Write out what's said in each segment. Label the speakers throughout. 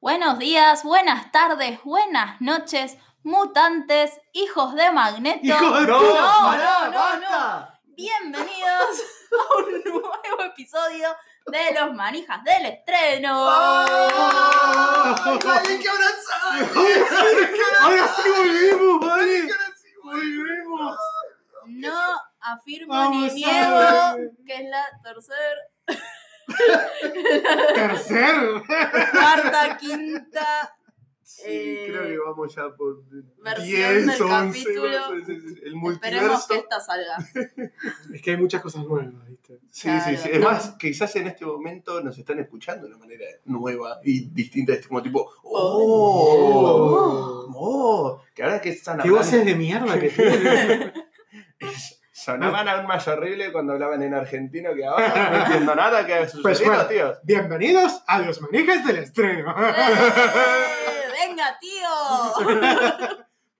Speaker 1: Buenos días, buenas tardes, buenas noches, mutantes, hijos de Magneto.
Speaker 2: ¡Hijo de
Speaker 1: no,
Speaker 2: puta!
Speaker 1: no,
Speaker 2: ¡Pará,
Speaker 1: no, no.
Speaker 2: basta!
Speaker 1: Bienvenidos a un nuevo episodio de Los Manijas del Estreno.
Speaker 2: ¡Ah!
Speaker 3: ¡Alguien que abrazar!
Speaker 2: ¡Ahora sí volvimos, vale!
Speaker 3: ¡Alguien que
Speaker 2: ¡Volvimos!
Speaker 1: No afirmo
Speaker 2: Vamos,
Speaker 1: ni niego
Speaker 2: Sandra.
Speaker 1: que es la tercera,
Speaker 2: ¡Tercer!
Speaker 1: cuarta, quinta. eh,
Speaker 3: Sí, creo que vamos ya por
Speaker 1: versión
Speaker 3: 10,
Speaker 1: del
Speaker 3: 11.
Speaker 1: capítulo.
Speaker 3: sí, sí, sí, El
Speaker 1: Esperemos
Speaker 3: multiverso.
Speaker 1: que esta salga.
Speaker 2: Es que hay muchas cosas nuevas, ¿viste?
Speaker 3: Sí, sí, sí.
Speaker 1: Claro.
Speaker 3: Es más, quizás en este momento nos están escuchando de una manera nueva y distinta. Es como tipo, ¡Oh! ¡Oh! Que ahora que están
Speaker 2: ¡Qué
Speaker 3: hablando.
Speaker 2: voces de mierda que tiene!
Speaker 3: Sonaban aún más horrible cuando hablaban en argentino que ahora. No entiendo nada que ha
Speaker 2: Pues
Speaker 3: sucedido,
Speaker 2: bueno,
Speaker 3: tíos.
Speaker 2: bienvenidos a Los Manijas del Estreno.
Speaker 1: ¡Eh! ¡Venga, tío!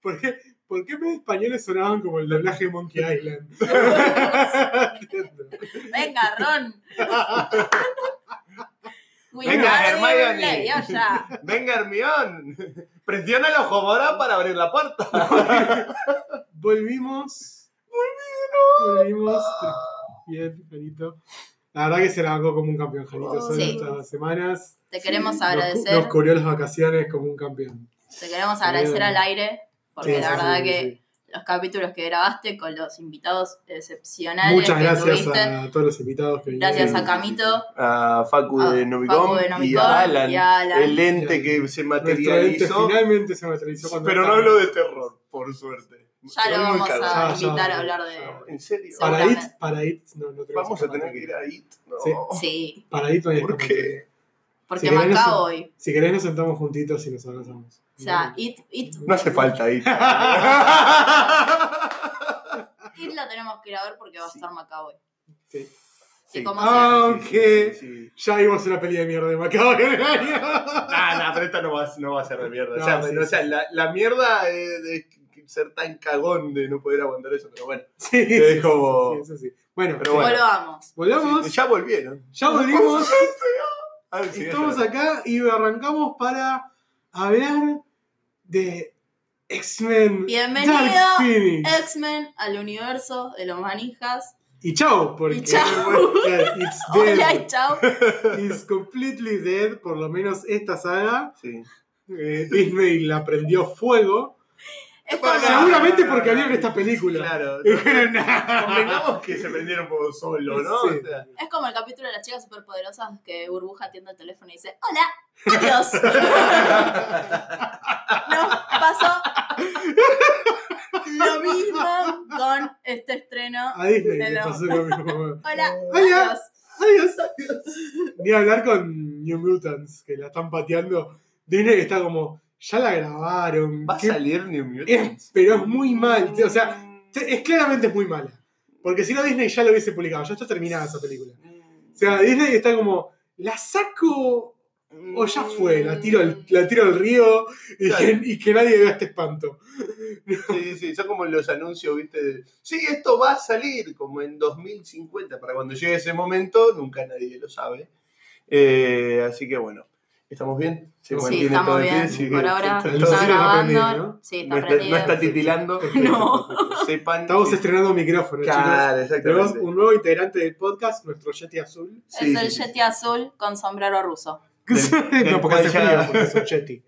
Speaker 2: ¿Por qué, ¿Por qué mis españoles sonaban como el doblaje de Monkey Island? Entiendo.
Speaker 1: ¡Venga, Ron! We
Speaker 3: Venga,
Speaker 1: are
Speaker 3: Hermione.
Speaker 1: Leviosa.
Speaker 3: Venga, Hermión. Presiona el ojo mora para abrir la puerta.
Speaker 2: Volvimos. Volvimos. Bien, Janito. La verdad que se la bancó como un campeón, Janito, solo
Speaker 1: Sí.
Speaker 2: estas dos semanas.
Speaker 1: Te queremos
Speaker 2: Nos cu-
Speaker 1: agradecer.
Speaker 2: Nos cubrió las vacaciones como un campeón.
Speaker 1: Te queremos agradecer al aire, porque
Speaker 2: Sí,
Speaker 1: la
Speaker 2: sí,
Speaker 1: verdad
Speaker 2: sí,
Speaker 1: que
Speaker 2: sí.
Speaker 1: los capítulos que grabaste con los invitados excepcionales
Speaker 2: Muchas
Speaker 1: que
Speaker 2: gracias
Speaker 1: tuviste.
Speaker 2: a todos los invitados que vinieron.
Speaker 1: Gracias
Speaker 3: Sí,
Speaker 1: a Camito,
Speaker 3: a Facu
Speaker 1: Ah,
Speaker 3: de Novicom
Speaker 1: Facu de
Speaker 3: y
Speaker 1: Novicom
Speaker 3: a Alan,
Speaker 1: y a Alan.
Speaker 3: el ente que se
Speaker 2: Nuestro ente
Speaker 3: materializó,
Speaker 2: finalmente se materializó cuando
Speaker 3: pero no
Speaker 2: estaba-
Speaker 3: hablo de terror, por suerte.
Speaker 1: ya lo
Speaker 3: Estoy muy
Speaker 1: vamos a
Speaker 3: cansado.
Speaker 2: Ya, ya,
Speaker 1: Ah, invitar a
Speaker 2: ya,
Speaker 1: hablar
Speaker 2: ya.
Speaker 1: de...
Speaker 3: ¿En serio?
Speaker 2: Para IT,
Speaker 1: Seguramente.
Speaker 2: para IT no, no tenemos
Speaker 3: Vamos a tener que
Speaker 2: escapatoria.
Speaker 3: ir a IT. No.
Speaker 2: Sí.
Speaker 1: Sí,
Speaker 2: Para IT no hay
Speaker 3: ¿Por
Speaker 2: escapatoria.
Speaker 1: porque
Speaker 2: Si querés,
Speaker 1: Macao
Speaker 2: no-
Speaker 1: hoy.
Speaker 2: Si querés nos sentamos juntitos y nos abrazamos.
Speaker 1: O sea, It, It,
Speaker 3: No hace falta
Speaker 1: It
Speaker 3: IT.
Speaker 1: la tenemos que ir a ver porque va a
Speaker 3: Sí.
Speaker 1: estar Macao hoy.
Speaker 2: Sí.
Speaker 1: Sí, como
Speaker 2: Ah, Aunque-
Speaker 3: Sí, sí, sí.
Speaker 2: Ya vimos una peli de mierda de Macao en el año.
Speaker 3: Nah, nah, pero esta no va, no va a ser de mierda.
Speaker 2: No,
Speaker 3: o sea,
Speaker 2: sí,
Speaker 3: no, o sea,
Speaker 2: sí.
Speaker 3: la, la mierda es de ser tan cagón de no poder aguantar eso, pero bueno.
Speaker 2: Sí,
Speaker 3: Te
Speaker 2: sí,
Speaker 3: dejo-
Speaker 2: sí, sí, sí, sí. Bueno,
Speaker 3: Pero bueno.
Speaker 1: Volvamos.
Speaker 2: volvamos.
Speaker 3: Sí, ya volvieron.
Speaker 2: Ya volvimos.
Speaker 3: Ah, sí, ya
Speaker 2: Estamos
Speaker 3: está.
Speaker 2: acá y arrancamos para hablar de X-Men.
Speaker 1: Bienvenido,
Speaker 2: Dark Phoenix.
Speaker 1: X-Men al universo de los manijas.
Speaker 2: Y chau, porque
Speaker 1: Y chau.
Speaker 2: Yeah, it's
Speaker 1: Hola y
Speaker 2: dead.
Speaker 1: chao.
Speaker 2: It's completely dead, por lo menos esta saga.
Speaker 3: Sí.
Speaker 2: Eh, Disney la prendió fuego.
Speaker 1: Es
Speaker 3: Para-
Speaker 1: cuando-
Speaker 2: Seguramente porque había esta película.
Speaker 3: Claro.
Speaker 2: Dijeron, "Nah".
Speaker 3: Convengamos que se prendieron por solo, ¿no?
Speaker 2: Sí.
Speaker 3: O sea,
Speaker 1: Es como el capítulo de las chicas superpoderosas que Burbuja atiende el teléfono y dice, hola, adiós. Nos pasó lo mismo con este estreno.
Speaker 2: A Disney le
Speaker 1: Pero-
Speaker 2: pasó lo mismo.
Speaker 1: Hola,
Speaker 2: Hola.
Speaker 1: adiós.
Speaker 2: Adiós. Ni hablar con New Mutants, que la están pateando. Disney está como, ya la grabaron.
Speaker 3: ¿Va a
Speaker 2: ¿qué
Speaker 3: salir New
Speaker 2: Es-
Speaker 3: Mutants? Mm.
Speaker 2: pero es muy mal. O sea, te- es, claramente es muy mala. Porque si no, Disney ya lo hubiese publicado. Ya está terminada esa película. O sea, Disney está como, ¿la saco o ya
Speaker 3: Mm.
Speaker 2: fue? La tiro al, la tiro al río y,
Speaker 3: Claro.
Speaker 2: que, y que nadie vea este espanto.
Speaker 3: Sí, sí, son como los anuncios, ¿viste? De, sí, esto va a salir como en 2050. Para cuando llegue ese momento, nunca nadie lo sabe. Eh, así que bueno, ¿estamos bien? Se
Speaker 2: Sí,
Speaker 3: mantiene
Speaker 1: estamos
Speaker 3: todo en
Speaker 1: bien.
Speaker 3: pie, sigue-
Speaker 1: Por ahora
Speaker 3: está-
Speaker 2: Las
Speaker 1: está
Speaker 2: luces están
Speaker 1: grabando.
Speaker 2: prendidas, ¿no?
Speaker 1: Sí, está
Speaker 3: no, está, no
Speaker 1: prendido.
Speaker 3: está titilando. este,
Speaker 1: No.
Speaker 3: Sepan.
Speaker 2: Estamos
Speaker 3: sí.
Speaker 2: estrenando micrófono, chicos.
Speaker 3: Claro,
Speaker 2: Tenemos
Speaker 3: exactamente.
Speaker 2: un nuevo integrante del podcast, nuestro Yeti Azul.
Speaker 3: Sí,
Speaker 1: es el
Speaker 3: sí, sí.
Speaker 1: Yeti azul con sombrero ruso.
Speaker 3: Del-
Speaker 2: no, porque hace
Speaker 3: del cual
Speaker 2: frío,
Speaker 3: ya-
Speaker 2: porque es un Yeti.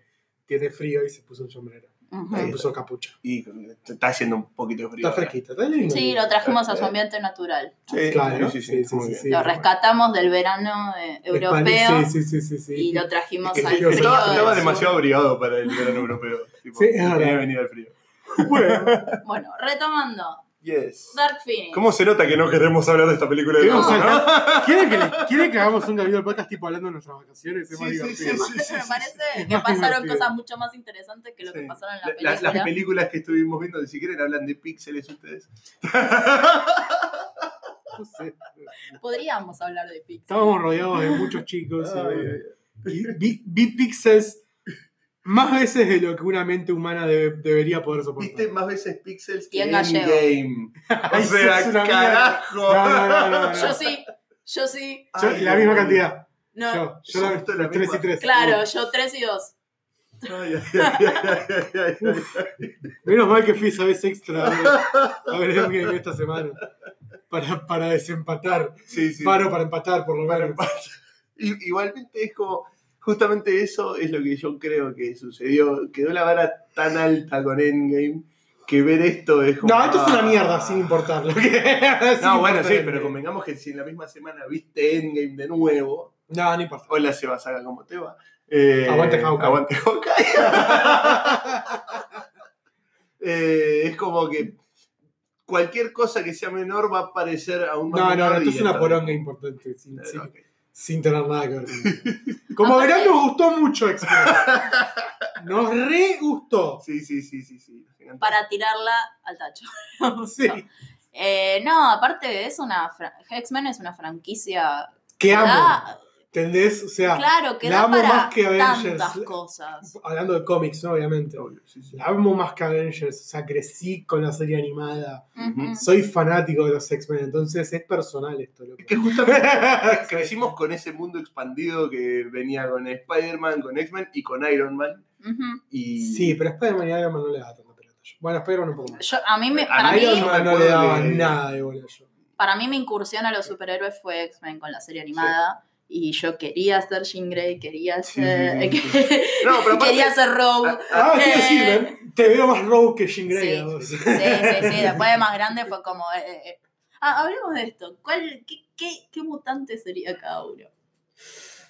Speaker 2: Tiene frío y se puso un sombrero.
Speaker 1: Ujú.
Speaker 2: Se
Speaker 3: Ahí
Speaker 2: puso capucha.
Speaker 3: Y está haciendo un poquito de frío.
Speaker 2: Está fresquita, está lindo.
Speaker 1: Sí, lo trajimos a su ambiente natural.
Speaker 3: Sí,
Speaker 2: Claro,
Speaker 3: sí, sí,
Speaker 2: sí, sí,
Speaker 3: muy
Speaker 2: sí,
Speaker 3: bien.
Speaker 2: sí.
Speaker 1: Lo rescatamos del verano eh, europeo
Speaker 2: España- Sí, sí, sí, sí, sí.
Speaker 1: y lo trajimos
Speaker 2: Es que
Speaker 1: al frío.
Speaker 2: estaba-
Speaker 3: Estaba,
Speaker 1: del
Speaker 3: estaba
Speaker 1: sur.
Speaker 3: demasiado abrigado para el verano europeo. Tipo,
Speaker 2: Sí, es verdad.
Speaker 3: tenía que venir al frío.
Speaker 2: Bueno,
Speaker 1: Bueno, retomando.
Speaker 3: Yes.
Speaker 1: Dark Phoenix.
Speaker 3: ¿Cómo se nota que no queremos hablar de esta película de
Speaker 2: queremos
Speaker 3: nuevo, no?
Speaker 2: hablar- ¿Quieren que, le- quieren que hagamos un capítulo de podcast tipo hablando de nuestras vacaciones? Es más
Speaker 3: Sí, sí,
Speaker 2: divertido.
Speaker 3: sí, sí, sí.
Speaker 1: me parece que
Speaker 2: más
Speaker 1: pasaron
Speaker 2: divertido.
Speaker 1: cosas mucho más interesantes que lo que
Speaker 3: Sí.
Speaker 1: pasaron en la
Speaker 3: La-
Speaker 1: película.
Speaker 3: la- las películas que estuvimos viendo, ni siquiera hablan de píxeles ustedes.
Speaker 2: No sé.
Speaker 1: Podríamos hablar de Pixar.
Speaker 2: Estábamos rodeados de muchos chicos. y
Speaker 3: Ay,
Speaker 2: bueno.
Speaker 3: ay,
Speaker 2: Y vi, vi pixels más veces de lo que una mente humana debe- debería poder
Speaker 3: ay. Viste
Speaker 2: soportar.
Speaker 3: más veces píxeles que
Speaker 1: Y en
Speaker 3: en
Speaker 1: gallego.
Speaker 3: game. O
Speaker 2: Ay,
Speaker 3: sea,
Speaker 2: sos una mierda.
Speaker 3: carajo.
Speaker 2: No, no, no, no, no.
Speaker 1: Yo sí, yo sí.
Speaker 2: Yo-
Speaker 3: Ay,
Speaker 2: la misma
Speaker 3: Dios.
Speaker 2: cantidad.
Speaker 1: No,
Speaker 2: Yo, yo la
Speaker 3: Justo la
Speaker 2: los 3 y
Speaker 3: misma.
Speaker 2: 3.
Speaker 1: claro, yo tres y dos.
Speaker 3: Ay, ay, ay, ay, ay, ay.
Speaker 2: Uh, Menos mal que fui esa vez extra a ver- a ver el game esta semana. Para, para desempatar.
Speaker 3: Sí, sí.
Speaker 2: Paro para empatar, por lo
Speaker 3: Para
Speaker 2: menos.
Speaker 3: empatar. I- Igualmente es como, justamente eso es lo que yo creo que sucedió. Quedó la vara tan alta con Endgame que ver esto es como...
Speaker 2: No, esto es una mierda, sin
Speaker 3: importar.
Speaker 2: importar lo que. sin
Speaker 3: No, bueno,
Speaker 2: importar
Speaker 3: sí,
Speaker 2: el-
Speaker 3: pero convengamos que si en la misma semana viste Endgame de nuevo,
Speaker 2: No, no importa.
Speaker 3: hola Sebasaga, ¿cómo te va? Eh,
Speaker 2: Aguante Hawkeye.
Speaker 3: Aguante Hawkeye. Eh, es como que cualquier cosa que sea menor va a parecer aún más
Speaker 2: No, no,
Speaker 3: menor
Speaker 2: no,
Speaker 3: y
Speaker 2: esto es
Speaker 3: ya
Speaker 2: una
Speaker 3: está.
Speaker 2: poronga importante, sin,
Speaker 3: Eh,
Speaker 2: sin-
Speaker 3: ok.
Speaker 2: sin tener nada que ver. con- Como
Speaker 1: Aparte-
Speaker 2: verán, nos gustó mucho x Nos re gustó.
Speaker 3: Sí, sí, sí, sí, sí. nos encantó.
Speaker 1: Para tirarla al tacho.
Speaker 2: Sí.
Speaker 3: Ah.
Speaker 1: Eh, no, aparte es una. fra- X-Men es una franquicia.
Speaker 2: Que
Speaker 1: que
Speaker 2: amo.
Speaker 1: da-
Speaker 2: ¿Entendés? O sea,
Speaker 1: Ah. claro, que
Speaker 2: la
Speaker 1: da
Speaker 2: amo
Speaker 1: para
Speaker 2: más que Avengers.
Speaker 1: tantas cosas.
Speaker 2: hablando de cómics, ¿no? Obviamente.
Speaker 3: Obvio, sí, sí.
Speaker 2: La amo más que Avengers. O sea, crecí con la serie animada.
Speaker 1: Ujú.
Speaker 2: Soy fanático de los X-Men, entonces es personal esto. Loco.
Speaker 3: Es que justamente crecimos con ese mundo expandido que venía con Spider-Man, con X-Men y con Iron Man.
Speaker 1: Ujú.
Speaker 3: Y
Speaker 2: Sí, pero Spider-Man y Iron Man no le da tanta pelota. Bueno, Spider-Man un poco más.
Speaker 1: Yo, a mí me,
Speaker 3: A
Speaker 1: para, mí,
Speaker 3: nadie
Speaker 2: Iron
Speaker 3: yo me
Speaker 2: Man no
Speaker 3: acuerdo
Speaker 2: le daba
Speaker 3: de-
Speaker 2: nada de bola yo.
Speaker 1: para mí mi incursión a los superhéroes fue X-Men con la serie animada. Y yo quería ser Jean Grey, quería
Speaker 3: Sí,
Speaker 1: ser.
Speaker 3: sí, sí, No, pero aparte-
Speaker 1: quería ser Rogue.
Speaker 3: Ah, ah,
Speaker 2: Ah, ¿qué
Speaker 1: Eh.
Speaker 2: decir, ven? Te veo más Rogue que Jean Grey.
Speaker 1: Sí.
Speaker 2: a vos.
Speaker 1: Sí, sí, sí. Después de más grande fue como. eh, eh, eh. Ah, hablemos de esto. ¿Cuál, qué, qué, ¿Qué mutante sería cada uno?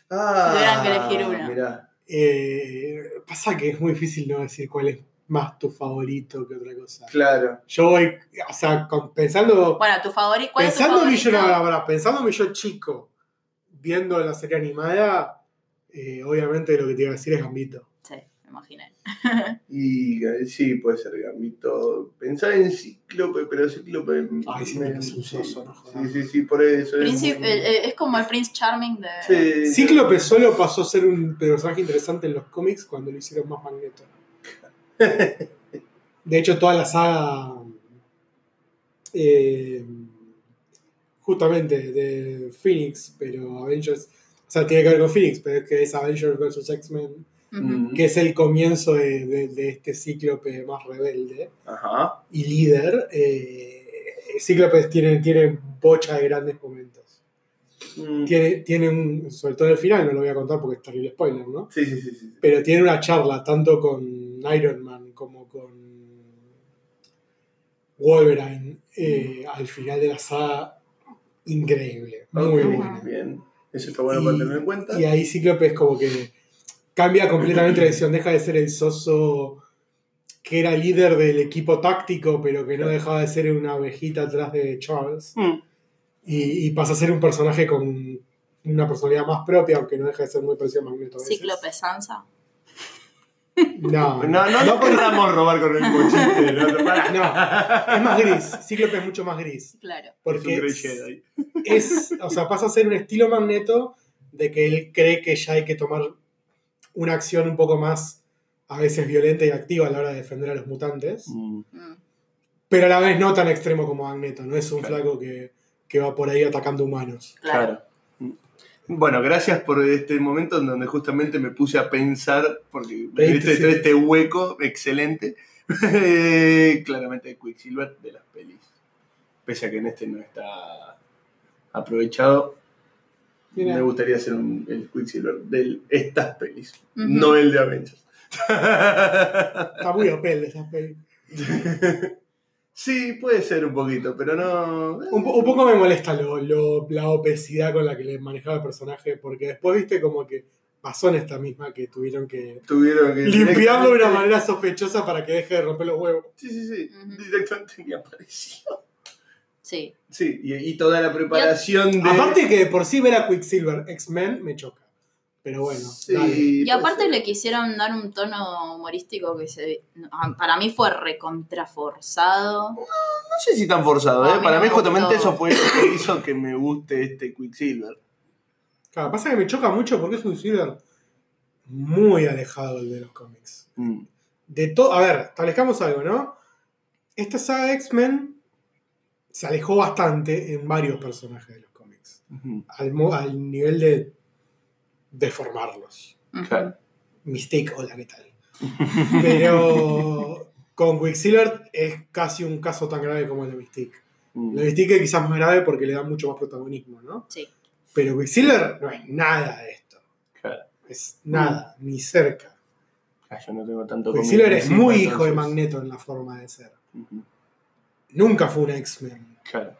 Speaker 3: Ah,
Speaker 1: Si tuvieran que elegir una.
Speaker 3: mirá.
Speaker 2: Eh, pasa que es muy difícil no decir cuál es más tu favorito que otra cosa.
Speaker 3: Claro.
Speaker 2: Yo voy, o sea, con- pensando,
Speaker 1: Bueno, tu favorito. ¿Cuál
Speaker 2: pensando
Speaker 1: es tu
Speaker 2: yo,
Speaker 1: favorito?
Speaker 2: pensando yo chico, viendo la serie animada, eh, obviamente lo que te iba a decir es Gambito.
Speaker 1: Sí, me imaginé.
Speaker 3: Eh, Y eh, sí, puede ser Gambito. Pensá en Cíclope, pero Cíclope.
Speaker 2: Ay, sí,
Speaker 3: me-
Speaker 2: me es un
Speaker 3: sí,
Speaker 2: soso, no
Speaker 3: sí,
Speaker 2: jodas.
Speaker 3: sí, sí, por eso. es
Speaker 1: Príncipe-
Speaker 3: muy-
Speaker 1: eh, eh, es como el Prince Charming de.
Speaker 3: mm. Sí.
Speaker 2: Cíclope solo pasó a ser un personaje interesante en los cómics cuando lo hicieron más magneto. De hecho, toda la saga. eh, justamente de Phoenix, pero Avengers. O sea, tiene que ver con Phoenix, pero es que es Avengers vs. X-Men,
Speaker 1: Ujú.
Speaker 3: Mm.
Speaker 2: que es el comienzo de, de- de este cíclope más rebelde
Speaker 3: Ajá.
Speaker 2: y líder. eh, Cíclope tiene, tiene bocha de grandes momentos.
Speaker 3: Mm.
Speaker 2: Tiene, tiene un, sobre todo el final, no lo voy a contar porque es terrible spoiler, ¿no?
Speaker 3: Sí, sí, sí, sí. sí.
Speaker 2: pero tiene una charla tanto con Iron Man como con Wolverine eh, al final de la saga increíble, muy
Speaker 3: Ok,
Speaker 2: buena.
Speaker 3: Bien. Eso está bueno para tener en cuenta.
Speaker 2: Y ahí Cíclope es como que cambia completamente la visión, deja de ser el soso que era líder del equipo táctico, pero que no dejaba de ser una abejita atrás de Charles,
Speaker 3: Mm.
Speaker 2: y, y pasa a ser un personaje con una personalidad más propia, aunque no deja de ser muy parecido a Magneto. a veces.
Speaker 1: Cíclope Sansa.
Speaker 2: No,
Speaker 3: No, no, no querramos robar con el mismo chiste. No, no, pará.
Speaker 2: No, es más gris. Cíclope es mucho más gris.
Speaker 1: Claro.
Speaker 3: Es
Speaker 2: Porque
Speaker 3: un Grey
Speaker 2: es,
Speaker 3: Jedi.
Speaker 2: o sea, pasa a ser un estilo magneto de que él cree que ya hay que tomar una acción un poco más, a veces violenta y activa a la hora de defender a los mutantes.
Speaker 3: Mm.
Speaker 1: Mm.
Speaker 2: Pero a la vez no tan extremo como Magneto, no es un
Speaker 3: Claro.
Speaker 2: flaco que, que va por ahí atacando humanos.
Speaker 1: Claro.
Speaker 3: Mm. Bueno, gracias por este momento en donde justamente me puse a pensar, porque me
Speaker 2: Sí,
Speaker 3: diste
Speaker 2: sí.
Speaker 3: todo este hueco excelente. Eh, Claramente Quicksilver de las pelis. Pese a que en este no está aprovechado,
Speaker 2: Mira.
Speaker 3: me gustaría hacer un, el Quicksilver de estas pelis,
Speaker 1: Ujú.
Speaker 3: no el de Avengers.
Speaker 2: Está muy opel de esas pelis.
Speaker 3: sí, puede ser un poquito, pero no.
Speaker 2: Un, po- un poco me molesta lo, lo- la opesidad con la que le manejaba el personaje, porque después viste como que pasó en esta misma que tuvieron que
Speaker 3: Tuvieron que.
Speaker 2: Limpiarlo de una
Speaker 3: directamente-
Speaker 2: manera sospechosa para que deje de romper los huevos.
Speaker 3: Sí, sí, sí.
Speaker 1: Ujú.
Speaker 3: Directamente ni apareció.
Speaker 1: Sí.
Speaker 3: Sí, y, y toda la preparación de.
Speaker 2: Aparte que de por sí ver a Quicksilver X-Men me choca. Pero bueno,
Speaker 3: Sí,
Speaker 2: dale.
Speaker 1: Y
Speaker 3: puede
Speaker 1: aparte
Speaker 3: ser.
Speaker 1: le quisieron dar un tono humorístico que se, ah, para mí fue recontraforzado.
Speaker 3: No sé si tan forzado,
Speaker 1: A
Speaker 3: ¿eh?
Speaker 1: mí
Speaker 3: Para
Speaker 1: no
Speaker 3: mí,
Speaker 1: Ah, me
Speaker 3: justamente
Speaker 1: gustó.
Speaker 3: eso fue lo que hizo que me guste este Quicksilver.
Speaker 2: Claro, pasa que me choca mucho porque es un thriller muy alejado del de los cómics.
Speaker 3: Mm.
Speaker 2: De todo, a ver, establezcamos algo, ¿no? Esta saga de X-Men se alejó bastante en varios personajes de los cómics.
Speaker 3: Ujú.
Speaker 2: Al, mo- al nivel de deformarlos.
Speaker 1: Ujú.
Speaker 3: Claro.
Speaker 2: Mistake, hola, ¿qué tal? Pero con Quicksilver es casi un caso tan grave como el de Mystique.
Speaker 3: mm.
Speaker 2: El de Mystique es quizás más grave porque le da mucho más protagonismo, ¿no?
Speaker 1: Sí.
Speaker 2: Pero Quicksilver no es nada de esto.
Speaker 3: Claro.
Speaker 2: Es nada, ni cerca.
Speaker 3: Ah, yo no tengo tanto
Speaker 2: Quicksilver
Speaker 3: conmigo
Speaker 2: es
Speaker 3: encima,
Speaker 2: muy hijo de
Speaker 3: entonces.
Speaker 2: Magneto en la forma de ser.
Speaker 3: Ujú,
Speaker 2: Nunca fue un X-Men.
Speaker 3: Claro.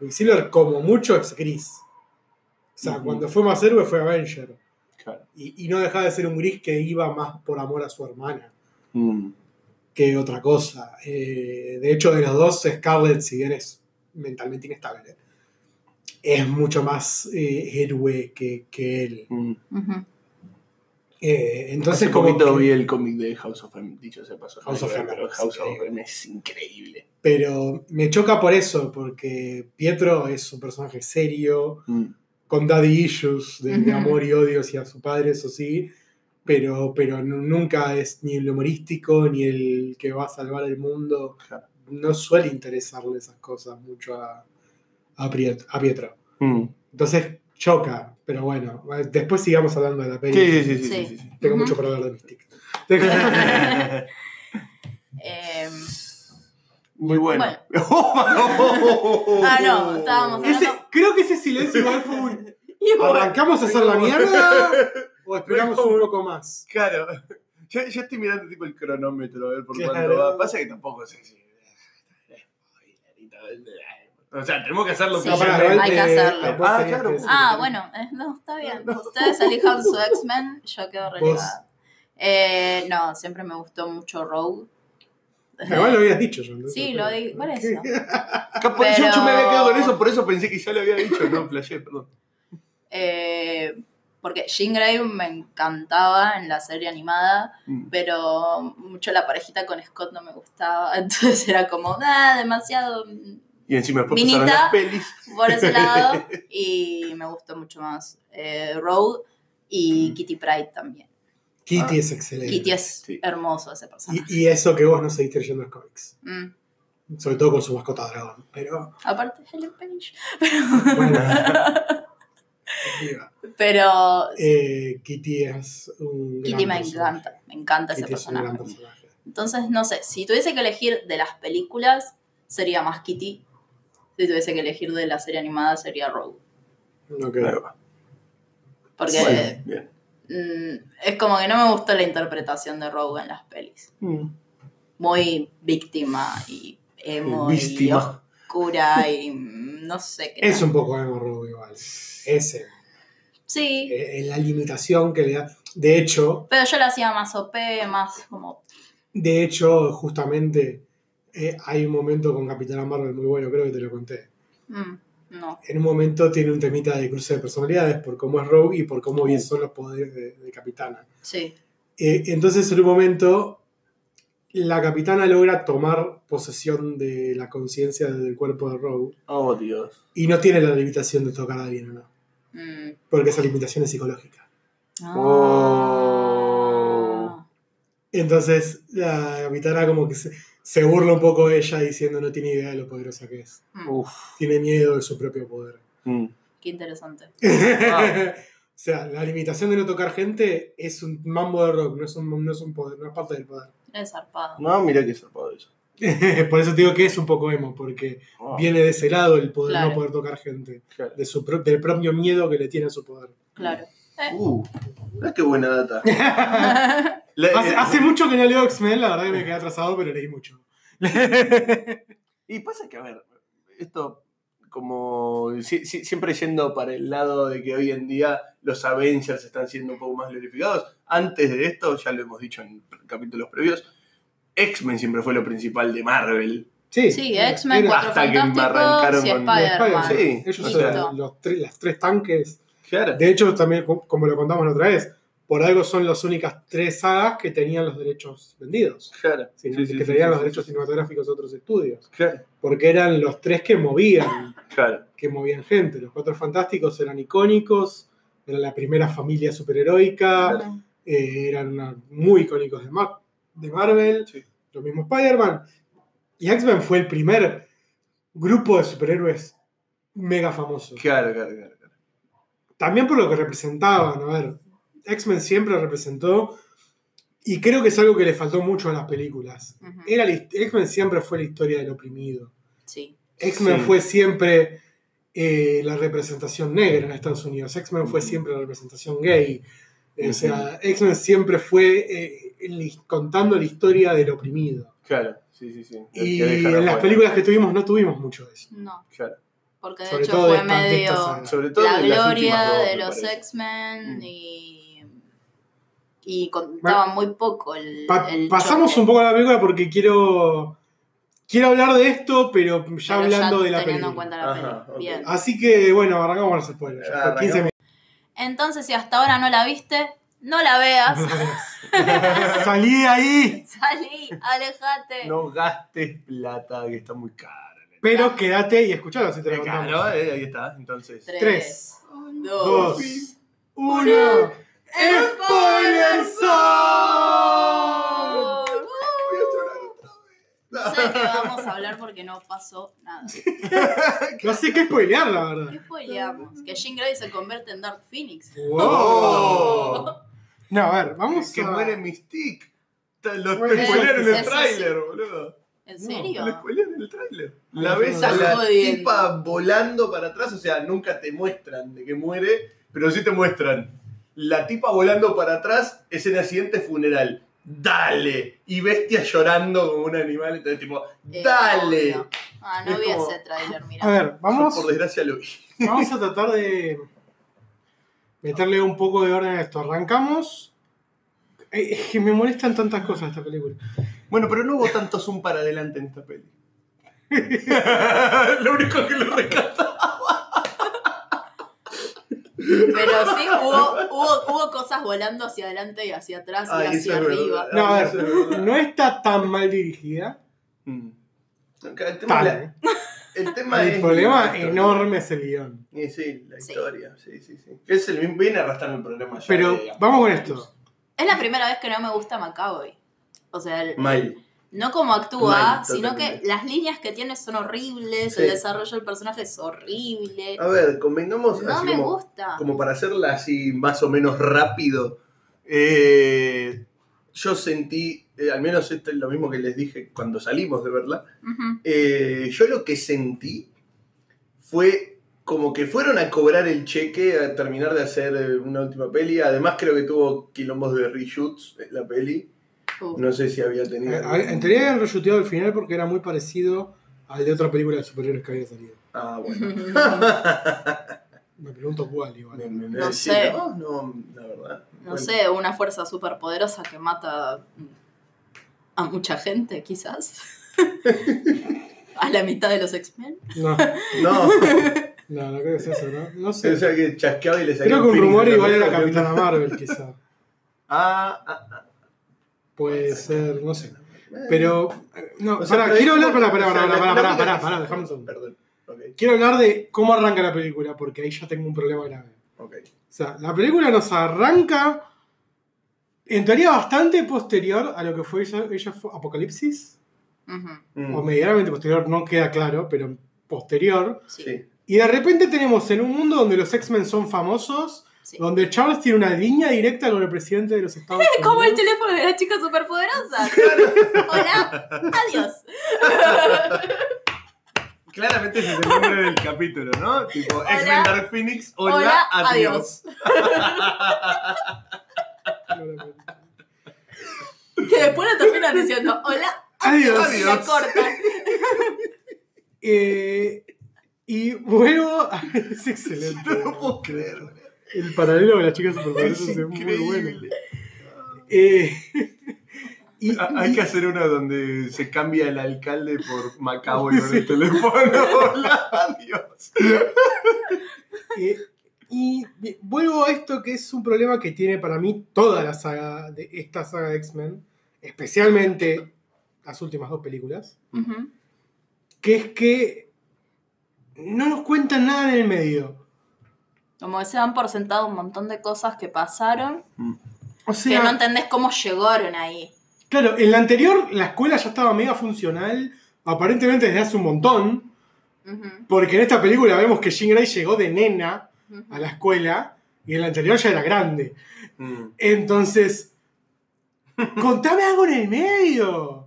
Speaker 2: Quicksilver, como mucho, es gris. O sea,
Speaker 3: Ujú.
Speaker 2: cuando fue más héroe fue Avenger.
Speaker 3: Claro.
Speaker 2: Y, y no dejaba de ser un gris que iba más por amor a su hermana
Speaker 3: Mm,
Speaker 2: que otra cosa. Eh, de hecho, de los dos, Scarlett, si bien es mentalmente inestable, es mucho más eh, héroe que, que él.
Speaker 3: mm.
Speaker 1: Ujú.
Speaker 2: Eh, entonces,
Speaker 3: Hace
Speaker 2: como
Speaker 3: poquito
Speaker 2: que-
Speaker 3: vi el cómic de House of M, dicho sea de paso.
Speaker 2: House of M,
Speaker 3: pero
Speaker 2: es
Speaker 3: House of
Speaker 2: increíble.
Speaker 3: M es increíble.
Speaker 2: pero me choca por eso, porque Pietro es un personaje serio,
Speaker 3: Mm,
Speaker 2: con daddy issues, de, de
Speaker 1: Ujú.
Speaker 2: amor y odio hacia su padre, eso sí, pero, pero nu- nunca es ni el humorístico, ni el que va a salvar el mundo.
Speaker 3: Claro.
Speaker 2: No suele interesarle esas cosas mucho a, a Priet- a Pietro.
Speaker 3: mm.
Speaker 2: Entonces choca, pero bueno, después sigamos hablando de la peli.
Speaker 3: Sí, sí, sí, sí, sí,
Speaker 1: Sí.
Speaker 3: sí, sí.
Speaker 2: Tengo
Speaker 1: Ujú.
Speaker 2: mucho para hablar de Mystic.
Speaker 1: Em,
Speaker 3: Muy bueno.
Speaker 1: Bueno. Ah, no, estábamos hablando-
Speaker 2: Ese- creo que ese silencio igual fue un.
Speaker 1: y bueno,
Speaker 2: ¿Arrancamos a hacer la mierda? ¿O esperamos un poco más?
Speaker 3: Claro. Yo, yo estoy mirando tipo el cronómetro, a ver por
Speaker 2: Claro.
Speaker 3: cuándo va. Pasa que tampoco sé si. O sea, tenemos que hacerlo
Speaker 1: Sí.
Speaker 2: No, pará,
Speaker 1: hay
Speaker 2: igual
Speaker 1: que
Speaker 2: te-
Speaker 1: hacerlo.
Speaker 2: vos
Speaker 3: Ah,
Speaker 2: tenías
Speaker 3: claro.
Speaker 2: que decir.
Speaker 1: Ah, bueno, eh, no, está bien. Ustedes elijan su X-Men, yo quedo relegada. Eh, no, siempre me gustó mucho Rogue.
Speaker 2: Pero Igual lo habías dicho yo. ¿no?
Speaker 1: Sí, lo di- por eso.
Speaker 3: Capaz, yo- Yo,
Speaker 1: Pero-
Speaker 3: me había quedado con eso, por eso pensé que ya lo había dicho. No, flashé, perdón.
Speaker 1: Eh, porque Jean Grey me encantaba en la serie animada,
Speaker 3: Mm.
Speaker 1: pero mucho la parejita con Scott no me gustaba. Entonces era como, ah, demasiado mm,
Speaker 3: Y encima después
Speaker 1: Minita.
Speaker 3: pasaron las pelis.
Speaker 1: por ese lado. Y me gustó mucho más eh, Rogue
Speaker 2: Mm.
Speaker 1: y Kitty Pride también.
Speaker 2: Kitty es excelente.
Speaker 1: Kitty es
Speaker 3: Sí.
Speaker 1: hermoso ese personaje.
Speaker 2: Y, y eso que vos no seguís leyendo los cómics.
Speaker 1: Mm.
Speaker 2: Sobre todo con su mascota dragón. Pero
Speaker 1: Aparte, Helen Page.
Speaker 2: bueno. viva.
Speaker 1: Pero
Speaker 2: Eh, Kitty es un. gran
Speaker 1: Kitty me
Speaker 2: personaje.
Speaker 1: encanta, me encanta ese
Speaker 2: Kitty es un gran
Speaker 1: personaje.
Speaker 2: personaje.
Speaker 1: Entonces, no sé, si tuviese que elegir de las películas, sería más Kitty. Si tuviese que elegir de la serie animada, sería Rogue.
Speaker 2: Ok.
Speaker 3: Claro.
Speaker 1: Porque
Speaker 3: Bueno, bien.
Speaker 1: mm, es como que no me gustó la interpretación de Rogue en las pelis.
Speaker 3: Mm.
Speaker 1: Muy víctima y emo y
Speaker 3: Víctima.
Speaker 1: oscura y mm, no sé qué.
Speaker 2: Es
Speaker 1: tal.
Speaker 2: un poco emo Rogue igual. Ese.
Speaker 1: Sí,
Speaker 2: eh, la limitación que le da. De hecho,
Speaker 1: pero yo la hacía más OP, más como...
Speaker 2: de hecho, justamente eh, hay un momento con Capitana Marvel muy bueno, creo que te lo conté.
Speaker 1: mm, no.
Speaker 2: En un momento tiene un temita de cruce de personalidades por cómo es Rogue y por cómo bien son los poderes de, de Capitana.
Speaker 1: Sí.
Speaker 2: Eh, entonces, en un momento, la Capitana logra tomar posesión de la conciencia del cuerpo de Rogue
Speaker 3: Oh, Dios.
Speaker 2: y no tiene la limitación de tocar a alguien o no,
Speaker 1: mm.
Speaker 2: porque esa limitación es psicológica.
Speaker 1: Ah.
Speaker 3: Oh.
Speaker 2: Entonces la capitana como que se, se burla un poco de ella diciendo no tiene idea de lo poderosa que es.
Speaker 1: Mm,
Speaker 3: Uf.
Speaker 2: Tiene miedo de su propio poder.
Speaker 3: Mm.
Speaker 1: Qué interesante.
Speaker 3: Ah.
Speaker 2: o sea, la limitación de no tocar gente es un mambo de rock, no es un, no es un poder, no es parte del poder.
Speaker 1: Es zarpado.
Speaker 3: No, mira qué zarpado eso.
Speaker 2: Por eso te digo que es un poco emo, porque
Speaker 3: Ah,
Speaker 2: viene de ese lado el poder
Speaker 1: Claro.
Speaker 2: no poder tocar gente,
Speaker 3: claro.
Speaker 2: de su pro- del propio miedo que le tiene a su poder.
Speaker 1: Claro.
Speaker 3: Uh, mirá qué buena data. La-
Speaker 2: Hace,
Speaker 3: eh,
Speaker 2: hace mucho que no leo X-Men, la verdad que me quedé atrasado, pero leí mucho.
Speaker 3: Y pasa que, a ver, esto como si- si- siempre yendo para el lado de que hoy en día los Avengers están siendo un poco más glorificados. Antes de esto, ya lo hemos dicho en capítulos previos, X-Men siempre fue lo principal de Marvel.
Speaker 2: Sí,
Speaker 1: Sí, X-Men, Cuatro
Speaker 3: Hasta que me
Speaker 1: Fantásticos
Speaker 3: arrancaron
Speaker 1: y
Speaker 3: con-
Speaker 1: Spider-Man.
Speaker 3: Spider-Man. Sí,
Speaker 2: ellos
Speaker 1: Listo.
Speaker 2: eran los tres- las tres tanques.
Speaker 3: Claro.
Speaker 2: De hecho, también, co- como lo contamos la otra vez, por algo son las únicas tres sagas que tenían los derechos vendidos.
Speaker 3: Claro.
Speaker 2: sin-
Speaker 3: Sí, sí,
Speaker 2: que
Speaker 3: sí,
Speaker 2: tenían
Speaker 3: sí,
Speaker 2: los
Speaker 3: sí,
Speaker 2: derechos
Speaker 3: sí.
Speaker 2: cinematográficos de otros estudios.
Speaker 3: Claro.
Speaker 2: Porque eran los tres que movían,
Speaker 3: Claro.
Speaker 2: que movían gente. Los cuatro fantásticos eran icónicos, eran la primera familia superheroica, eh, eran una- muy icónicos de, Mar- de Marvel,
Speaker 3: Sí.
Speaker 2: lo mismo Spider-Man. Y X-Men fue el primer grupo de superhéroes mega famosos.
Speaker 3: Claro, claro, claro. claro.
Speaker 2: También por lo que representaban, a ver, X-Men siempre representó, y creo que es algo que le faltó mucho a las películas.
Speaker 1: Ujú.
Speaker 2: Era la hist- X-Men siempre fue la historia del oprimido.
Speaker 1: Sí.
Speaker 2: X-Men
Speaker 3: Sí.
Speaker 2: fue siempre eh, la representación negra en Estados Unidos. X-Men fue siempre la representación gay. O sea, X-Men siempre fue eh, el- contando la historia del oprimido.
Speaker 3: Claro, sí, sí, sí. El que
Speaker 2: Y
Speaker 3: dejan
Speaker 2: en las
Speaker 3: afuera.
Speaker 2: películas que tuvimos no tuvimos mucho de eso.
Speaker 1: No,
Speaker 3: Claro.
Speaker 1: porque de
Speaker 2: Sobre
Speaker 1: hecho
Speaker 2: todo de
Speaker 1: fue
Speaker 2: esta- de esta
Speaker 1: medio
Speaker 2: saga.
Speaker 3: Sobre todo
Speaker 1: la
Speaker 3: en las
Speaker 1: gloria
Speaker 3: últimas dos,
Speaker 1: de
Speaker 3: me
Speaker 1: los
Speaker 3: parece.
Speaker 1: X-Men
Speaker 2: Mm.
Speaker 1: y, y contaba muy poco el,
Speaker 2: Pa-
Speaker 1: el
Speaker 2: pasamos
Speaker 1: choque,
Speaker 2: un poco a la película porque quiero quiero hablar de esto, pero ya
Speaker 1: pero
Speaker 2: hablando de la Ah.
Speaker 1: teniendo en
Speaker 2: película.
Speaker 1: cuenta la
Speaker 3: Ajá,
Speaker 1: peli.
Speaker 3: ok.
Speaker 1: Bien.
Speaker 2: Así que bueno, arrancamos con los
Speaker 3: Ah,
Speaker 2: spoilers. Ya fue 15
Speaker 1: Entonces, si hasta ahora no la viste, no la veas.
Speaker 2: minutos. Salí de ahí,
Speaker 1: Salí, alejate.
Speaker 3: No gastes plata, que está muy cara.
Speaker 2: pero quédate y escuchalo si te lo
Speaker 3: Está
Speaker 2: contamos.
Speaker 3: caro, eh, ahí está. Entonces.
Speaker 2: Tres,
Speaker 1: dos.
Speaker 2: dos, uno. ¡Spoiler Zone!
Speaker 1: Uh, No sé de qué vamos a hablar porque no pasó nada.
Speaker 2: No sé qué spoilear, la
Speaker 1: ¿Qué
Speaker 2: verdad.
Speaker 1: spoileamos? Que Jean Grey se convierte en Dark Phoenix.
Speaker 2: Wow. No, a ver, vamos
Speaker 3: ¡Oh! Que
Speaker 2: a...
Speaker 3: muere Mystique. Lo
Speaker 2: Bueno,
Speaker 3: spoilearon en
Speaker 1: eso
Speaker 3: el
Speaker 1: sí.
Speaker 3: tráiler, boludo.
Speaker 1: ¿En
Speaker 2: No,
Speaker 1: serio?
Speaker 3: Lo spoilearon en el tráiler.
Speaker 2: Ay,
Speaker 3: La
Speaker 2: no.
Speaker 3: ves a
Speaker 1: Estás
Speaker 3: la
Speaker 1: jodiendo.
Speaker 3: tipa volando para atrás, o sea, nunca te muestran de que muere, pero sí te muestran. La tipa volando para atrás es en el siguiente funeral. Dale. Y bestia llorando como un animal. Entonces, tipo,
Speaker 1: Eh,
Speaker 3: dale.
Speaker 1: obvio. Ah, no
Speaker 3: Es
Speaker 1: vi
Speaker 3: como-
Speaker 1: ese tráiler, mira.
Speaker 2: A ver, vamos...
Speaker 3: Yo, por desgracia lo vi.
Speaker 2: Vamos a tratar de meterle un poco de orden a esto. Arrancamos. Eh, Es que me molestan tantas cosas esta película.
Speaker 3: Bueno, pero no hubo tanto zoom para adelante en esta peli. lo único que lo rescata.
Speaker 1: Pero sí, hubo, hubo, hubo cosas volando hacia adelante y hacia atrás y
Speaker 3: Ay,
Speaker 1: hacia
Speaker 3: eso es
Speaker 1: arriba.
Speaker 3: verdad.
Speaker 2: No, a ver,
Speaker 3: Eso es verdad.
Speaker 2: no está tan mal dirigida.
Speaker 3: Mm. El tema, es la-
Speaker 2: Tan.
Speaker 3: el tema es
Speaker 2: El problema
Speaker 3: la historia.
Speaker 2: enorme es el guión.
Speaker 3: Y sí, la
Speaker 1: Sí.
Speaker 3: historia. Sí, sí, sí. Que es el mismo- viene arrastrando el problema ya.
Speaker 2: Pero
Speaker 3: de-
Speaker 2: vamos con esto.
Speaker 1: Es la primera vez que no me gusta Macaboy. O sea, el-
Speaker 3: Mal.
Speaker 1: no como actúa,
Speaker 3: Mal,
Speaker 1: sino que
Speaker 3: totalmente.
Speaker 1: las líneas que tiene son horribles,
Speaker 3: Sí.
Speaker 1: el desarrollo del personaje es horrible.
Speaker 3: A ver, convengamos
Speaker 1: No
Speaker 3: así
Speaker 1: me
Speaker 3: como,
Speaker 1: gusta.
Speaker 3: como para hacerla así más o menos rápido. eh, yo sentí, eh, al menos esto es lo mismo que les dije cuando salimos de verla.
Speaker 1: Ujú.
Speaker 3: Eh, yo lo que sentí fue como que fueron a cobrar el cheque, a terminar de hacer eh, una última peli. Además, creo que tuvo quilombos de reshoots eh, la peli.
Speaker 1: Uh,
Speaker 3: No sé si había tenido.
Speaker 2: Eh,
Speaker 3: algún-
Speaker 2: En teoría habían reshuteado el final porque era muy parecido al de otra película de superhéroes que había salido.
Speaker 3: Ah, bueno.
Speaker 1: Uh.
Speaker 2: Me pregunto cuál igual.
Speaker 3: Me- me-
Speaker 1: No
Speaker 3: me-
Speaker 1: sé.
Speaker 3: sí, No, no, la verdad.
Speaker 1: no
Speaker 3: Bueno,
Speaker 1: sé, una fuerza superpoderosa que mata a mucha gente, quizás. a la mitad de los X-Men.
Speaker 2: No,
Speaker 3: No,
Speaker 2: no, no creo que sea eso, ¿no? No sé.
Speaker 3: o sea que chasqueaba y le salía
Speaker 2: Creo que un
Speaker 3: phoenix
Speaker 2: rumor
Speaker 3: de la
Speaker 2: igual era
Speaker 3: boca, que-
Speaker 2: Capitana Marvel, quizá.
Speaker 3: Ah, ah, ah.
Speaker 2: Puede ser, no sé.
Speaker 3: Eh,
Speaker 2: Pero, eh, no,
Speaker 3: o sea,
Speaker 2: pará,
Speaker 3: pero
Speaker 2: quiero
Speaker 3: es
Speaker 2: hablar,
Speaker 3: como-
Speaker 2: pará, pará,
Speaker 3: o sea, la-
Speaker 2: pará, pará,
Speaker 3: la
Speaker 2: pará,
Speaker 3: única-
Speaker 2: pará, pará, dejame un segundo.
Speaker 3: Perdón. Ok,
Speaker 2: Quiero hablar de cómo arranca la película, porque ahí ya tengo un problema grave.
Speaker 3: ok.
Speaker 2: O sea, la película nos arranca, en teoría, bastante posterior a lo que fue ella, ella fue Apocalipsis,
Speaker 1: Ujú,
Speaker 3: Mm,
Speaker 2: o medianamente posterior, no queda claro, pero posterior.
Speaker 1: sí,
Speaker 3: Sí.
Speaker 2: Y de repente tenemos en un mundo donde los X-Men son famosos,
Speaker 1: sí.
Speaker 2: donde Charles tiene una línea directa con el presidente de los Estados Unidos.
Speaker 1: Como el teléfono de la chica superpoderosa. Hola, adiós.
Speaker 3: Claramente ese es el nombre del capítulo, ¿no? Tipo,
Speaker 1: Hola.
Speaker 3: X-Men Dark Phoenix, hola,
Speaker 1: Hola,
Speaker 3: adiós.
Speaker 1: Que después lo terminan diciendo, hola,
Speaker 2: Adiós.
Speaker 1: y la
Speaker 3: Adiós.
Speaker 1: cortan.
Speaker 2: Eh, y vuelvo a... Es excelente.
Speaker 3: No lo puedo creer, boludo.
Speaker 2: El paralelo de las chicas superpoderosas es,
Speaker 3: Es
Speaker 2: muy bueno.
Speaker 3: increíble.
Speaker 2: Eh, y,
Speaker 3: Ha- Hay que hacer una donde se cambia el alcalde por Macabo y con el teléfono. Hola, adiós.
Speaker 2: eh, y vi- vuelvo a esto que es un problema que tiene para mí toda la saga de esta saga de X-Men, especialmente las últimas dos películas,
Speaker 1: Ujú.
Speaker 2: que es que no nos cuentan nada en el medio.
Speaker 1: Como que se dan por sentado un montón de cosas que pasaron,
Speaker 2: O
Speaker 1: que
Speaker 2: sea,
Speaker 1: no entendés cómo llegaron ahí.
Speaker 2: Claro, en la anterior la escuela ya estaba mega funcional, aparentemente desde hace un montón,
Speaker 1: Ujú.
Speaker 2: porque en esta película vemos que Jean Grey llegó de nena a la escuela y el anterior ya era grande.
Speaker 3: Mm.
Speaker 2: Entonces, contame algo en el medio.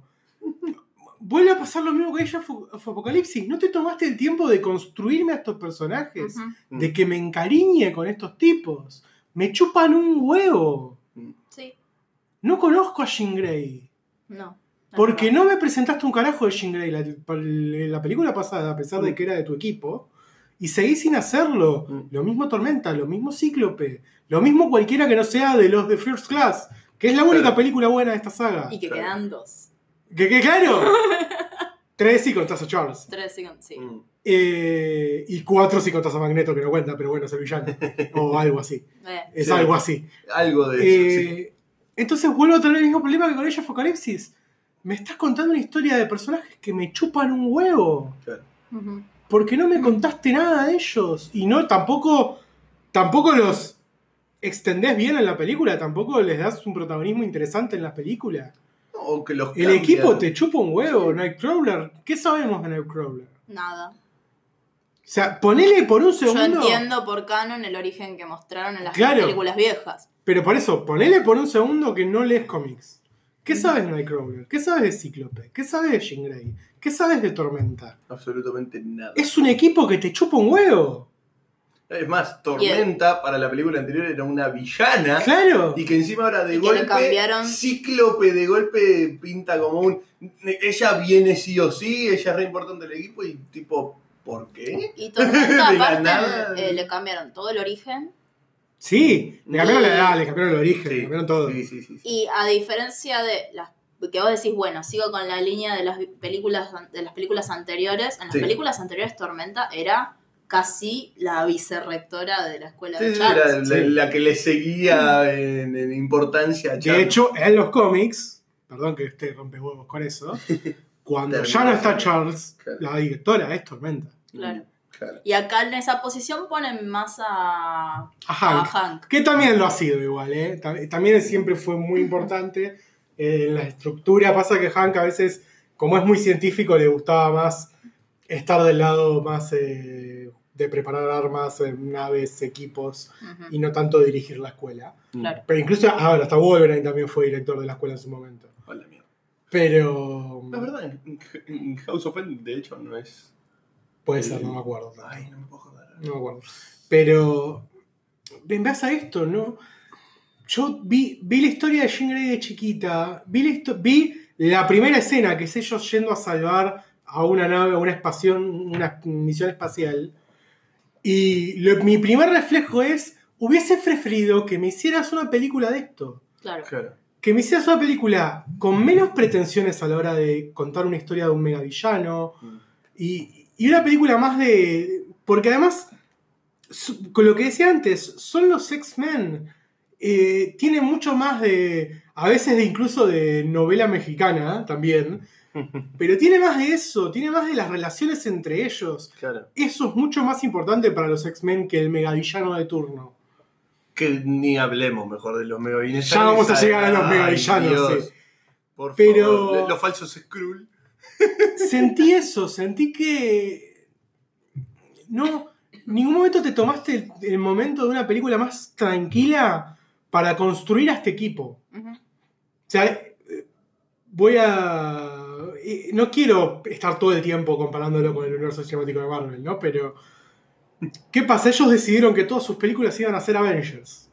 Speaker 2: Vuelve a pasar lo mismo que ella fue Apocalipsis. ¿No te tomaste el tiempo de construirme a estos personajes?
Speaker 1: Ujú,
Speaker 2: De que me encariñe con estos tipos. Me chupan un huevo.
Speaker 1: Sí,
Speaker 2: No conozco a Jean Grey.
Speaker 1: no. no,
Speaker 2: Porque no me presentaste un carajo de Jean Grey la, la película pasada, a pesar de que era de tu equipo. Y seguís sin hacerlo.
Speaker 3: Mm.
Speaker 2: Lo mismo Tormenta, lo mismo Cíclope, lo mismo cualquiera que no sea de los de First Class, que es la única
Speaker 3: Claro.
Speaker 2: película buena de esta saga.
Speaker 1: Y que
Speaker 3: Claro.
Speaker 1: quedan dos.
Speaker 2: ¿Qué, qué, claro? Tres si contás a Charles.
Speaker 1: Tres segundos, sí.
Speaker 3: Mm.
Speaker 2: Eh, y cuatro si contás a Magneto, que no cuenta, pero bueno, es el villano. o algo así.
Speaker 1: Eh,
Speaker 2: Es
Speaker 3: Sí.
Speaker 2: algo así.
Speaker 3: Algo de eso. sí.
Speaker 2: Eh, Entonces vuelvo a tener el mismo problema que con ella Apocalipsis. Me estás contando una historia de personajes que me chupan un huevo.
Speaker 1: ujú.
Speaker 2: Porque no me contaste nada de ellos. Y no, tampoco. Tampoco los extendés bien en la película. Tampoco les das un protagonismo interesante en la película.
Speaker 3: O que los
Speaker 2: El
Speaker 3: cambian.
Speaker 2: equipo te chupa un huevo, Nightcrawler. ¿Qué sabemos de Nightcrawler? O
Speaker 1: Nada.
Speaker 2: sea, ponele por un
Speaker 1: Yo
Speaker 2: segundo.
Speaker 1: entiendo por canon el origen que mostraron en las
Speaker 2: Claro.
Speaker 1: películas viejas.
Speaker 2: Pero por eso, ponele por un segundo que no lees cómics. ¿Qué
Speaker 1: Mm.
Speaker 2: sabes de Nightcrawler? ¿Qué sabes de Cíclope? ¿Qué sabes de Jean Grey? ¿Qué sabes de Tormenta?
Speaker 3: Absolutamente nada. Es,
Speaker 2: Es un equipo que te chupa un huevo.
Speaker 3: más, Tormenta para la película anterior era una villana.
Speaker 2: Claro.
Speaker 3: Y que encima ahora de
Speaker 1: Y que le
Speaker 3: golpe.
Speaker 1: cambiaron.
Speaker 3: Cíclope de golpe pinta como un. Ella viene sí o sí, ella es re importante del equipo y tipo, ¿por qué?
Speaker 1: Y Tormenta,
Speaker 3: De la nada.
Speaker 1: aparte, eh, le cambiaron todo el origen.
Speaker 2: Sí, le cambiaron la edad, le cambiaron el origen, le cambiaron todo.
Speaker 3: Mm. Sí, sí, sí. sí.
Speaker 1: Y a diferencia de las que vos decís, bueno, sigo con la línea de las películas de las películas anteriores, en las
Speaker 3: Sí.
Speaker 1: películas anteriores Tormenta era casi la vicerectora de la escuela
Speaker 3: Sí,
Speaker 1: de
Speaker 3: sí,
Speaker 1: Charles.
Speaker 3: era la,
Speaker 2: Sí.
Speaker 3: la que le seguía en, en importancia a
Speaker 2: De
Speaker 3: Charles.
Speaker 2: hecho, en los cómics, perdón que esté rompe huevos con eso, cuando ya no está Charles,
Speaker 3: Claro.
Speaker 2: la directora es Tormenta.
Speaker 1: Claro.
Speaker 3: Claro.
Speaker 1: Y acá en esa posición ponen más a,
Speaker 2: A
Speaker 1: a
Speaker 2: Hank.
Speaker 1: Hank.
Speaker 2: Que también lo ha sido igual, ¿eh? Tam- También siempre fue muy importante eh, en la estructura. Pasa que Hank a veces, como es muy científico, le gustaba más estar del lado más eh, de preparar armas, eh, naves, equipos,
Speaker 1: Ujú,
Speaker 2: y no tanto dirigir la escuela.
Speaker 1: Claro.
Speaker 2: Pero incluso, ah, bueno, hasta Wolverine también fue director de la escuela en su momento.
Speaker 3: Hola, mierda.
Speaker 2: Pero...
Speaker 3: La verdad, en- en House of M, de hecho, no es.
Speaker 2: Puede ser, no me acuerdo. tanto.
Speaker 3: Ay, no me puedo acordar.
Speaker 2: No me acuerdo. Pero. En base a esto, ¿no? Yo vi, vi la historia de Jean Grey de chiquita. Vi la, histo- vi la primera escena, que es ellos yendo a salvar a una nave, a una espación, una misión espacial. Y lo- mi primer reflejo es. Hubiese preferido que me hicieras una película de esto.
Speaker 1: Claro.
Speaker 3: Claro.
Speaker 2: Que me hicieras una película con menos pretensiones a la hora de contar una historia de un megavillano. Y, y una película más de. Porque además, su- con lo que decía antes, son los X-Men. Eh, tiene mucho más de. A veces de incluso de novela mexicana también. Pero tiene más de eso, tiene más de las relaciones entre ellos.
Speaker 3: Claro.
Speaker 2: Eso es mucho más importante para los X-Men que el megavillano de turno.
Speaker 3: Que ni hablemos mejor de los megavillanos.
Speaker 2: Ya vamos a llegar a los
Speaker 3: Ay,
Speaker 2: megavillanos,
Speaker 3: Dios.
Speaker 2: sí.
Speaker 3: Por
Speaker 2: Pero-
Speaker 3: favor, le- los falsos Skrull.
Speaker 2: Sentí eso, sentí que. No, en ningún momento te tomaste el, el momento de una película más tranquila para construir a este equipo.
Speaker 1: Ujú.
Speaker 2: O sea, eh, voy a. eh, No quiero estar todo el tiempo comparándolo con el universo cinemático de Marvel, ¿no? Pero. ¿Qué pasa? Ellos decidieron que todas sus películas iban a ser Avengers.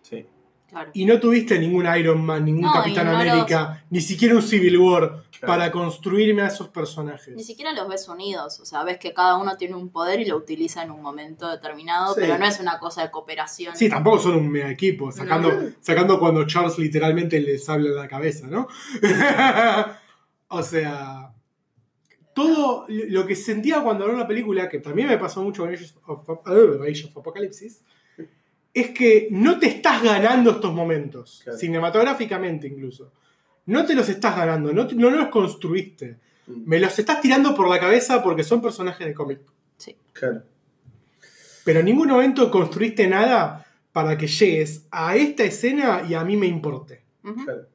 Speaker 3: Sí.
Speaker 1: Claro.
Speaker 2: Y no tuviste ningún Iron Man, ningún
Speaker 1: No, y
Speaker 2: Capitán
Speaker 1: no los-
Speaker 2: América, ni siquiera un Civil War para construirme a esos personajes.
Speaker 1: Ni siquiera los ves unidos, o sea, ves que cada uno tiene un poder y lo utiliza en un momento determinado,
Speaker 3: Sí.
Speaker 1: pero no es una cosa de cooperación.
Speaker 2: Sí, tampoco son un mega equipo, sacando,
Speaker 3: No.
Speaker 2: sacando cuando Charles literalmente les habla en la cabeza, ¿no? o sea, todo lo que sentía cuando habló la película, que también me pasó mucho con Age of, eh, Age of Apocalypsis, es que no te estás ganando estos momentos,
Speaker 3: Claro.
Speaker 2: cinematográficamente incluso. No te los estás ganando, no, te- no los construiste.
Speaker 3: Mm,
Speaker 2: Me los estás tirando por la cabeza porque son personajes de cómic.
Speaker 3: Claro.
Speaker 2: Pero en ningún momento construiste nada para que llegues a esta escena y a mí me importe.
Speaker 1: Ujú.
Speaker 3: Claro.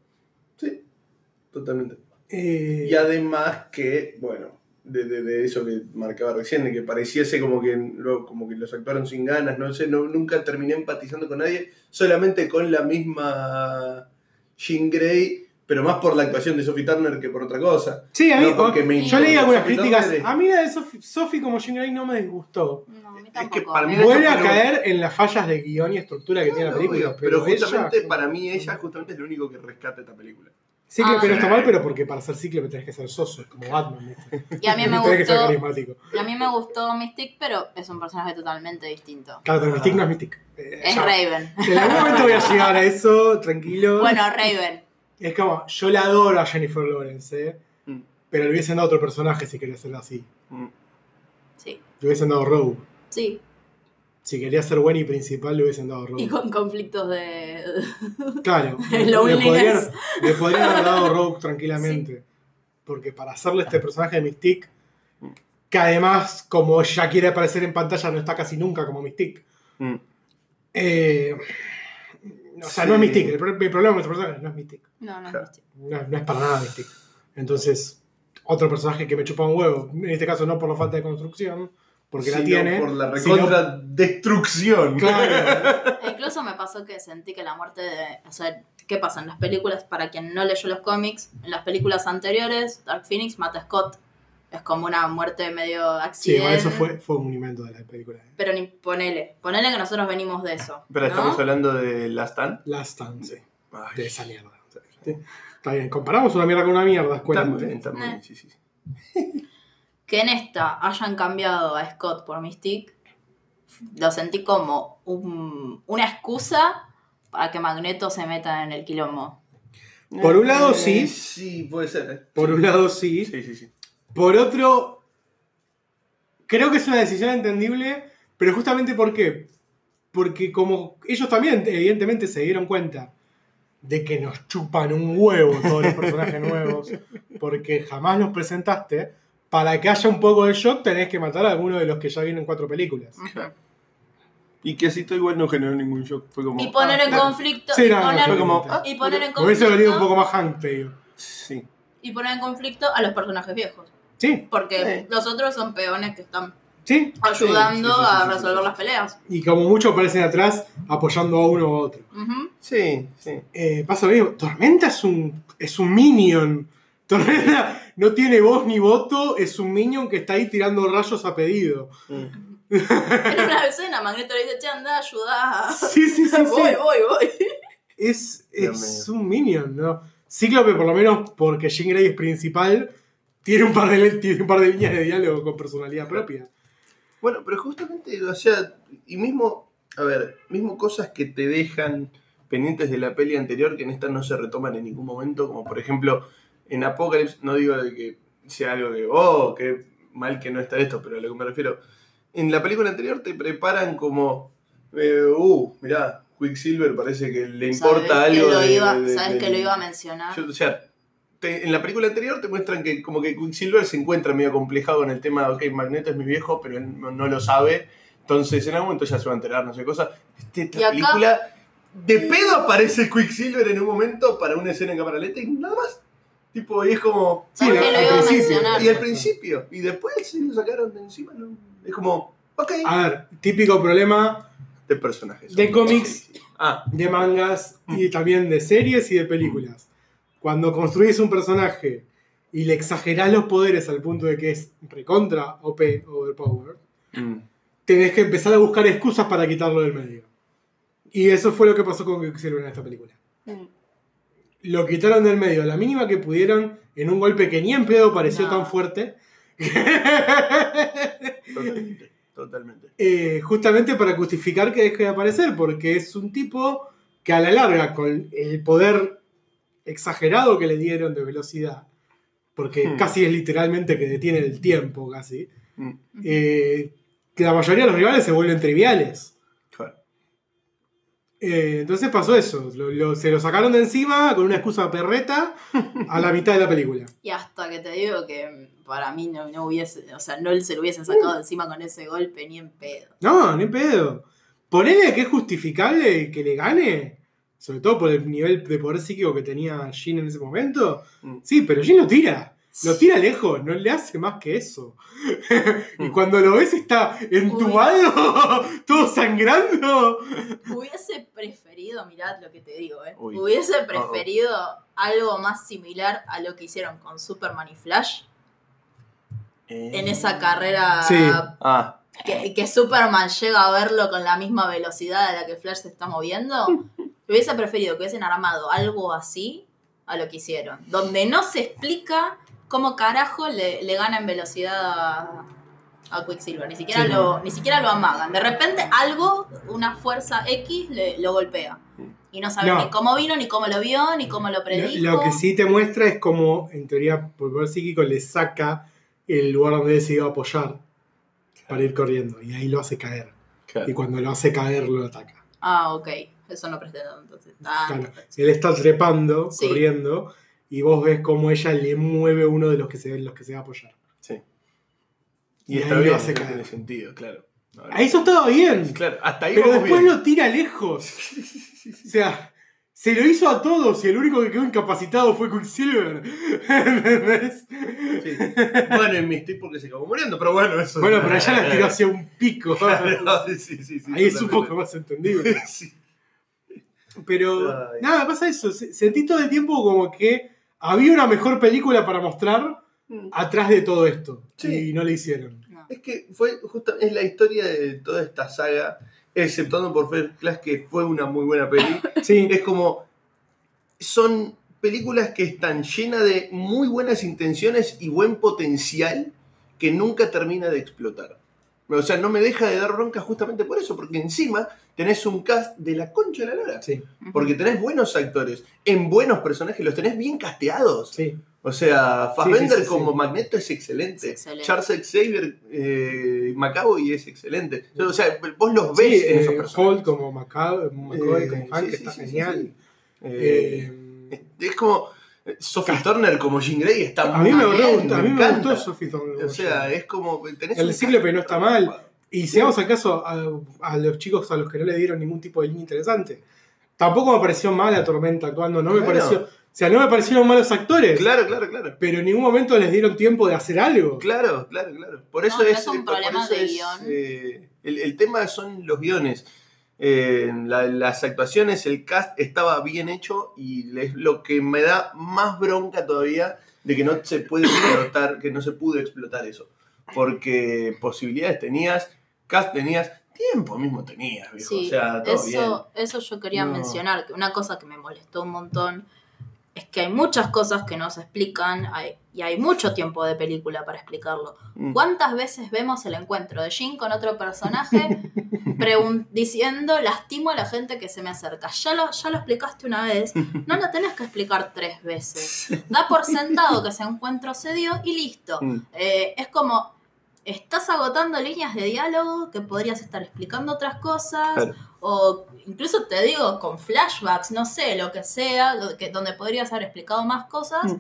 Speaker 3: Sí. Totalmente.
Speaker 2: Eh,
Speaker 3: Y además que, bueno, de, de- de eso que marcaba recién, de que pareciese como que, lo, como que los actuaron sin ganas, no sé, no- nunca terminé empatizando con nadie, solamente con la misma Jean Grey, pero más por la actuación de Sophie Turner que por otra cosa.
Speaker 2: Sí, a mí,
Speaker 3: No, porque me
Speaker 2: yo leí
Speaker 3: importa
Speaker 2: algunas
Speaker 3: Sophie
Speaker 2: críticas.
Speaker 3: Turner,
Speaker 2: A mí la de Sophie, Sophie como Jean Grey no me disgustó.
Speaker 1: No, a mí
Speaker 3: Es
Speaker 1: tampoco.
Speaker 3: que para mí-
Speaker 2: Vuelve a
Speaker 3: pero-
Speaker 2: caer en las fallas de guión y estructura que tiene la
Speaker 3: Claro,
Speaker 2: película.
Speaker 3: obvio, pero,
Speaker 2: ella-
Speaker 3: justamente para mí ella justamente es lo único que rescata esta película.
Speaker 2: Cíclope
Speaker 1: Ah.
Speaker 2: no está mal, pero porque para ser cíclope tenés que ser soso, es como Batman. ¿viste?
Speaker 1: Y a mí me
Speaker 2: Tenés que ser
Speaker 1: gustó.
Speaker 2: carismático.
Speaker 1: Y a mí me gustó Mystic, pero es un personaje totalmente distinto.
Speaker 2: Claro, pero Mystic no es Mystic. Eh,
Speaker 1: Es
Speaker 2: ya.
Speaker 1: Raven.
Speaker 2: En algún momento voy a llegar a eso, tranquilo.
Speaker 1: Bueno, Raven.
Speaker 2: Es como, yo la adoro a Jennifer Lawrence, ¿eh?
Speaker 3: Mm.
Speaker 2: pero le hubiesen dado otro personaje si quería hacerlo así.
Speaker 3: Mm.
Speaker 1: Sí.
Speaker 2: Le hubiesen dado Rogue.
Speaker 1: Sí.
Speaker 2: Si quería ser buena y principal, le hubiesen dado Rogue.
Speaker 1: Y con conflictos de.
Speaker 2: Claro.
Speaker 1: El
Speaker 2: le,
Speaker 1: loneliness.
Speaker 2: podrían, le podrían haber dado Rogue tranquilamente. Porque para hacerle este personaje de Mystique,
Speaker 3: Mm.
Speaker 2: que además, como ya quiere aparecer en pantalla, no está casi nunca como Mystique.
Speaker 3: Mm.
Speaker 2: eh, o sea, no es
Speaker 3: Sí.
Speaker 2: Mystique. El, pro- mi problema con este personaje no es Mystique.
Speaker 1: No, no es
Speaker 3: Claro.
Speaker 1: Mystic.
Speaker 2: No, no es para nada Mystique. Entonces, otro personaje que me chupa un huevo. En este caso, no por la falta de construcción, porque la
Speaker 3: Sino
Speaker 2: tiene.
Speaker 3: Por la
Speaker 2: sino-
Speaker 3: recontra destrucción.
Speaker 2: Claro.
Speaker 1: E Incluso me pasó que sentí que la muerte de. O sea, ¿qué pasa? En las películas, para quien no leyó los cómics, en las películas anteriores, Dark Phoenix mata a Scott. Es como una muerte medio
Speaker 2: Sí,
Speaker 1: accidente.
Speaker 2: bueno, eso fue, fue un invento de la película. ¿eh?
Speaker 1: Pero ni, ponele. Ponele que nosotros venimos de eso.
Speaker 3: Pero
Speaker 1: ¿no?
Speaker 3: estamos hablando de Last Stand.
Speaker 2: Last Stand, sí.
Speaker 3: Ay,
Speaker 2: de esa mierda. Está bien, comparamos una mierda con una mierda, es
Speaker 3: Está muy
Speaker 2: coherente.
Speaker 3: bien, está muy bien, sí, sí, sí.
Speaker 1: que en esta hayan cambiado a Scott por Mystique, lo sentí como un- una excusa para que Magneto se meta en el quilombo.
Speaker 2: Por un lado,
Speaker 3: Eh,
Speaker 2: sí.
Speaker 3: Sí, puede ser. ¿eh?
Speaker 2: Por un lado, sí.
Speaker 3: Sí, sí, sí.
Speaker 2: Por otro, creo que es una decisión entendible, pero justamente ¿por qué? Porque como ellos también, evidentemente, se dieron cuenta de que nos chupan un huevo todos los personajes nuevos, porque jamás nos presentaste, para que haya un poco de shock tenés que matar a alguno de los que ya vienen en cuatro películas.
Speaker 3: Claro. Y que así todo igual no generó ningún shock. Fue como.
Speaker 1: Y poner
Speaker 3: ah,
Speaker 1: en
Speaker 3: claro.
Speaker 1: conflicto.
Speaker 2: Sí,
Speaker 1: y,
Speaker 2: no, no,
Speaker 1: poner,
Speaker 2: fue
Speaker 3: como-
Speaker 2: ah,
Speaker 1: y poner en
Speaker 2: Me hubiese valido un
Speaker 1: conflicto.
Speaker 2: poco más Hank, te digo.
Speaker 3: Sí.
Speaker 1: Y poner en conflicto a los personajes viejos.
Speaker 2: Sí,
Speaker 1: Porque
Speaker 3: Sí.
Speaker 1: los otros son peones que están
Speaker 2: sí,
Speaker 1: ayudando
Speaker 3: Sí, sí, sí, sí,
Speaker 1: a
Speaker 3: sí, sí.
Speaker 1: resolver las peleas.
Speaker 2: y como mucho aparecen atrás apoyando a uno u otro.
Speaker 1: Ujú.
Speaker 3: Sí, sí.
Speaker 2: Eh, pasa lo mismo, Tormenta es un, es un minion. Tormenta no tiene voz ni voto, es un minion que está ahí tirando rayos a pedido.
Speaker 3: Mm.
Speaker 1: En una escena, Magneto le dice: Che, anda, ayuda.
Speaker 2: Sí, sí, sí, sí.
Speaker 1: voy, voy, voy.
Speaker 2: Es,
Speaker 3: Dios
Speaker 2: es un minion, ¿no? Cíclope, por lo menos porque Jean Grey es principal, tiene un par de, tiene un par de líneas de diálogo con personalidad propia.
Speaker 3: Bueno, pero justamente, o sea, y mismo, a ver, mismo cosas que te dejan pendientes de la peli anterior que en esta no se retoman en ningún momento, como por ejemplo en Apocalypse, no digo de que sea algo que, oh, qué mal que no está esto, pero a lo que me refiero, en la película anterior te preparan como, eh, uh, mirá, Quicksilver parece que le importa
Speaker 1: Sabés que
Speaker 3: algo.
Speaker 1: lo
Speaker 3: de-
Speaker 1: iba-
Speaker 3: de-
Speaker 1: Sabes
Speaker 3: del-
Speaker 1: que lo iba a mencionar.
Speaker 3: yo- o sea, te- en la película anterior te muestran que como que Quicksilver se encuentra medio complejado con el tema de, ok, Magneto es mi viejo, pero él no, no lo sabe. Entonces en algún momento ya se va a enterar, no sé qué cosa. Este,
Speaker 1: Y
Speaker 3: esta
Speaker 1: acá-
Speaker 3: película, de pedo aparece Quicksilver en un momento para una escena en cámara lenta y nada más. Tipo, y es como...
Speaker 1: Sí, Porque la- lo al iba a principio. mencionar. pues.
Speaker 3: Y al principio. Y después se lo sacaron de encima. ¿no? Es como, ok.
Speaker 2: A ver, típico problema
Speaker 3: de personajes.
Speaker 2: Ah. de cómics
Speaker 3: Ah,
Speaker 2: de mangas y también de series y de películas. Cuando construís un personaje y le exagerás los poderes al punto de que es recontra OP, overpower,
Speaker 3: mm,
Speaker 2: tenés que empezar a buscar excusas para quitarlo del medio. Y eso fue lo que pasó con Quicksilver en esta película. Lo quitaron del medio, la mínima que pudieron, en un golpe que ni en pedo pareció
Speaker 1: No.
Speaker 2: tan fuerte,
Speaker 3: totalmente. Totalmente.
Speaker 2: eh, justamente para justificar que deje de aparecer, porque es un tipo que a la larga, con el poder exagerado que le dieron de velocidad, porque
Speaker 3: Hmm.
Speaker 2: casi es literalmente que detiene el tiempo, casi,
Speaker 3: Mm,
Speaker 2: eh, que la mayoría de los rivales se vuelven triviales.
Speaker 3: claro.
Speaker 2: Eh, entonces pasó eso, lo- lo- se lo sacaron de encima con una excusa perreta a la mitad de la película.
Speaker 1: Y hasta que te digo que mm, para mí no, no hubiese, o sea, no se lo hubiesen
Speaker 2: Uh.
Speaker 1: sacado de encima con ese golpe ni en pedo.
Speaker 2: No, ni pedo. Ponele que es justificable que le gane, sobre todo por el nivel de poder psíquico que tenía Jin en ese momento.
Speaker 3: Mm.
Speaker 2: Sí, pero Jin lo tira. Lo tira lejos, no le hace más que eso. y cuando lo ves está entubado, todo sangrando.
Speaker 1: Hubiese preferido, mirad lo que te digo, ¿eh?
Speaker 3: Uy.
Speaker 2: Ah,
Speaker 1: Hubiese preferido algo más similar a lo que hicieron con Superman y Flash en esa carrera
Speaker 2: Mm. Sí.
Speaker 3: Ah,
Speaker 1: que, que Superman llega a verlo con la misma velocidad a la que Flash se está moviendo. Hubiese preferido que hubiesen armado algo así a lo que hicieron, donde no se explica cómo carajo le, le gana en velocidad a, a Quicksilver, ni siquiera,
Speaker 2: Sí.
Speaker 1: lo, ni siquiera lo amagan. De repente algo, una fuerza X, le, lo golpea. Y no saben
Speaker 2: No.
Speaker 1: ni cómo vino, ni cómo lo vio, ni cómo lo predijo.
Speaker 2: Lo, lo que sí te muestra es cómo, en teoría, por poder psíquico le saca el lugar donde decidió apoyar para ir corriendo. Y ahí lo hace caer. Y
Speaker 3: claro.
Speaker 2: cuando lo hace caer, lo ataca.
Speaker 1: Ah, ok. Eso no presté tanto entonces. Ah,
Speaker 2: Claro. Él está trepando,
Speaker 1: Sí.
Speaker 2: corriendo, y vos ves cómo ella le mueve uno de los que se, los que se va a apoyar.
Speaker 3: Sí.
Speaker 2: Y
Speaker 3: Y está
Speaker 2: ahí lo
Speaker 3: bien,
Speaker 2: hace
Speaker 3: no
Speaker 2: caer.
Speaker 3: tiene sentido, claro. No, no.
Speaker 2: Ahí eso estaba bien.
Speaker 3: Claro, hasta ahí
Speaker 2: Pero
Speaker 3: vamos
Speaker 2: después
Speaker 3: bien.
Speaker 2: lo tira lejos. O sea, se lo hizo a todos y el único que quedó incapacitado fue Quicksilver. ¿Entendés?
Speaker 3: Sí. Bueno, en mis porque se acabó muriendo, pero bueno, eso.
Speaker 2: Bueno, pero allá
Speaker 3: Eh.
Speaker 2: la tiró hacia un pico.
Speaker 3: Claro, sí, sí, sí,
Speaker 2: Ahí es un
Speaker 3: totalmente.
Speaker 2: poco más entendible.
Speaker 3: Sí.
Speaker 2: Pero
Speaker 3: Ay.
Speaker 2: nada, pasa eso. Se- Sentí todo el tiempo como que había una mejor película para mostrar atrás de todo esto.
Speaker 3: Sí.
Speaker 2: Y no le hicieron.
Speaker 1: no.
Speaker 3: Es que fue justo, es la historia de toda esta saga, exceptuando por First Class, que fue una muy buena peli.
Speaker 2: Sí.
Speaker 3: es como. Son películas que están llenas de muy buenas intenciones y buen potencial que nunca termina de explotar. O sea, no me deja de dar bronca justamente por eso, porque encima tenés un cast de la concha de la lora.
Speaker 2: Sí,
Speaker 3: Porque tenés buenos actores, en buenos personajes, los tenés bien casteados.
Speaker 2: sí.
Speaker 3: O sea, Fassbender
Speaker 2: Sí, sí, sí,
Speaker 3: como
Speaker 2: sí.
Speaker 3: Magneto es excelente.
Speaker 1: Es excelente.
Speaker 3: Charles Xavier eh, Macaboy es excelente. O sea, vos los
Speaker 2: Sí,
Speaker 3: ves en esos
Speaker 2: eh,
Speaker 3: personajes.
Speaker 2: Holt como Macau- McCoy,
Speaker 3: Eh,
Speaker 2: como Hank,
Speaker 3: sí, sí,
Speaker 2: está
Speaker 3: sí, sí,
Speaker 2: genial.
Speaker 3: sí. Eh,
Speaker 2: Eh,
Speaker 3: es como eh, Sophie Turner como Jean Grey está
Speaker 2: a
Speaker 3: muy
Speaker 2: mí me,
Speaker 3: bien,
Speaker 2: re gustó, a mí me
Speaker 3: encanta.
Speaker 2: gustó Sophie Turner.
Speaker 3: O sea, eh, es como tenés
Speaker 2: El
Speaker 3: un
Speaker 2: cíclope no está mal.
Speaker 3: cast-
Speaker 2: Y seamos al caso a, a los chicos a los que no le dieron ningún tipo de línea interesante. Tampoco me pareció mal la tormenta actuando, no me
Speaker 3: Claro.
Speaker 2: pareció. O sea, no me parecieron malos actores.
Speaker 3: Claro, claro, claro.
Speaker 2: Pero en ningún momento les dieron tiempo de hacer algo.
Speaker 3: Claro, claro, claro. Por eso
Speaker 1: No, no
Speaker 3: es,
Speaker 1: es un
Speaker 3: por- por
Speaker 1: problema
Speaker 3: eso
Speaker 1: de
Speaker 3: es,
Speaker 1: guión.
Speaker 3: eh, el, el tema son los guiones. Eh, la- las actuaciones, el cast estaba bien hecho y es lo que me da más bronca todavía de que no se puede explotar, que no se pudo explotar eso. Porque posibilidades tenías, cast tenías, tiempo mismo tenías, viejo.
Speaker 1: Sí,
Speaker 3: o sea, todo bien.
Speaker 1: eso, eso yo quería
Speaker 3: No.
Speaker 1: mencionar, que una cosa que me molestó un montón es que hay muchas cosas que no se explican hay- y hay mucho tiempo de película para explicarlo.
Speaker 3: Mm.
Speaker 1: ¿Cuántas veces vemos el encuentro de Jin con otro personaje pregun- diciendo lastimo a la gente que se me acerca? Ya lo, ya lo explicaste una vez, no lo tenés que explicar tres veces. Da por sentado que ese encuentro se dio y listo.
Speaker 3: Mm.
Speaker 1: Eh, es como, estás agotando líneas de diálogo que podrías estar explicando otras cosas,
Speaker 3: Claro.
Speaker 1: o incluso te digo, con flashbacks, no sé, lo que sea, lo que, donde podrías haber explicado más cosas,
Speaker 3: Mm.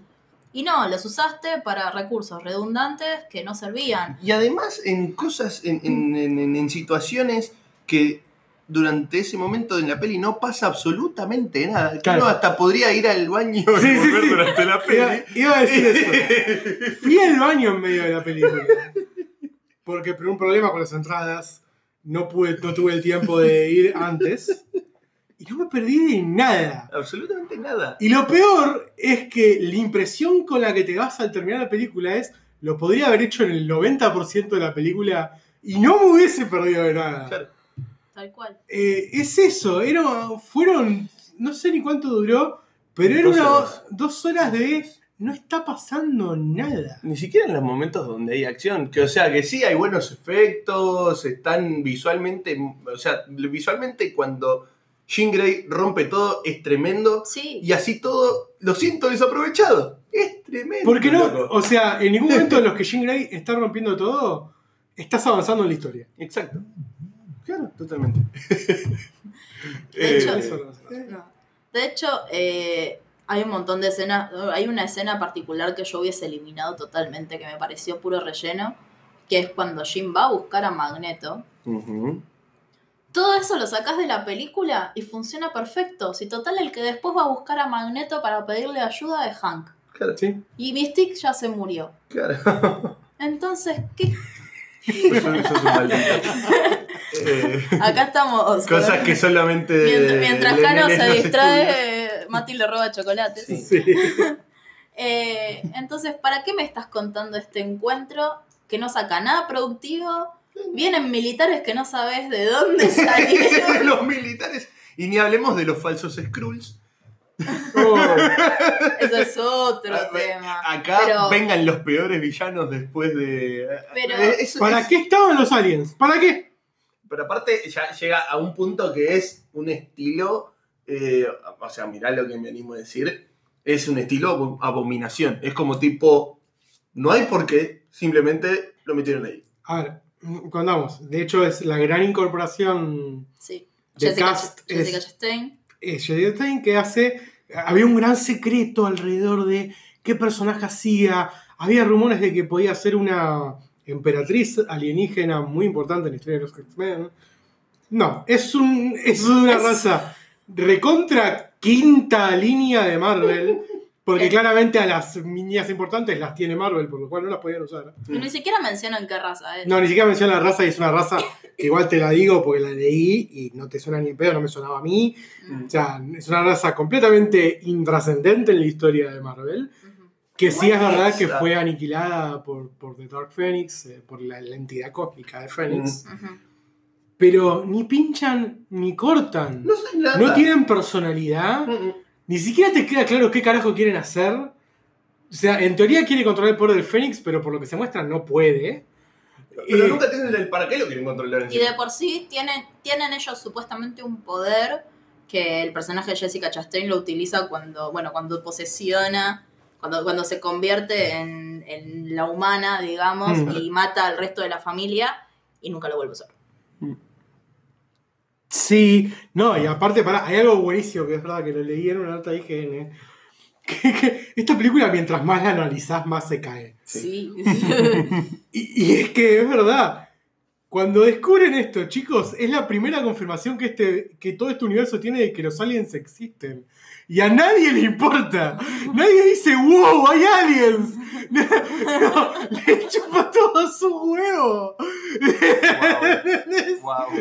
Speaker 1: y no, los usaste para recursos redundantes que no servían.
Speaker 3: Y además en cosas, en, en- en- en- en situaciones que durante ese momento en la peli no pasa absolutamente nada. Que
Speaker 2: Claro.
Speaker 3: Uno hasta podría ir al baño y
Speaker 2: Sí, sí,
Speaker 3: volver
Speaker 2: sí.
Speaker 3: durante la
Speaker 2: Iba,
Speaker 3: peli.
Speaker 2: iba a decir eso. Fui al baño en medio de la película. Porque por un problema con las entradas, no, pude, no tuve el tiempo de ir antes. Y no me perdí de nada.
Speaker 3: absolutamente nada.
Speaker 2: Y lo peor es que la impresión con la que te vas al terminar la película es, lo podría haber hecho en el 90% de la película y no me hubiese perdido de nada.
Speaker 3: Claro.
Speaker 1: Tal cual.
Speaker 2: Eh, es eso, era- fueron, no sé ni cuánto duró, pero eran
Speaker 3: Dos
Speaker 2: una-
Speaker 3: horas.
Speaker 2: dos horas de no está pasando nada.
Speaker 3: Ni siquiera en los momentos donde hay acción. Que, o sea, que sí, hay buenos efectos, están visualmente, o sea, visualmente cuando Jean Grey rompe todo es tremendo
Speaker 1: Sí,
Speaker 3: y así todo lo siento desaprovechado. Es tremendo.
Speaker 2: Porque no,
Speaker 3: loco.
Speaker 2: o sea, en ningún momento en los que Jean Grey está rompiendo todo, estás avanzando en la historia.
Speaker 3: Exacto. Claro, totalmente.
Speaker 1: De hecho-
Speaker 2: Eso
Speaker 3: Eh,
Speaker 2: no se hace.
Speaker 1: no. De hecho, eh, hay un montón de escenas, hay una escena particular que yo hubiese eliminado totalmente, que me pareció puro relleno, que es cuando Jim va a buscar a Magneto. Todo eso lo sacás de la película y funciona perfecto. Si total el que después va a buscar a Magneto para pedirle ayuda es Hank.
Speaker 3: Claro,
Speaker 2: ¿Sí?
Speaker 1: Y Mystique ya se murió.
Speaker 3: claro.
Speaker 1: Entonces, ¿qué?
Speaker 3: Sos un- sos un maldito. Eh,
Speaker 1: Acá estamos.
Speaker 3: cosas que solamente.
Speaker 1: Mientras, mientras
Speaker 3: Leonel
Speaker 1: Caro se
Speaker 3: nos estudia.
Speaker 1: distrae, Mati le roba chocolates.
Speaker 2: Sí.
Speaker 1: Eh, entonces, ¿para qué me estás contando este encuentro que no saca nada productivo? Vienen militares que no sabes de dónde
Speaker 3: de
Speaker 1: salieron.
Speaker 3: los militares. Y ni hablemos de los falsos Skrulls.
Speaker 2: Oh,
Speaker 1: Eso es otro
Speaker 3: Ah, bueno,
Speaker 1: tema.
Speaker 3: Acá
Speaker 1: Pero-
Speaker 3: vengan los peores villanos después de.
Speaker 1: Pero-
Speaker 3: Eh, eso
Speaker 2: ¿Para
Speaker 3: es-
Speaker 2: qué estaban los aliens? ¿Para qué?
Speaker 3: Pero aparte ya llega a un punto que es un estilo, eh, o sea, mirá lo que me animo a decir, es un estilo abo- abominación. Es como tipo, no hay por qué, simplemente lo metieron ahí.
Speaker 2: A ver, mm, contamos. De hecho, es la gran incorporación
Speaker 1: Sí.
Speaker 2: The
Speaker 1: Jessica,
Speaker 2: cast
Speaker 1: Jessica
Speaker 2: es-
Speaker 1: Chastain.
Speaker 2: eh, Jodie Stein que hace. Había un gran secreto alrededor de qué personaje hacía. Había rumores de que podía ser una emperatriz alienígena muy importante en la historia de los X-Men. No, es un. es una
Speaker 1: Es-
Speaker 2: raza recontra quinta línea de Marvel. Porque
Speaker 1: Sí.
Speaker 2: claramente a las niñas importantes las tiene Marvel, por lo cual no las podían usar.
Speaker 1: Y Ni siquiera mencionan qué raza es.
Speaker 2: Mm. No, ni siquiera menciona la raza y es una raza que igual te la digo porque la leí y no te suena ni en pedo, no me sonaba a mí.
Speaker 1: Mm,
Speaker 2: O sea, es una raza completamente intrascendente en la historia de Marvel.
Speaker 1: ujú.
Speaker 2: Que sí es
Speaker 3: What
Speaker 2: verdad
Speaker 3: is
Speaker 2: que
Speaker 3: that?
Speaker 2: fue aniquilada por, por The Dark Phoenix, eh, por la, la entidad cósmica de
Speaker 3: Mm.
Speaker 2: Phoenix.
Speaker 1: Ujú.
Speaker 2: Pero ni pinchan ni cortan.
Speaker 3: No sé nada. Mm,
Speaker 2: No tienen personalidad. Ni siquiera te queda claro qué carajo quieren hacer. O sea, en teoría quiere controlar el poder del Fénix, pero por lo que se muestra no puede.
Speaker 3: Pero
Speaker 2: Eh,
Speaker 3: nunca tienen el para qué lo quieren controlar.
Speaker 1: Y de por sí tienen, tienen ellos supuestamente un poder que el personaje de Jessica Chastain lo utiliza cuando, bueno, cuando posesiona, cuando, cuando se convierte en, en la humana, digamos,
Speaker 2: Mm.
Speaker 1: y mata al resto de la familia y nunca lo vuelve a usar.
Speaker 2: Sí, no, y aparte, pará, hay algo buenísimo que es verdad que lo leí en una nota de IGN. Que, que esta película, mientras más la analizás, más se cae.
Speaker 1: Sí.
Speaker 2: Y, y es que es verdad. Cuando descubren esto, chicos, es la primera confirmación que, este, que todo este universo tiene de que los aliens existen. Y a nadie le importa. Nadie dice, wow, hay aliens. No, no, le chupa todo su huevo.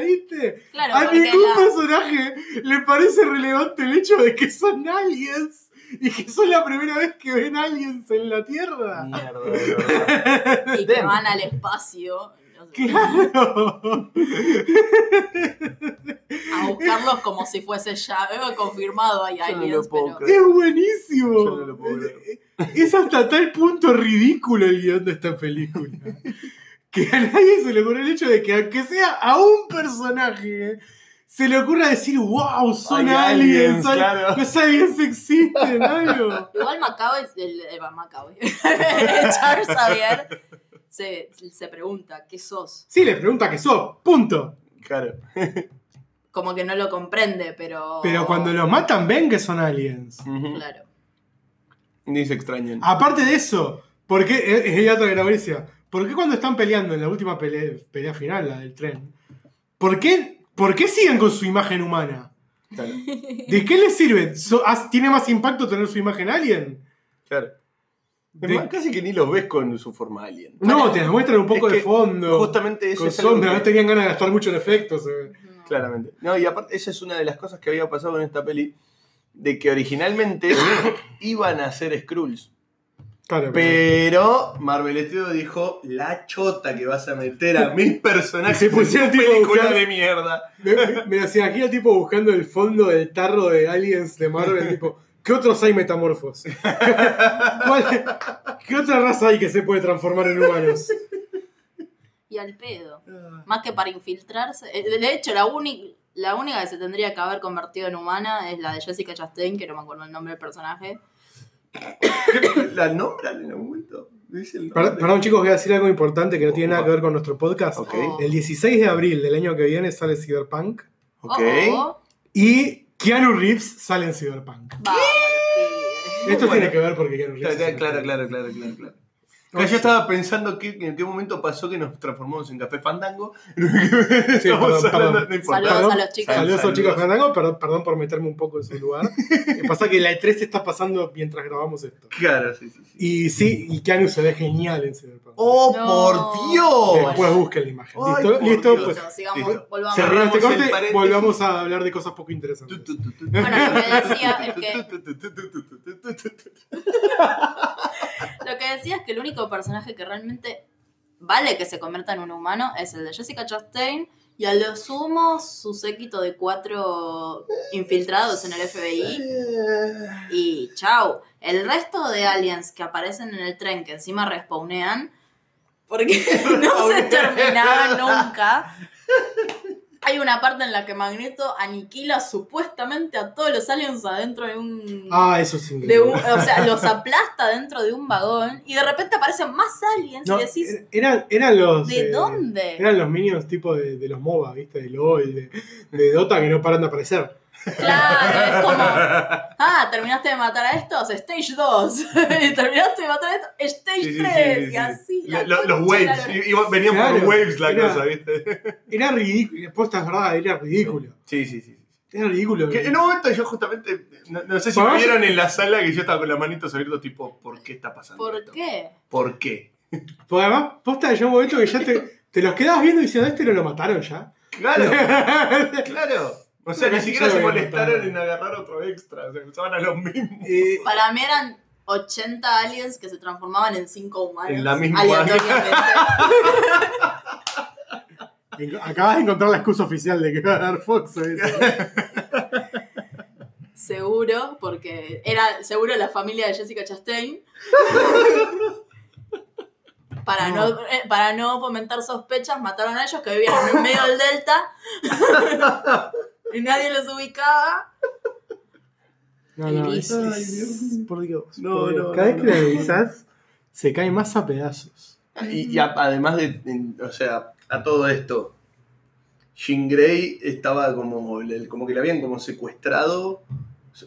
Speaker 2: ¿Viste?
Speaker 1: claro,
Speaker 2: A
Speaker 1: porque
Speaker 2: ningún
Speaker 1: la-
Speaker 2: personaje le parece relevante el hecho de que son aliens y que son la primera vez que ven aliens en la Tierra.
Speaker 3: Mierda, de verdad.
Speaker 1: y que van al espacio no sé,
Speaker 2: Claro.
Speaker 1: a buscarlos como si fuese ya eh, confirmado hay
Speaker 3: Yo no lo
Speaker 1: aliens,
Speaker 3: puedo
Speaker 1: pero
Speaker 3: creer.
Speaker 2: Es
Speaker 3: Yo
Speaker 2: buenísimo.
Speaker 3: no lo puedo creer.
Speaker 2: es hasta tal punto ridículo el guión de esta película. Que a nadie se le ocurre el hecho de que aunque sea a un personaje, se le ocurra decir, wow, son
Speaker 3: Hay aliens,
Speaker 2: aliens, hay-
Speaker 3: claro.
Speaker 2: los aliens existen, algo.
Speaker 1: Igual Macabe, el, el- va, Macabe. Charles Xavier se, se pregunta, ¿qué sos?
Speaker 2: Sí, le pregunta qué sos, punto.
Speaker 3: Claro.
Speaker 1: Como que no lo comprende, pero...
Speaker 2: Pero cuando los matan, ven que son aliens.
Speaker 3: Ujú.
Speaker 1: Claro.
Speaker 3: Ni se extrañan.
Speaker 2: Aparte de eso, ¿por qué? Es es el dato de la Mauricia. ¿Por qué cuando están peleando en la última pelea, pelea final, la del tren? ¿Por qué, ¿Por qué siguen con su imagen humana?
Speaker 3: Claro.
Speaker 2: ¿De qué les sirve? So- as- ¿Tiene más impacto tener su imagen alien?
Speaker 3: claro. Es
Speaker 2: De-
Speaker 3: más, casi que ni los ves con su forma alien.
Speaker 2: No, te las muestran un poco
Speaker 3: Es
Speaker 2: de
Speaker 3: que
Speaker 2: fondo.
Speaker 3: Justamente eso
Speaker 2: con
Speaker 3: es algo
Speaker 2: sombra,
Speaker 3: que-
Speaker 2: no tenían ganas de gastar mucho en efectos. eh.
Speaker 1: No.
Speaker 3: Claramente. No, y aparte, esa es una de las cosas que había pasado en esta peli, de que originalmente iban a ser Skrulls.
Speaker 2: Claro, pero-
Speaker 3: Pero Marvel Studios dijo, la chota que vas a meter a mis personajes
Speaker 2: Se pusieron
Speaker 3: en tu
Speaker 2: tipo a
Speaker 3: película
Speaker 2: buscar-
Speaker 3: de mierda.
Speaker 2: me, me las imagino tipo buscando el fondo del tarro de aliens de Marvel, tipo, ¿qué otros hay metamorfos? ¿Cuál- ¿Qué otra raza hay que se puede transformar en humanos?
Speaker 1: Y al pedo. Más que para infiltrarse. eh, De hecho, la, uni- la única que se tendría que haber convertido en humana es la de Jessica Chastain, que no me acuerdo el nombre del personaje.
Speaker 3: La nombran en algún momento. Dice el nombre.
Speaker 2: Perdón, perdón, chicos, voy a decir algo importante que no tiene nada que ver con nuestro podcast.
Speaker 3: Ok.
Speaker 1: Oh.
Speaker 2: El 16 de abril del año que viene sale Cyberpunk
Speaker 3: Ok.
Speaker 1: Oh, oh,
Speaker 2: y Keanu Reeves sale en Cyberpunk.
Speaker 1: va,
Speaker 2: Esto
Speaker 3: Bueno.
Speaker 2: tiene que ver porque Keanu
Speaker 3: Claro,
Speaker 2: Reeves. es
Speaker 3: claro,
Speaker 2: un-
Speaker 3: claro, claro, claro, claro, claro. Acá yo estaba pensando que, en qué momento pasó que nos transformamos en Café Fandango.
Speaker 2: Sí, perdón, perdón.
Speaker 3: no importa.
Speaker 1: Saludos
Speaker 2: Perdón.
Speaker 1: a los chicos.
Speaker 2: Saludos a los
Speaker 3: Saludos.
Speaker 2: chicos de Fandango, perdón, perdón por meterme un poco en su lugar. Eh, Pasa que la E3 se está pasando mientras grabamos esto.
Speaker 3: Claro, sí, sí, sí.
Speaker 2: Y sí, y Keanu se ve genial en Cyberpunk.
Speaker 3: ¡Oh,
Speaker 1: No.
Speaker 3: por Dios!
Speaker 2: Después busquen la imagen.
Speaker 3: Ay,
Speaker 2: ¿Listo?
Speaker 3: por
Speaker 2: Listo,
Speaker 3: Dios.
Speaker 2: pues.
Speaker 1: Listo, sigamos,
Speaker 3: Listo.
Speaker 1: volvamos.
Speaker 3: Cerramos
Speaker 2: Cerramos este
Speaker 3: el
Speaker 2: corte,
Speaker 3: paréntesis.
Speaker 2: volvamos a hablar de cosas poco interesantes.
Speaker 3: Tu, tu, tu, tu.
Speaker 1: Bueno, lo que decía es que- Lo que decía es que el único personaje que realmente vale que se convierta en un humano es el de Jessica Chastain y a lo sumo su séquito de cuatro infiltrados en el FBI
Speaker 3: Eh,
Speaker 1: y chau. El resto de aliens que aparecen en el tren que encima respawnean porque no se terminaron nunca. Hay una parte en la que Magneto aniquila supuestamente a todos los aliens adentro de un
Speaker 2: Ah, eso es increíble.
Speaker 1: de un- o sea, los aplasta dentro de un vagón y de repente aparecen más aliens
Speaker 2: No,
Speaker 1: y decís,
Speaker 3: eh,
Speaker 2: er- eran, eran los.
Speaker 1: ¿de
Speaker 2: eh,
Speaker 1: dónde?
Speaker 2: Eran los minions tipo de, de los MOBA, ¿viste? De LOL, de, de Dota que no paran de aparecer.
Speaker 1: Claro, es como, ah, terminaste de matar a estos, Stage 2, Y terminaste de matar a estos, Stage
Speaker 3: sí, sí,
Speaker 1: 3,
Speaker 3: sí, sí.
Speaker 1: y así. la
Speaker 3: Lo- lo-
Speaker 1: concha de la
Speaker 3: Los waves,
Speaker 1: lora.
Speaker 3: i- iba- venían por
Speaker 2: Claro.
Speaker 3: waves la
Speaker 2: Era-
Speaker 3: cosa, ¿viste?
Speaker 2: Era ridículo. Y Después, esta es verdad, era ridículo.
Speaker 3: Sí, sí, sí.
Speaker 2: Era ridículo.
Speaker 3: Que en un momento yo justamente, no, no sé si
Speaker 2: Bueno,
Speaker 3: me vieron en la sala que yo estaba con las manitos abiertas tipo, ¿por qué está pasando
Speaker 1: ¿Por
Speaker 3: esto?
Speaker 1: qué?
Speaker 3: ¿Por qué?
Speaker 2: Porque además, posta llegó un momento que ya te, te los quedabas viendo y diciendo, este no lo mataron ya.
Speaker 3: Claro, claro. O sea,
Speaker 2: No,
Speaker 3: ni
Speaker 2: no,
Speaker 3: siquiera
Speaker 2: yo
Speaker 3: se
Speaker 2: lo había
Speaker 3: molestaron
Speaker 2: notado.
Speaker 3: en agarrar otro extra, o sea, usaban a los mismos.
Speaker 2: Eh,
Speaker 1: Para mí eran 80 aliens que se transformaban en 5 humanos.
Speaker 3: En la misma-
Speaker 1: Aleatoriamente.
Speaker 2: en- acabas de encontrar la excusa oficial de que va a dar Fox. ¿eh?
Speaker 1: Seguro, porque era seguro la familia de Jessica Chastain. Para no. eh, para no fomentar sospechas, mataron a ellos que vivían en el medio del delta. y nadie los ubicaba.
Speaker 2: No, no, es-
Speaker 3: Ay,
Speaker 2: es-
Speaker 3: Dios.
Speaker 2: por Dios.
Speaker 3: No,
Speaker 2: por Dios.
Speaker 3: no,
Speaker 2: Cada
Speaker 3: no,
Speaker 2: vez que
Speaker 3: no.
Speaker 2: la revisás, se cae más a pedazos.
Speaker 3: Y, y a- además de, en- o sea, a todo esto, Jean Grey estaba como, le- como que la habían como secuestrado,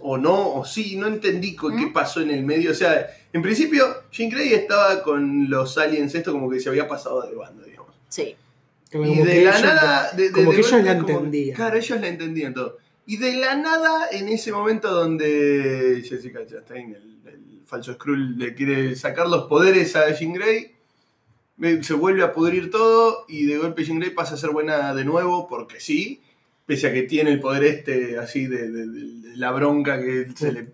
Speaker 3: o no, o sí, no entendí co- qué
Speaker 1: ¿Mm?
Speaker 3: pasó en el medio. O sea, en principio, Jean Grey estaba con los aliens, esto como que se había pasado de bando, digamos.
Speaker 1: Sí.
Speaker 2: Como
Speaker 3: Y
Speaker 2: que
Speaker 3: de la
Speaker 2: ellos-
Speaker 3: nada. de- de-
Speaker 2: como
Speaker 3: de
Speaker 2: que ellos
Speaker 3: golpe,
Speaker 2: la
Speaker 3: como-
Speaker 2: entendían.
Speaker 3: Claro, ellos la entendían todo. Y de la nada, en ese momento donde Jessica Chastain, el, el falso Skrull, le quiere sacar los poderes a Jean Grey, eh, se vuelve a pudrir todo y de golpe Jean Grey pasa a ser buena de nuevo porque sí, pese a que tiene el poder este así de, de- de- de la bronca que se le,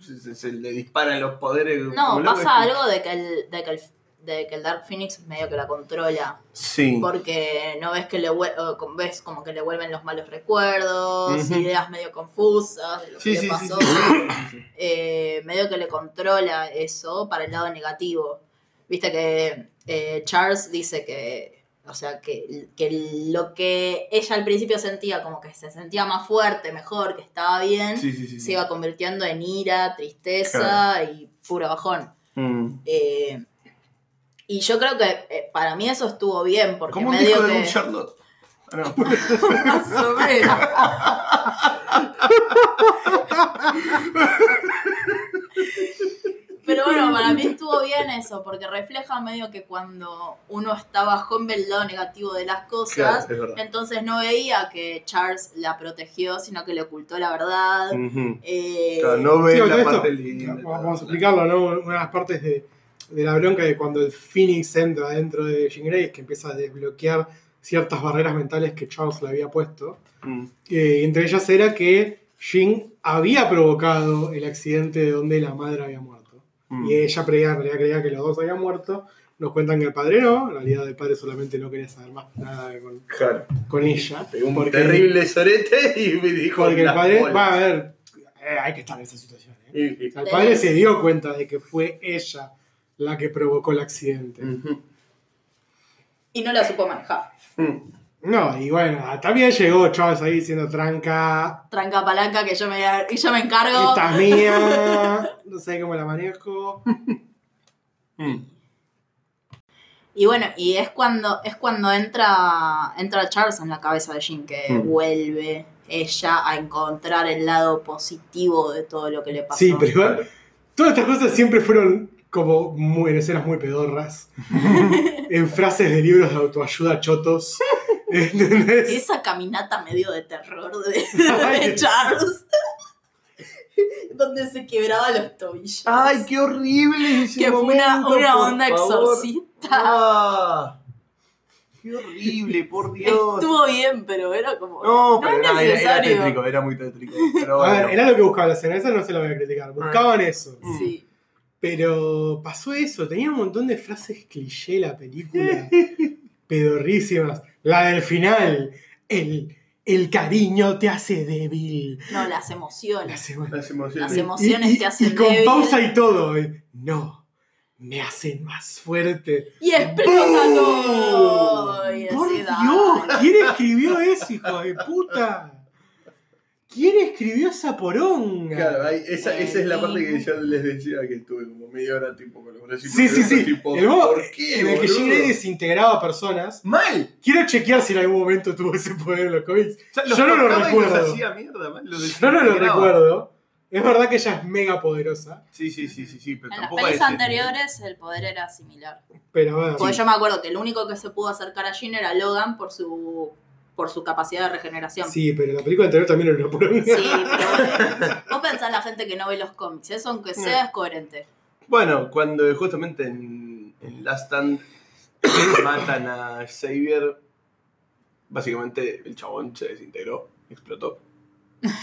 Speaker 3: se, se- se le disparan los poderes. como
Speaker 1: No,
Speaker 3: loco.
Speaker 1: pasa algo de que el, de que el, de que el Dark Phoenix medio que la controla.
Speaker 3: Sí.
Speaker 1: Porque no ves que le vuel- o con- ves como que le vuelven los malos recuerdos,
Speaker 3: Ujú.
Speaker 1: ideas medio confusas de lo
Speaker 3: Sí,
Speaker 1: que
Speaker 3: sí,
Speaker 1: le
Speaker 3: sí,
Speaker 1: pasó.
Speaker 3: sí, sí, sí.
Speaker 1: eh, medio que le controla eso para el lado negativo. Viste que eh, Charles dice que, o sea, que, que lo que ella al principio sentía, como que se sentía más fuerte, mejor, que estaba bien,
Speaker 3: Sí, sí, sí, sí.
Speaker 1: se iba convirtiendo en ira, tristeza
Speaker 3: Claro.
Speaker 1: y puro bajón.
Speaker 3: Mm.
Speaker 1: Eh, y yo creo que eh, para mí eso estuvo bien, porque
Speaker 3: Como un
Speaker 1: medio
Speaker 3: disco de
Speaker 1: que...
Speaker 3: un Charlotte. Ah, no.
Speaker 1: Más o menos. Pero bueno, para mí estuvo bien eso, porque refleja medio que cuando uno está bajón del lado negativo de las
Speaker 3: Claro,
Speaker 1: cosas,
Speaker 3: es verdad.
Speaker 1: entonces no veía que Charles la protegió, sino que le ocultó la verdad.
Speaker 3: Ujú.
Speaker 1: Eh,
Speaker 3: Mm. Claro, no ve
Speaker 2: Sí,
Speaker 3: la
Speaker 2: todo
Speaker 3: parte
Speaker 2: esto,
Speaker 3: linda.
Speaker 2: Vamos a explicarlo, ¿no? Una de las partes de, de la bronca de cuando el Phoenix entra dentro de Jean Grey, es que empieza a desbloquear ciertas barreras mentales que Charles le había puesto.
Speaker 3: Mm.
Speaker 2: Eh, entre ellas era que Jean había provocado el accidente donde la madre había muerto.
Speaker 3: Mm.
Speaker 2: Y ella creía, en realidad creía que los dos habían muerto. Nos cuentan que el padre no, en realidad el padre solamente no quería saber más nada con,
Speaker 3: Claro.
Speaker 2: con ella.
Speaker 3: Pegó Un terrible sorete y me dijo.
Speaker 2: Porque el
Speaker 3: las
Speaker 2: padre,
Speaker 3: bolas.
Speaker 2: va a ver, eh, hay que estar en esa situación. ¿eh?
Speaker 3: Y-
Speaker 2: O
Speaker 3: y-
Speaker 2: sea, El padre se dio cuenta de que fue ella la que provocó el accidente.
Speaker 3: Ujú.
Speaker 1: y no la supo manejar.
Speaker 3: Mm.
Speaker 2: No, y bueno, también llegó Charles ahí diciendo tranca,
Speaker 1: Tranca palanca que yo me, y yo me encargo.
Speaker 2: esta es mía, no sé cómo la manejo.
Speaker 3: Mm.
Speaker 1: Y bueno, y es cuando, es cuando entra, entra Charles en la cabeza de Jean, que
Speaker 3: Mm.
Speaker 1: vuelve ella a encontrar el lado positivo de todo lo que le pasó.
Speaker 2: Sí, pero igual, todas estas cosas siempre fueron como muy, en escenas muy pedorras, en frases de libros de autoayuda chotos. ¿Entendés?
Speaker 1: Esa caminata medio de terror de,
Speaker 2: Ay.
Speaker 1: de Charles. donde se quebraba los tobillos.
Speaker 3: ¡Ay, qué horrible! Ese
Speaker 1: que fue una,
Speaker 3: momento,
Speaker 1: una
Speaker 3: por
Speaker 1: onda
Speaker 3: favor.
Speaker 1: exorcista.
Speaker 3: Ah, ¡Qué horrible, por Dios!
Speaker 1: Estuvo bien, pero era como.
Speaker 3: No, pero
Speaker 1: es
Speaker 3: nada, era, era
Speaker 1: necesario.
Speaker 3: tétrico, era muy tétrico. Pero
Speaker 2: A ver,
Speaker 3: Ah, bueno.
Speaker 2: era lo que buscaba la escena, esa no se la voy a criticar, buscaban eso.
Speaker 1: Sí.
Speaker 2: Pero pasó eso, tenía un montón de frases cliché la película, pedorrísimas. La del final, el, el cariño te hace débil.
Speaker 1: No, las emociones.
Speaker 2: Las emo-
Speaker 3: Las emociones.
Speaker 1: Las emociones
Speaker 2: y, y-
Speaker 1: te hacen
Speaker 2: y con
Speaker 1: débil.
Speaker 2: pausa y todo. eh, No, me hacen más fuerte.
Speaker 1: Y explota
Speaker 2: ¡Bum!
Speaker 1: todo. Y
Speaker 2: Por
Speaker 1: así,
Speaker 2: Dios,
Speaker 1: dale.
Speaker 2: ¿quién escribió eso, hijo de puta? ¿Quién escribió esa poronga?
Speaker 3: Claro, ahí- esa, esa es la parte que
Speaker 1: Eh,
Speaker 3: yo les decía que estuve como media hora tipo con los bracitos.
Speaker 2: Sí, sí,
Speaker 3: abiertos,
Speaker 2: sí.
Speaker 3: tipo,
Speaker 2: el modo
Speaker 3: ¿Por qué?
Speaker 2: en el que
Speaker 3: boludo?
Speaker 2: Jim Lee desintegraba personas.
Speaker 3: Mal.
Speaker 2: Quiero chequear si en algún momento tuvo ese poder en los cómics.
Speaker 3: O sea,
Speaker 2: Yo no lo
Speaker 3: tocaba y los
Speaker 2: recuerdo.
Speaker 3: hacía mierda, mal, los
Speaker 2: Yo no lo
Speaker 3: desintegraba.
Speaker 2: recuerdo. Es verdad que ella es mega poderosa.
Speaker 3: Sí, sí, sí, sí, sí, pero
Speaker 1: En las
Speaker 3: tampoco este.
Speaker 1: pelis
Speaker 3: a ese
Speaker 1: anteriores el poder era similar.
Speaker 2: Pero bueno.
Speaker 1: Porque yo me acuerdo que el único que se pudo acercar a Jean era Logan por su por su capacidad de regeneración.
Speaker 2: Sí, pero la película anterior también era una poronga.
Speaker 1: Sí, pero bueno, vos pensás la gente que no ve los cómics, eso aunque sea es coherente.
Speaker 3: nivel. Bueno, cuando justamente en, en Last Stand matan a Xavier, básicamente el chabón se desintegró, explotó.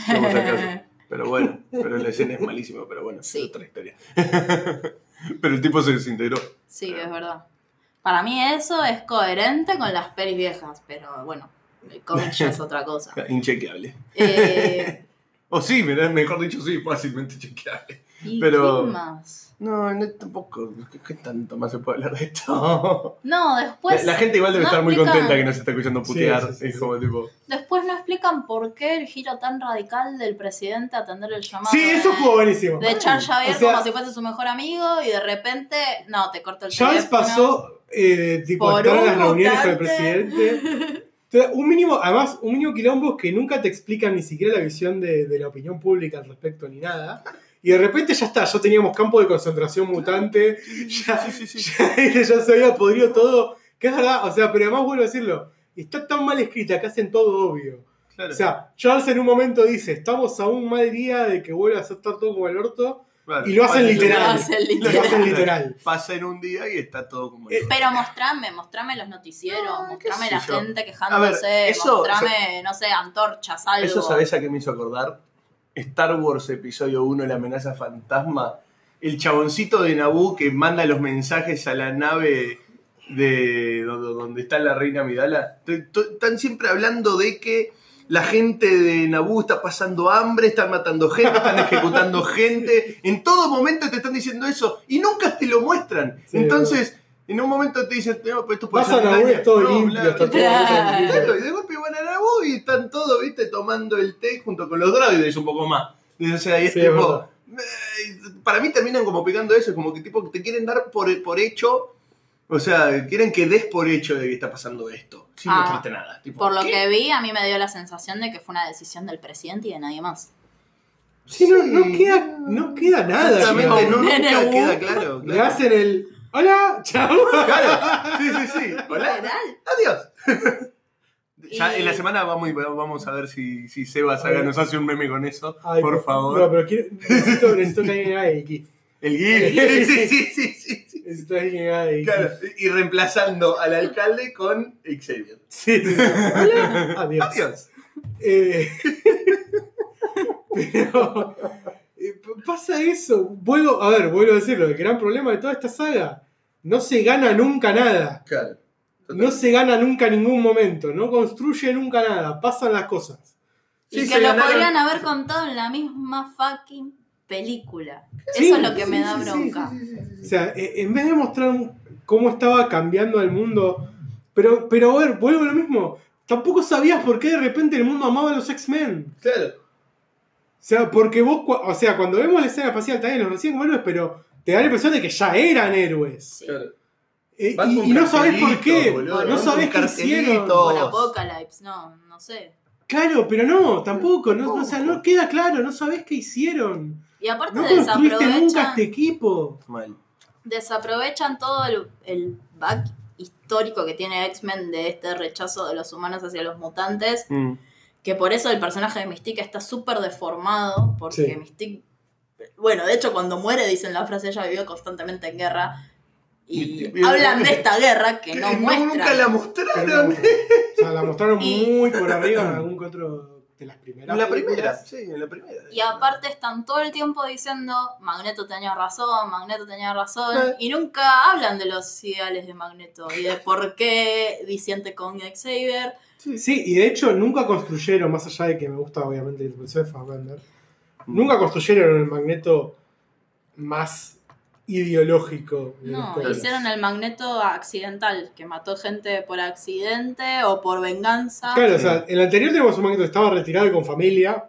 Speaker 3: Vamos a sacar- Pero bueno, pero la escena es malísima, pero bueno,
Speaker 1: Sí.
Speaker 3: es otra historia. pero el tipo se desintegró.
Speaker 1: Sí, es verdad. Para mí eso es coherente con las pelis viejas, pero bueno, el cómic ya es otra cosa.
Speaker 3: Inchequeable.
Speaker 1: Eh,
Speaker 3: O sí, mirá, mejor dicho, sí, fácilmente chequeable.
Speaker 1: ¿Y
Speaker 3: Pero-
Speaker 1: qué más?
Speaker 3: No, no tampoco. ¿Qué, qué tanto más se puede hablar de esto?
Speaker 1: No, después...
Speaker 3: la, la gente igual debe
Speaker 1: Pues, no
Speaker 3: estar muy
Speaker 1: explican-
Speaker 3: contenta que nos está escuchando putear.
Speaker 2: Sí, sí, sí,
Speaker 3: es
Speaker 2: sí.
Speaker 3: como tipo.
Speaker 1: Después no explican por qué el giro tan radical del presidente a atender el llamado.
Speaker 2: Sí, eso
Speaker 1: de-
Speaker 2: fue buenísimo.
Speaker 1: De Charles Javier
Speaker 2: O sea-
Speaker 1: como si fuese su mejor amigo y de repente, no, te corto el
Speaker 2: Charles
Speaker 1: teléfono.
Speaker 2: pasó eh, tipo a
Speaker 1: Por
Speaker 2: estar en
Speaker 1: un
Speaker 2: las reuniones con el
Speaker 1: mutante.
Speaker 2: presidente. Entonces, un mínimo, además, un mínimo quilombo que nunca te explica ni siquiera la visión de, de la opinión pública al respecto ni nada. Y de repente ya está, ya teníamos campo de concentración mutante, ya,
Speaker 3: sí, sí, sí.
Speaker 2: ya, este, ya se había podrido todo. Que es verdad, o sea, pero además vuelvo a decirlo, está tan mal escrita que hacen todo obvio.
Speaker 3: Claro.
Speaker 2: O sea, Charles en un momento dice, estamos a un mal día de que vuelva a estar todo como el orto,
Speaker 3: Claro.
Speaker 2: y lo
Speaker 3: Pasa-
Speaker 2: hacen
Speaker 1: Lo
Speaker 2: literal.
Speaker 1: hacen
Speaker 2: y lo
Speaker 1: literal.
Speaker 2: hacen literal.
Speaker 3: Pasa en un día y está todo como.
Speaker 2: Eh,
Speaker 1: Pero mostrame, mostrame los noticieros,
Speaker 2: Ah,
Speaker 3: No, qué
Speaker 1: mostrame
Speaker 3: sé
Speaker 1: la
Speaker 3: yo.
Speaker 1: gente
Speaker 3: A
Speaker 1: quejándose,
Speaker 3: ver, eso-
Speaker 1: mostrame, no sé, antorchas, algo.
Speaker 3: Eso sabes a qué me hizo acordar. Star Wars Episodio 1, La amenaza fantasma. El chaboncito de Naboo que manda los mensajes a la nave de donde, donde está la reina Midala. T- t- Están siempre hablando de que la gente de Naboo está pasando hambre, están matando gente, están ejecutando gente. En todo momento te están diciendo eso y nunca te lo muestran.
Speaker 2: Sí,
Speaker 3: Entonces, en un momento te dicen, no, pues esto puede
Speaker 2: Vas a
Speaker 3: ser
Speaker 2: Naboo,
Speaker 3: daño".
Speaker 2: es todo
Speaker 3: No,
Speaker 2: limpio,
Speaker 3: bla,
Speaker 2: está
Speaker 3: bla,
Speaker 2: todo
Speaker 3: bla.
Speaker 1: Claro.
Speaker 3: Claro, y de golpe van a Naboo y están todos, viste, tomando el té junto con los droides un poco más. Y, O sea, y es
Speaker 2: Sí, es
Speaker 3: tipo. eh, Para mí terminan como picando eso, como que tipo te quieren dar por, por hecho. O sea, quieren que des por hecho de que está pasando esto. Sin
Speaker 1: Ah,
Speaker 3: mostrarte nada. Tipo,
Speaker 1: Por lo
Speaker 3: ¿qué?
Speaker 1: que vi, a mí me dio la sensación de que fue una decisión del presidente y de nadie más.
Speaker 2: Sí, no, no
Speaker 3: Sí.
Speaker 2: queda, no queda nada.
Speaker 3: Justamente,
Speaker 2: digamos.
Speaker 3: no, nunca
Speaker 1: Nene,
Speaker 3: queda
Speaker 1: uh.
Speaker 3: claro.
Speaker 2: Le
Speaker 3: claro.
Speaker 2: hacen el. ¡Hola! ¡Chao!
Speaker 3: Claro. Sí, sí, sí. Hola.
Speaker 1: Literal.
Speaker 3: Adiós. Ya
Speaker 1: Y-
Speaker 3: en la semana vamos, y- vamos a ver si, si Sebas haga- nos hace un meme con eso.
Speaker 2: Ay,
Speaker 3: por favor.
Speaker 2: No, pero quiero, necesito, necesito que alguien haga el GIF.
Speaker 3: El Gil. Sí, sí, sí, sí, sí.
Speaker 2: Necesito que alguien haga el GIF.
Speaker 3: Claro, y reemplazando al alcalde con Xavier.
Speaker 2: Sí, sí, sí. ¡Hola! Adiós.
Speaker 3: Adiós.
Speaker 2: Eh, pero. eh, pasa eso. Vuelvo, a ver, vuelvo a decirlo. El gran problema de toda esta saga. No se gana nunca nada.
Speaker 3: Claro.
Speaker 2: No se gana nunca ningún momento. No construye nunca nada. Pasan las cosas.
Speaker 1: Y
Speaker 3: Sí,
Speaker 1: que
Speaker 3: se
Speaker 1: lo
Speaker 3: ganaron-
Speaker 1: podrían haber contado en la misma fucking película.
Speaker 2: Sí,
Speaker 1: Eso es lo que me
Speaker 2: sí,
Speaker 1: da
Speaker 2: sí, sí,
Speaker 1: bronca.
Speaker 2: O sea, e- en vez de mostrar cómo estaba cambiando el mundo, pero, pero a ver, vuelvo a lo mismo. Tampoco sabías por qué de repente el mundo amaba a los X-Men.
Speaker 3: Claro.
Speaker 2: O sea, porque vos, cua- o sea, cuando vemos la escena espacial también los recién como héroes, pero te da la impresión de que ya eran héroes.
Speaker 1: Sí.
Speaker 3: claro.
Speaker 2: Eh,
Speaker 3: Van
Speaker 2: y,
Speaker 3: con
Speaker 2: y no sabés por
Speaker 3: cartelitos,
Speaker 2: qué.
Speaker 3: boludo,
Speaker 1: van
Speaker 2: no
Speaker 1: con
Speaker 2: sabés qué
Speaker 3: cartelitos.
Speaker 2: hicieron.
Speaker 1: Con
Speaker 3: Dos.
Speaker 1: Apocalypse, no, no sé.
Speaker 2: Claro, pero no, tampoco. No, o sea, no queda claro, no sabés qué hicieron.
Speaker 1: Y aparte
Speaker 2: No construiste nunca
Speaker 1: desaprovechan,
Speaker 2: este equipo.
Speaker 3: Mal.
Speaker 1: desaprovechan todo el, el back histórico que tiene X-Men de este rechazo de los humanos hacia los mutantes.
Speaker 3: Mm.
Speaker 1: Que por eso el personaje de Mystique está súper deformado. Porque
Speaker 2: Sí.
Speaker 1: Mystique. Bueno, de hecho, cuando muere, dicen la frase, ella vivió constantemente en guerra. Y,
Speaker 3: Y- y-
Speaker 1: hablan de esta guerra que
Speaker 3: Que
Speaker 1: no,
Speaker 3: no,
Speaker 1: muestran.
Speaker 3: nunca la
Speaker 2: Pero,
Speaker 3: mostraron.
Speaker 2: o sea, la mostraron
Speaker 1: Y-
Speaker 2: muy por arriba en algún que otro de las primeras.
Speaker 3: En la primera,
Speaker 2: películas.
Speaker 3: sí, en la primera.
Speaker 1: Y aparte están todo el tiempo diciendo Magneto tenía razón, Magneto tenía razón.
Speaker 3: Eh.
Speaker 1: Y nunca hablan de los ideales de Magneto y de por qué disiente con Xavier.
Speaker 2: Sí, y de hecho nunca construyeron, más allá de que me gusta obviamente el personaje de Fassbender,
Speaker 3: Mm.
Speaker 2: nunca construyeron el magneto más ideológico de los
Speaker 1: No,
Speaker 2: cómics.
Speaker 1: hicieron el Magneto accidental, que mató gente por accidente o por venganza.
Speaker 2: Claro, o sea, el anterior tenemos un magneto que estaba retirado y con familia.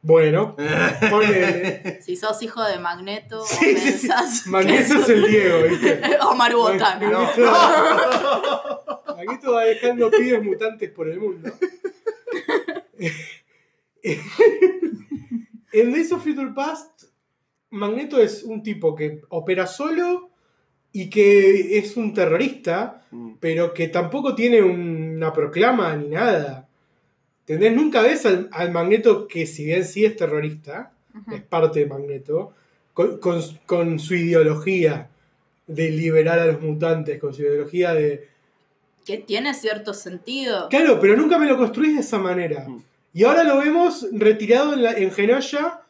Speaker 2: Bueno, ponele.
Speaker 1: Si sos hijo de Magneto
Speaker 2: Sí,
Speaker 1: o
Speaker 2: sí, sí.
Speaker 1: pensás que
Speaker 2: Magneto es
Speaker 1: sos-
Speaker 2: el Diego, ¿viste?
Speaker 1: o Marbota, ¿no?
Speaker 3: No.
Speaker 2: Magneto va dejando pibes mutantes por el mundo. Eh, en Days of Future Past, Magneto es un tipo que opera solo y que es un terrorista,
Speaker 3: Mm.
Speaker 2: pero que tampoco tiene una proclama ni nada. ¿Entendés? Nunca ves al, al Magneto que, si bien sí es terrorista, es
Speaker 1: Ujú.
Speaker 2: parte de Magneto, con, con- con su ideología de liberar a los mutantes, con su ideología de
Speaker 1: Que tiene cierto sentido.
Speaker 2: Claro, pero nunca me lo construís de esa manera.
Speaker 3: Mm.
Speaker 2: Y ahora lo vemos retirado en, la- en Genoya,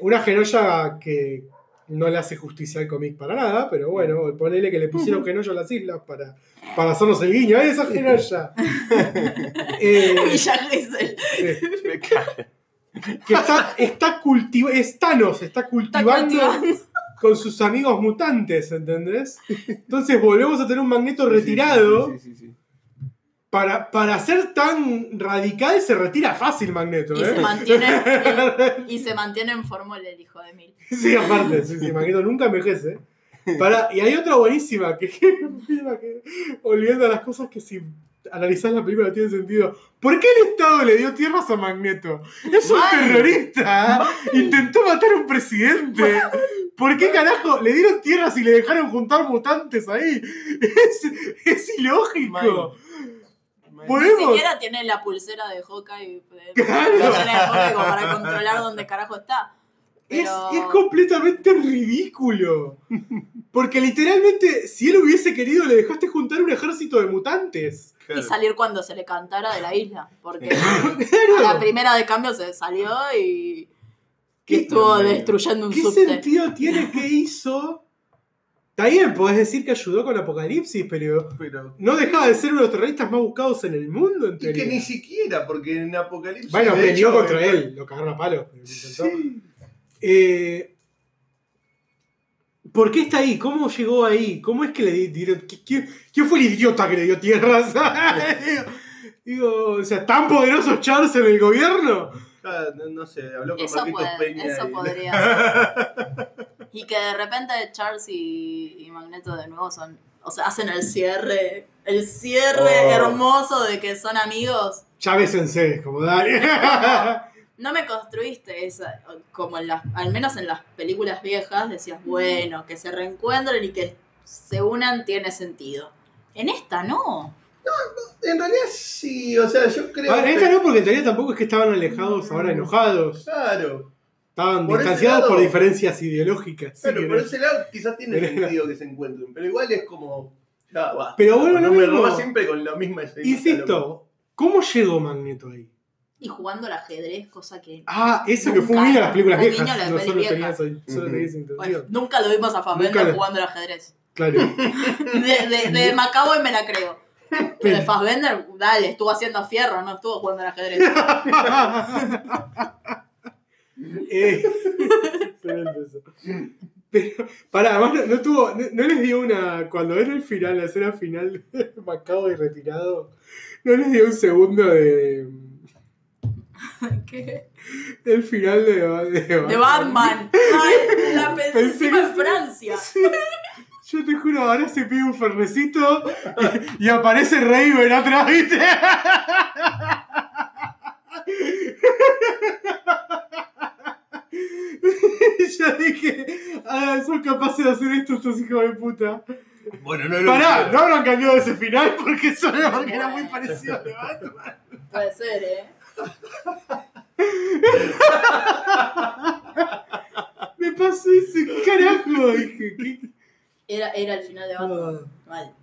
Speaker 2: una Genoya que no le hace justicia al cómic para nada, pero
Speaker 3: Mm.
Speaker 2: bueno, ponele que le pusieron Genoya a las islas para, para hacernos el guiño. ¡Ay, esa Genoya! Eh,
Speaker 1: Villa Gesell.
Speaker 2: eh,
Speaker 3: Me cago.
Speaker 2: que está, está cultivando, es Thanos, está
Speaker 1: Está
Speaker 2: cultivando
Speaker 1: cultivando.
Speaker 2: con sus amigos mutantes, ¿entendés? Entonces volvemos a tener un magneto retirado.
Speaker 3: Sí, sí, sí, sí,
Speaker 2: Para, para ser tan radical se retira fácil Magneto,
Speaker 1: Y
Speaker 2: ¿eh?
Speaker 1: se mantiene. Y, y se mantiene en fórmula el hijo de Mil.
Speaker 2: Sí, aparte, sí, sí, Magneto nunca envejece. Pará, y hay otra buenísima que, encima que- olvidando las cosas que si analizás la película tiene sentido. ¿Por qué el Estado le dio tierras a Magneto? Es un
Speaker 1: Mal.
Speaker 2: terrorista. ¿eh? Intentó matar a un presidente. ¿Por qué carajo le dieron tierras y le dejaron juntar mutantes ahí? Es, es ilógico.
Speaker 3: Mal.
Speaker 2: Por-
Speaker 1: Ni
Speaker 2: Vemos.
Speaker 1: siquiera tiene la pulsera de Hawkeye. eh, de-
Speaker 2: Claro.
Speaker 1: La pulsera de Hawkeye como para controlar dónde carajo está.
Speaker 2: Es,
Speaker 1: Pero-
Speaker 2: es completamente ridículo. Porque literalmente, si él hubiese querido, le dejaste juntar un ejército de mutantes.
Speaker 3: Claro.
Speaker 1: Y salir cuando se le cantara de la isla. Porque a
Speaker 2: Claro.
Speaker 1: la primera de cambio se salió y. Que
Speaker 2: ¿Qué-
Speaker 1: estuvo destruyendo un
Speaker 2: ¿Qué
Speaker 1: subte.
Speaker 2: sentido tiene que hizo? Está bien, podés decir que ayudó con Apocalipsis, pero
Speaker 3: Pero-
Speaker 2: no dejaba de ser uno de los terroristas más buscados en el mundo, en
Speaker 3: Y que
Speaker 2: teoría.
Speaker 3: ni siquiera, porque en Apocalipsis.
Speaker 2: Bueno,
Speaker 3: de
Speaker 2: peleó
Speaker 3: hecho,
Speaker 2: contra
Speaker 3: eh,
Speaker 2: él, lo cagaron a palos. pero lo intentó.
Speaker 3: Sí.
Speaker 2: Eh, ¿Por qué está ahí? ¿Cómo llegó ahí? ¿Cómo es que le di- dieron.? qui- qui- ¿Quién, fue el idiota que le dio tierras? Digo- Digo, o sea, ¿tan poderoso Charles en el gobierno?
Speaker 3: Ah, no, no sé, habló con
Speaker 1: Eso,
Speaker 3: Marquitos
Speaker 1: puede-
Speaker 3: Peña.
Speaker 1: eso
Speaker 3: y-
Speaker 1: podría ser. Y que de repente Charles y, y Magneto de nuevo son. O sea, hacen el cierre. El cierre
Speaker 3: Oh.
Speaker 1: hermoso de que son amigos.
Speaker 2: Chávez en C, como dale.
Speaker 1: No me construiste esa. Como en las. Al menos en las películas viejas decías, bueno, que se reencuentren y que se unan tiene sentido. En esta no.
Speaker 3: En realidad sí, o sea, yo creo.
Speaker 2: Bueno,
Speaker 3: que-
Speaker 2: esta no, porque en teoría tampoco es que estaban alejados ahora enojados.
Speaker 3: Claro.
Speaker 2: Estaban
Speaker 3: Por ese
Speaker 2: distanciados
Speaker 3: lado-
Speaker 2: por diferencias ideológicas. sí,
Speaker 3: Claro,
Speaker 2: que
Speaker 3: por
Speaker 2: no-
Speaker 3: ese lado quizás tiene
Speaker 2: Pero-
Speaker 3: sentido que se encuentren, pero igual es como. Ya va.
Speaker 2: Pero bueno,
Speaker 3: no
Speaker 2: lo
Speaker 3: me
Speaker 2: mismo.
Speaker 3: roba siempre con la misma escena.
Speaker 2: Insisto, ¿cómo llegó Magneto ahí?
Speaker 1: Y jugando al ajedrez, cosa que.
Speaker 2: Ah, eso que fue un
Speaker 1: Nunca.
Speaker 2: guiño a las películas
Speaker 1: Fue un
Speaker 2: viejas.
Speaker 1: guiño a las
Speaker 2: no solo
Speaker 1: pelis
Speaker 2: tenía,
Speaker 1: viejas.
Speaker 2: solo
Speaker 3: Ujú.
Speaker 2: tenía esa intención.
Speaker 1: bueno, nunca lo vimos a
Speaker 2: Nunca
Speaker 1: Fassbender
Speaker 2: lo-
Speaker 1: jugando al ajedrez.
Speaker 2: Claro.
Speaker 1: De, de, de Macabo y me la creo. Pero de Fassbender, dale, estuvo haciendo fierro, no estuvo jugando al ajedrez.
Speaker 2: Eh, excelente eso. Pero, pará, además no, no tuvo. No, no les dio una. Cuando era el final, la escena final de Macao y retirado, no les dio un segundo de.
Speaker 1: ¿Qué?
Speaker 2: El final de, Ba- de
Speaker 1: De Batman. Ay, la pensé
Speaker 2: Pensé
Speaker 1: encima
Speaker 2: que-
Speaker 1: en Francia.
Speaker 2: Yo te juro, ahora se pide un fernecito y, y aparece Raven atrás, ¿viste? ya dije, ah, son capaces de hacer esto estos hijos de puta.
Speaker 3: Bueno, no lo
Speaker 2: Pará,
Speaker 3: hicieron.
Speaker 2: no habrán cambiado ese final porque eso era, porque era muy parecido a Batman.
Speaker 1: Puede ser, ¿eh?
Speaker 2: Me pasó ese carajo, dije. ¿qué?
Speaker 1: Era, era el final de Batman.
Speaker 2: Ah.
Speaker 1: Mal.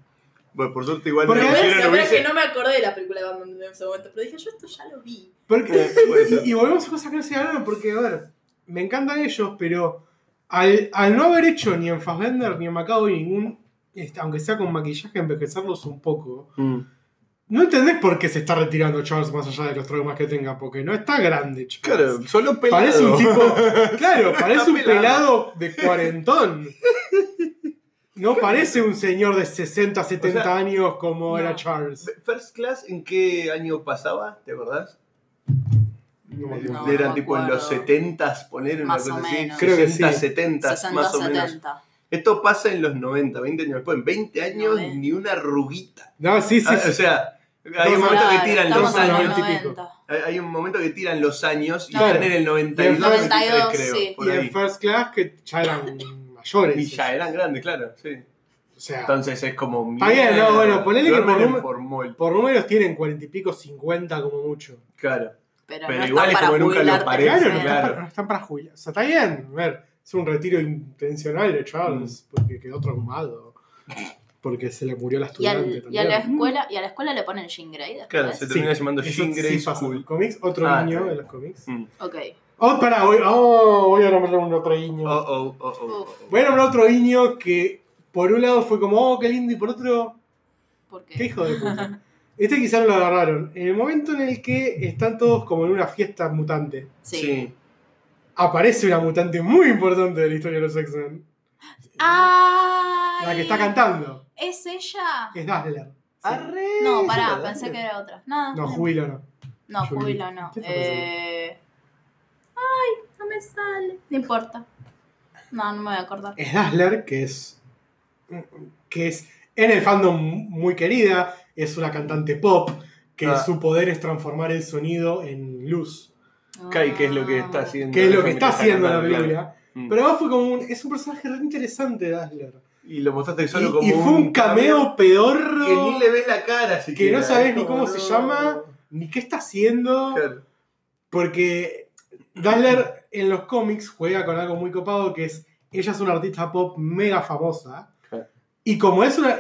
Speaker 3: Bueno, por suerte igual
Speaker 2: Porque
Speaker 3: no
Speaker 1: Pero
Speaker 3: lo
Speaker 2: ves,
Speaker 3: hicieron,
Speaker 1: la verdad es que
Speaker 3: hubiese-
Speaker 1: no me acordé de la película de Batman en ese momento, pero dije, yo esto ya lo vi.
Speaker 2: Porque,
Speaker 3: Eh, Puede ser.
Speaker 2: y, y volvemos a cosas que no se ganaron, porque, a ver, me encantan ellos, pero al, al no haber hecho ni en Fassbender ni en Macao ningún, este, aunque sea con maquillaje, envejecerlos un poco,
Speaker 3: Mm.
Speaker 2: no entendés por qué se está retirando Charles más allá de los traumas que tenga, porque no está grande, Charles.
Speaker 3: Claro, solo pelado.
Speaker 2: Parece un tipo. Claro, parece un
Speaker 3: pelado.
Speaker 2: pelado de cuarentón. No parece un señor de 60, 70
Speaker 3: O sea,
Speaker 2: años como era
Speaker 1: no.
Speaker 2: Charles.
Speaker 3: First Class, ¿en qué año pasaba? ¿Te acordás?
Speaker 2: No me acuerdo.
Speaker 1: No,
Speaker 3: Era
Speaker 1: me
Speaker 3: tipo en
Speaker 1: acuerdo.
Speaker 3: los 70s, poner una
Speaker 1: Más
Speaker 3: cosa
Speaker 1: o
Speaker 3: así.
Speaker 1: menos.
Speaker 2: Creo que
Speaker 3: 60,
Speaker 2: sí.
Speaker 3: 70,
Speaker 1: 60,
Speaker 3: más o menos.
Speaker 1: 70.
Speaker 3: Esto pasa en los 90, 20 años después. En 20 años
Speaker 1: Noventa.
Speaker 3: ni una arruguita.
Speaker 2: No, sí, sí.
Speaker 3: Ah,
Speaker 2: sí.
Speaker 3: o sea, hay un
Speaker 2: Dos
Speaker 3: momento que
Speaker 1: Claro,
Speaker 3: tiran
Speaker 1: estamos
Speaker 3: los
Speaker 1: en los
Speaker 3: años.
Speaker 2: años y pico.
Speaker 1: 90.
Speaker 3: Hay- Hay un momento que tiran los años y
Speaker 2: Claro.
Speaker 3: están en el 92,
Speaker 2: Y en
Speaker 3: 93,
Speaker 1: 92,
Speaker 3: creo.
Speaker 1: sí.
Speaker 3: por
Speaker 2: y
Speaker 3: ahí.
Speaker 2: en First Class que ya eran mayores.
Speaker 3: Y ya eran grandes, claro, sí.
Speaker 2: O sea,
Speaker 3: Entonces es como.
Speaker 2: Está bien, no, bueno, ponele que
Speaker 3: Duermen
Speaker 2: por
Speaker 3: en
Speaker 2: un-
Speaker 3: formol.
Speaker 2: por números tienen cuarenta y pico, 50 como mucho.
Speaker 3: Claro.
Speaker 1: Pero,
Speaker 3: Pero
Speaker 1: no
Speaker 3: igual
Speaker 1: igual
Speaker 3: es
Speaker 1: para
Speaker 3: como nunca lo
Speaker 1: jubilarte,
Speaker 3: paré.
Speaker 2: Claro, no,
Speaker 1: ¿eh?
Speaker 2: Están
Speaker 3: claro.
Speaker 2: para, no están para jubilar. O sea, está bien. A ver, es un retiro intencional de Charles
Speaker 3: Mm.
Speaker 2: porque quedó traumado. Porque se le murió la
Speaker 1: Y, al-
Speaker 2: estudiante.
Speaker 1: y a la
Speaker 2: también.
Speaker 1: escuela, y a la escuela le ponen Jean Grey después.
Speaker 3: Claro, se termina llamando
Speaker 2: Eso
Speaker 3: Jean Grey
Speaker 2: sí pasa en
Speaker 3: School.
Speaker 2: los cómics. Otro
Speaker 3: Ah,
Speaker 2: niño
Speaker 3: claro.
Speaker 2: de los cómics.
Speaker 3: Mm.
Speaker 1: Ok.
Speaker 2: Oh, pará, voy, oh, voy a nombrar un otro niño.
Speaker 3: Oh, oh, oh, oh, oh.
Speaker 2: Voy a nombrar otro niño que por un lado fue como, oh, qué lindo, y por otro,
Speaker 1: ¿Por qué?
Speaker 2: qué hijo de puta. Este quizás lo agarraron. En el momento en el que están todos como en una fiesta mutante,
Speaker 1: Sí.
Speaker 2: aparece una mutante muy importante de la historia de los X-Men.
Speaker 1: ¡Ay!
Speaker 2: La que está cantando.
Speaker 1: ¿Es ella?
Speaker 2: Es Dazzler.
Speaker 3: Arre,
Speaker 1: No, pará,
Speaker 3: Dazzler.
Speaker 1: pensé que era otra. Nada.
Speaker 2: No,
Speaker 1: está bien.
Speaker 2: jubilo no.
Speaker 1: No,
Speaker 2: Julie.
Speaker 1: jubilo no.
Speaker 2: ¿Qué está
Speaker 1: Eh... Ay, no me sale. No importa. No, no me voy a acordar.
Speaker 2: Es Dazzler, que es. que es en el fandom muy querida. Es una cantante pop. Que
Speaker 3: Ah.
Speaker 2: su poder es transformar el sonido en luz.
Speaker 3: Kai, ¿qué es lo que está haciendo?
Speaker 2: Que es lo
Speaker 3: Eso
Speaker 2: que está
Speaker 3: mientras
Speaker 2: haciendo la
Speaker 3: cantando, claro.
Speaker 2: película.
Speaker 3: Mm.
Speaker 2: Pero además fue como un. Es un personaje re interesante, Dazzler.
Speaker 3: Y lo mostraste
Speaker 2: Y,
Speaker 3: solo como
Speaker 2: y fue un cameo pedorro.
Speaker 3: que ni le ves la cara si
Speaker 2: que no
Speaker 3: quieres.
Speaker 2: sabes ni
Speaker 3: Es
Speaker 2: cómo
Speaker 3: como,
Speaker 2: se
Speaker 3: no.
Speaker 2: llama. Ni qué está haciendo.
Speaker 3: Claro.
Speaker 2: Porque Dazzler en los cómics juega con algo muy copado que es ella es una artista pop mega famosa.
Speaker 3: Claro.
Speaker 2: Y como es una.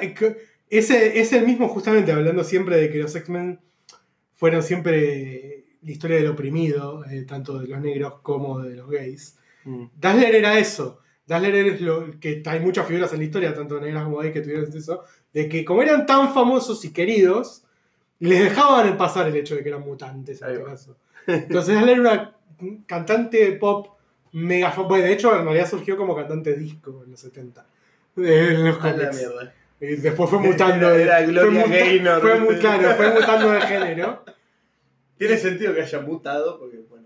Speaker 2: Es, el- es el mismo, justamente hablando siempre de que los X-Men fueron siempre la historia del oprimido, eh, tanto de los negros como de los gays.
Speaker 3: Mm.
Speaker 2: Dazzler era eso. Dazzler es lo que hay muchas figuras en la historia, tanto negras como gays que tuvieron eso, de que como eran tan famosos y queridos, les dejaban pasar el hecho de que eran mutantes en
Speaker 3: Ahí
Speaker 2: este
Speaker 3: va.
Speaker 2: caso. Entonces Dazzler era una cantante pop mega famosa. Bueno, de hecho en realidad surgió como cantante disco en los 70. eh, En los
Speaker 3: A la
Speaker 2: cómics.
Speaker 3: mierda.
Speaker 2: Y después fue mutando. de-
Speaker 3: Era Gloria
Speaker 2: fue muta-
Speaker 3: Gaynor.
Speaker 2: fue mu- claro, fue mutando de género.
Speaker 3: Tiene sentido que haya mutado porque bueno.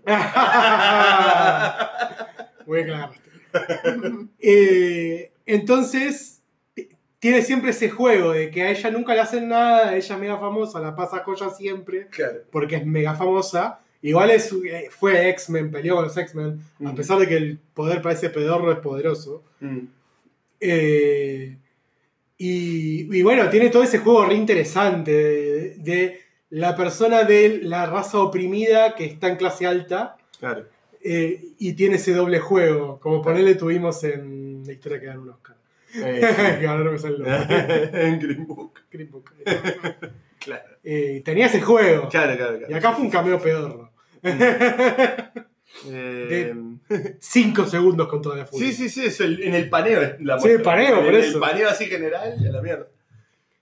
Speaker 2: Muy claro. Eh, entonces, t- tiene siempre ese juego de que a ella nunca le hacen nada, ella es mega famosa, la pasa joya siempre,
Speaker 3: Claro.
Speaker 2: porque es mega famosa. Igual es, eh, fue X-Men, peleó con los X-Men, a
Speaker 3: Mm.
Speaker 2: pesar de que el poder parece pedorro, es poderoso.
Speaker 3: Mm.
Speaker 2: Eh, y, y bueno, tiene todo ese juego re interesante de, de la persona de la raza oprimida que está en clase alta
Speaker 3: Claro.
Speaker 2: eh, y tiene ese doble juego, como ponerle tuvimos en la historia que dan un Oscar.
Speaker 3: Eh,
Speaker 2: que ahora no me sale el nombre.
Speaker 3: en Green Book.
Speaker 2: Green Book.
Speaker 3: Claro.
Speaker 2: Eh, tenía ese juego.
Speaker 3: Claro, claro, claro.
Speaker 2: Y acá fue un cameo pedorro.
Speaker 3: Eh,
Speaker 2: Cinco segundos con toda la furia.
Speaker 3: Sí, sí, sí, es el- en el paneo. es La
Speaker 2: Sí,
Speaker 3: muestra.
Speaker 2: paneo,
Speaker 3: En
Speaker 2: por
Speaker 3: el
Speaker 2: eso.
Speaker 3: paneo así general, a la mierda.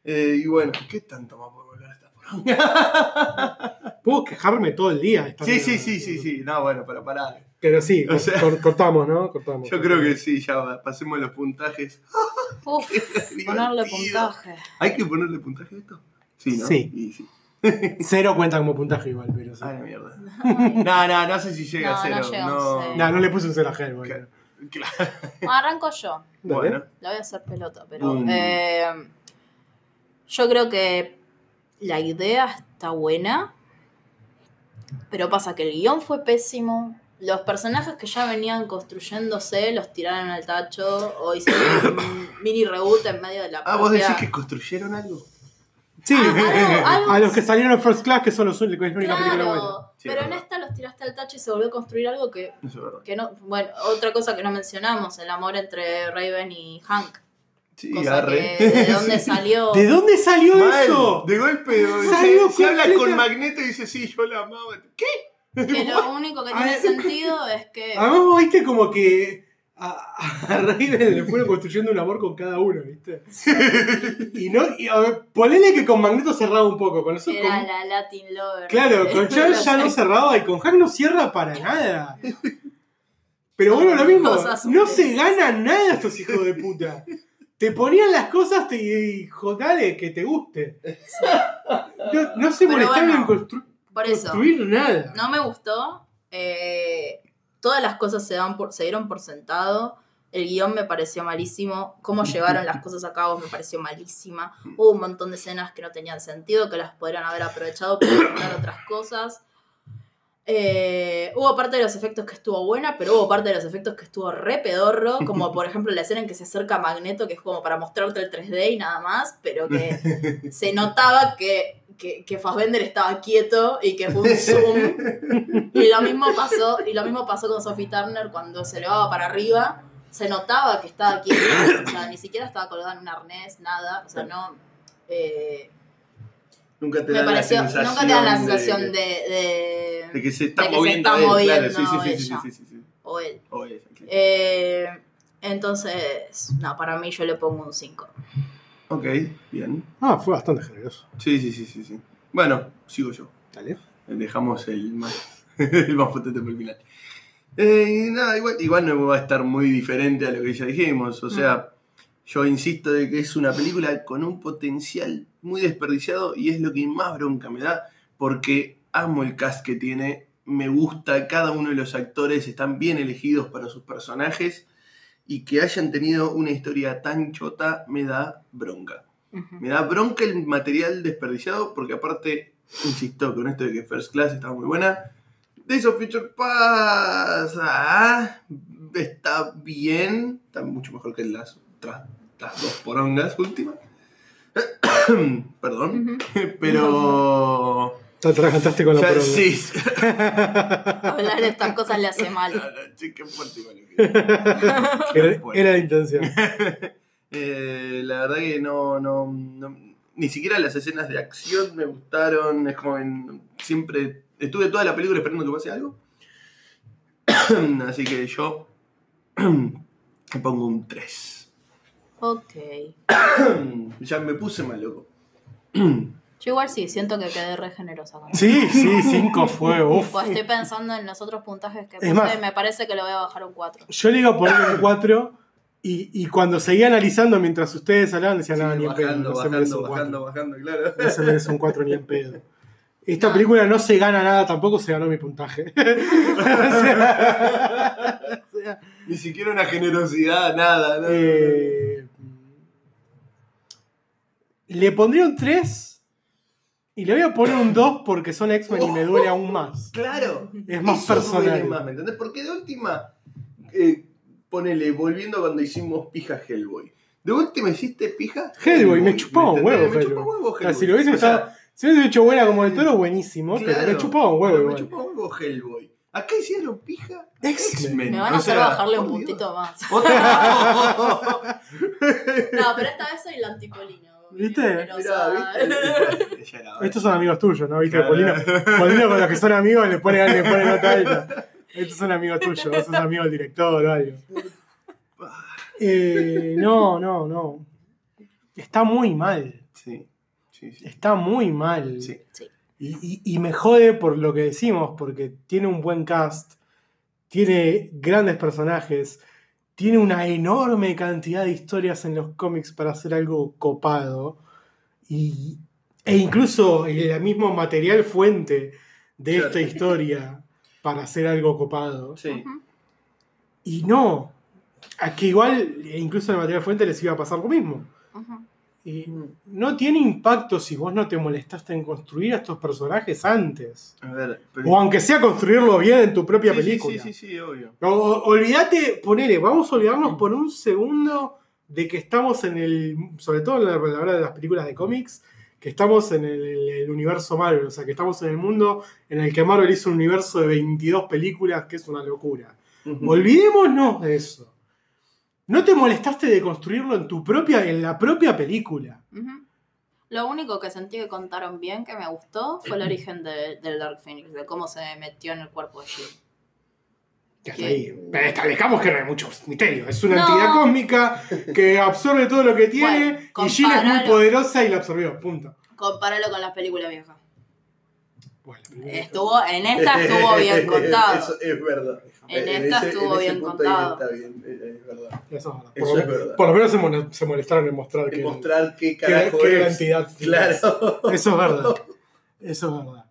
Speaker 3: Eh, y bueno, ¿qué tanto más por volver a esta poronga?
Speaker 2: Puedo quejarme todo el día. de esta
Speaker 3: Sí, sí,
Speaker 2: mierda.
Speaker 3: sí, sí, sí. No, bueno, pero pará.
Speaker 2: Pero sí,
Speaker 3: O sea-
Speaker 2: cor- cortamos, ¿no? Cortamos.
Speaker 3: Yo creo que sí, ya va. Pasemos los puntajes.
Speaker 1: Uf, ponerle puntaje.
Speaker 3: ¿Hay que ponerle puntaje a esto? Sí, ¿no?
Speaker 2: Sí.
Speaker 3: Y sí.
Speaker 2: Cero cuenta como puntaje igual, pero sí.
Speaker 3: A la mierda.
Speaker 1: Ay.
Speaker 3: No, no, no sé si llega
Speaker 1: No,
Speaker 3: a cero.
Speaker 1: no llega a
Speaker 3: No,
Speaker 1: un
Speaker 2: No, no le puse un cero a Hellboy.
Speaker 3: Claro. Claro.
Speaker 1: Arranco yo.
Speaker 3: Bueno.
Speaker 1: La voy a hacer pelota, pero.
Speaker 3: Mm.
Speaker 1: eh, yo creo que la idea está buena. Pero pasa que el guión fue pésimo. los personajes que ya venían construyéndose los tiraron al tacho o hicieron un mini reboot en medio de la
Speaker 3: Ah, vos
Speaker 1: propia-
Speaker 3: decís que construyeron algo.
Speaker 2: Sí,
Speaker 1: Ah, algo- algo-
Speaker 2: a los que salieron en First Class, que son los únicos, es la única película buena.
Speaker 1: Claro,
Speaker 3: Sí,
Speaker 1: pero
Speaker 3: es
Speaker 1: en
Speaker 3: verdad.
Speaker 1: esta los tiraste al tacho y se volvió a construir algo que,
Speaker 3: Eso es verdad.
Speaker 1: que no... Bueno, otra cosa que no mencionamos, el amor entre Raven y Hank.
Speaker 3: Sí,
Speaker 1: Cosa
Speaker 3: arre.
Speaker 1: que de dónde salió...
Speaker 2: ¿De dónde salió
Speaker 3: Mal,
Speaker 2: eso?
Speaker 3: De golpe, dice,
Speaker 2: Salió
Speaker 3: se habla
Speaker 2: completa-
Speaker 3: con Magneto y dice, sí, yo la amaba. ¿Qué?
Speaker 1: Que lo único que tiene
Speaker 2: Ay.
Speaker 1: sentido es que...
Speaker 2: Además, vos viste como que a, a Raven le fueron construyendo un amor con cada uno, ¿viste? Y no, y a ver, ponele que con Magneto cerraba un poco, con eso.
Speaker 1: Era
Speaker 2: con-
Speaker 1: la Latin Lover.
Speaker 2: claro, con Charles ya no cerraba y con Hank no cierra para nada. Pero bueno, lo mismo,
Speaker 1: Cosas
Speaker 2: no
Speaker 1: azules.
Speaker 2: se ganan nada estos hijos de puta. Te ponían las cosas te, y jo, dale, que te guste. No, no se
Speaker 1: Pero
Speaker 2: molestaron
Speaker 1: bueno,
Speaker 2: en constru-
Speaker 1: Por eso,
Speaker 2: construir nada.
Speaker 1: no me gustó. eh, todas las cosas se, dan por, se dieron por sentado. El guión me pareció malísimo. Cómo llevaron las cosas a cabo me pareció malísima. Hubo un montón de escenas que no tenían sentido, que las podrían haber aprovechado para contar otras cosas. Eh, hubo parte de los efectos que estuvo buena, pero hubo parte de los efectos que estuvo re pedorro, como por ejemplo la escena en que se acerca Magneto, que es como para mostrarte el 3D y nada más, pero que se notaba que, que, que Fassbender estaba quieto y que fue un zoom. Y lo mismo pasó, y lo mismo pasó con Sophie Turner cuando se elevaba para arriba. Se notaba que estaba quieta, o sea, ni siquiera estaba colgada en un arnés, nada. O sea, no. eh,
Speaker 3: Nunca te
Speaker 1: me
Speaker 3: dan la
Speaker 1: pareció.
Speaker 3: sensación.
Speaker 1: Nunca te da la sensación de.
Speaker 3: de-
Speaker 1: de-
Speaker 3: de que se está
Speaker 1: de que se
Speaker 3: moviendo.
Speaker 1: está
Speaker 3: él,
Speaker 1: moviendo
Speaker 3: claro. Sí, sí, sí, sí,
Speaker 1: ella.
Speaker 3: sí, sí, sí.
Speaker 1: o él.
Speaker 3: O ella, claro.
Speaker 1: Eh, entonces, no, para mí yo le pongo un 5.
Speaker 3: Ok, bien.
Speaker 2: Ah, fue bastante generoso.
Speaker 3: Sí, sí, sí, sí, sí. Bueno, sigo yo.
Speaker 2: Dale.
Speaker 3: Dejamos el más, el más potente por el final. Eh, y nada, igual, igual no va a estar muy diferente a lo que ya dijimos. O sea, yo insisto de que es una película con un potencial muy desperdiciado y es lo que más bronca me da porque amo el cast que tiene, me gusta, cada uno de los actores están bien elegidos para sus personajes y que hayan tenido una historia tan chota me da bronca. Me da bronca el material desperdiciado porque aparte, insisto, con esto de que First Class estaba muy buena. Days of Future Past ah, está bien, está mucho mejor que las otras las dos porongas últimas. Perdón, pero...
Speaker 2: Te trajantaste con la
Speaker 3: Ya-
Speaker 2: poronga.
Speaker 3: sí,
Speaker 1: Hablar de estas cosas le hace mal.
Speaker 3: sí, qué fuerte igual que-
Speaker 2: Era, era la intención.
Speaker 3: Eh, la verdad que no, no, no- Ni siquiera las escenas de acción me gustaron. Es como en- siempre. Estuve toda la película esperando que pase algo. Así que yo. le pongo un 3.
Speaker 1: Ok.
Speaker 3: ya me puse mal loco.
Speaker 1: Yo igual sí, siento que quedé re generosa con eso.
Speaker 2: Sí, sí, cinco fue, uf.
Speaker 1: Pues estoy pensando en los otros puntajes que puse
Speaker 2: más-
Speaker 1: y me parece que le voy a bajar un 4.
Speaker 2: Yo le iba a poner un 4 y, y cuando seguía analizando mientras ustedes hablaban decían, no, ni en pedo,
Speaker 3: bajando,
Speaker 2: no se merece
Speaker 3: bajando,
Speaker 2: un 4.
Speaker 3: bajando, bajando, claro.
Speaker 2: No se merece un 4 ni en pedo. Esta
Speaker 1: No.
Speaker 2: película no se gana nada, tampoco se ganó mi puntaje. O sea, o sea,
Speaker 3: Ni siquiera una generosidad, nada, nada.
Speaker 2: eh, le pondría un 3 y le voy a poner un 2 porque son X-Men y me duele aún más.
Speaker 3: Claro.
Speaker 2: Es más
Speaker 3: Eso duele
Speaker 2: personal.
Speaker 3: más, ¿me entendés? Porque de última, eh, ponele, volviendo a cuando hicimos pija Hellboy. De última hiciste pija
Speaker 2: Hellboy, me chupaba un
Speaker 3: entendés?
Speaker 2: huevo
Speaker 3: Me chupaba
Speaker 2: Hellboy.
Speaker 3: un huevo
Speaker 2: O sea,
Speaker 3: Hellboy.
Speaker 2: si lo hubiese
Speaker 3: O sea,
Speaker 2: estado- Si hubiese hecho buena como el toro, buenísimo, pero
Speaker 3: claro,
Speaker 2: me chupaba un huevo.
Speaker 3: pero Me
Speaker 2: igual.
Speaker 3: chupaba un huevo Hellboy. Acá hicieron pija
Speaker 2: X-Men.
Speaker 1: Me van a
Speaker 3: O
Speaker 1: hacer
Speaker 3: sea,
Speaker 1: bajarle un
Speaker 3: por Dios.
Speaker 1: puntito más.
Speaker 3: Otra-
Speaker 1: No, pero esta vez soy el antipolino.
Speaker 2: ¿Viste?
Speaker 3: Mirá, ¿viste? Ya era hora.
Speaker 2: Estos son amigos tuyos, ¿no? Viste,
Speaker 3: Claro.
Speaker 2: Polino, Polino con los que son amigos le pone, le pone nota alta. Estos son amigos tuyos, vos sos amigo del director o algo. Eh, no, no, no. Está muy mal.
Speaker 3: Sí, sí, sí.
Speaker 2: Está muy mal.
Speaker 3: Sí.
Speaker 2: Y, y- y me jode por lo que decimos, porque tiene un buen cast, tiene grandes personajes, tiene una enorme cantidad de historias en los cómics para hacer algo copado. Y, e incluso el mismo material fuente de
Speaker 3: Claro.
Speaker 2: esta historia para hacer algo copado.
Speaker 3: Sí.
Speaker 2: Y no, a que igual, e incluso en el material fuente les iba a pasar lo mismo. Y
Speaker 3: Mm.
Speaker 2: no tiene impacto si vos no te molestaste en construir a estos personajes antes.
Speaker 3: A ver, pero-
Speaker 2: O aunque sea construirlo bien en tu propia
Speaker 3: Sí, sí,
Speaker 2: película.
Speaker 3: Sí, sí, Mm. sí, obvio.
Speaker 2: O- o- olvídate, ponele, vamos a olvidarnos por un segundo de que estamos en el, sobre todo en la palabra de las películas de cómics, que estamos en el, el- el universo Marvel, o sea, que estamos en el mundo en el que Marvel hizo un universo de 22 películas, que es una locura.
Speaker 3: Mm.
Speaker 2: Olvidémonos de eso. No te molestaste de construirlo en tu propia, en la propia película.
Speaker 1: Ujú. Lo único que sentí que contaron bien, que me gustó, fue el origen de- del Dark Phoenix, de cómo se metió en el cuerpo de Shield.
Speaker 2: Ya
Speaker 1: ¿Qué?
Speaker 2: está ahí. Pero Establezcamos que no hay mucho misterio. Es una
Speaker 1: No.
Speaker 2: entidad cósmica que absorbe todo lo que
Speaker 1: Bueno,
Speaker 2: tiene y Jean es muy
Speaker 1: comparalo.
Speaker 2: poderosa y la absorbió. Punto.
Speaker 1: Compáralo con las películas viejas.
Speaker 2: Bueno,
Speaker 1: Estuvo, en esta estuvo bien contado.
Speaker 3: Eso es verdad.
Speaker 1: En esta estuvo bien
Speaker 3: punto ahí
Speaker 1: contado.
Speaker 3: Está bien, eh, es verdad.
Speaker 2: Eso es verdad.
Speaker 3: Eso
Speaker 2: por, lo
Speaker 3: es
Speaker 2: men-
Speaker 3: verdad.
Speaker 2: por lo menos se, mon- se molestaron en mostrar que,
Speaker 3: Demostrar qué
Speaker 2: que-
Speaker 3: carajo
Speaker 2: que era
Speaker 3: es.
Speaker 2: entidad.
Speaker 3: Claro.
Speaker 2: Eso es verdad. Eso es verdad.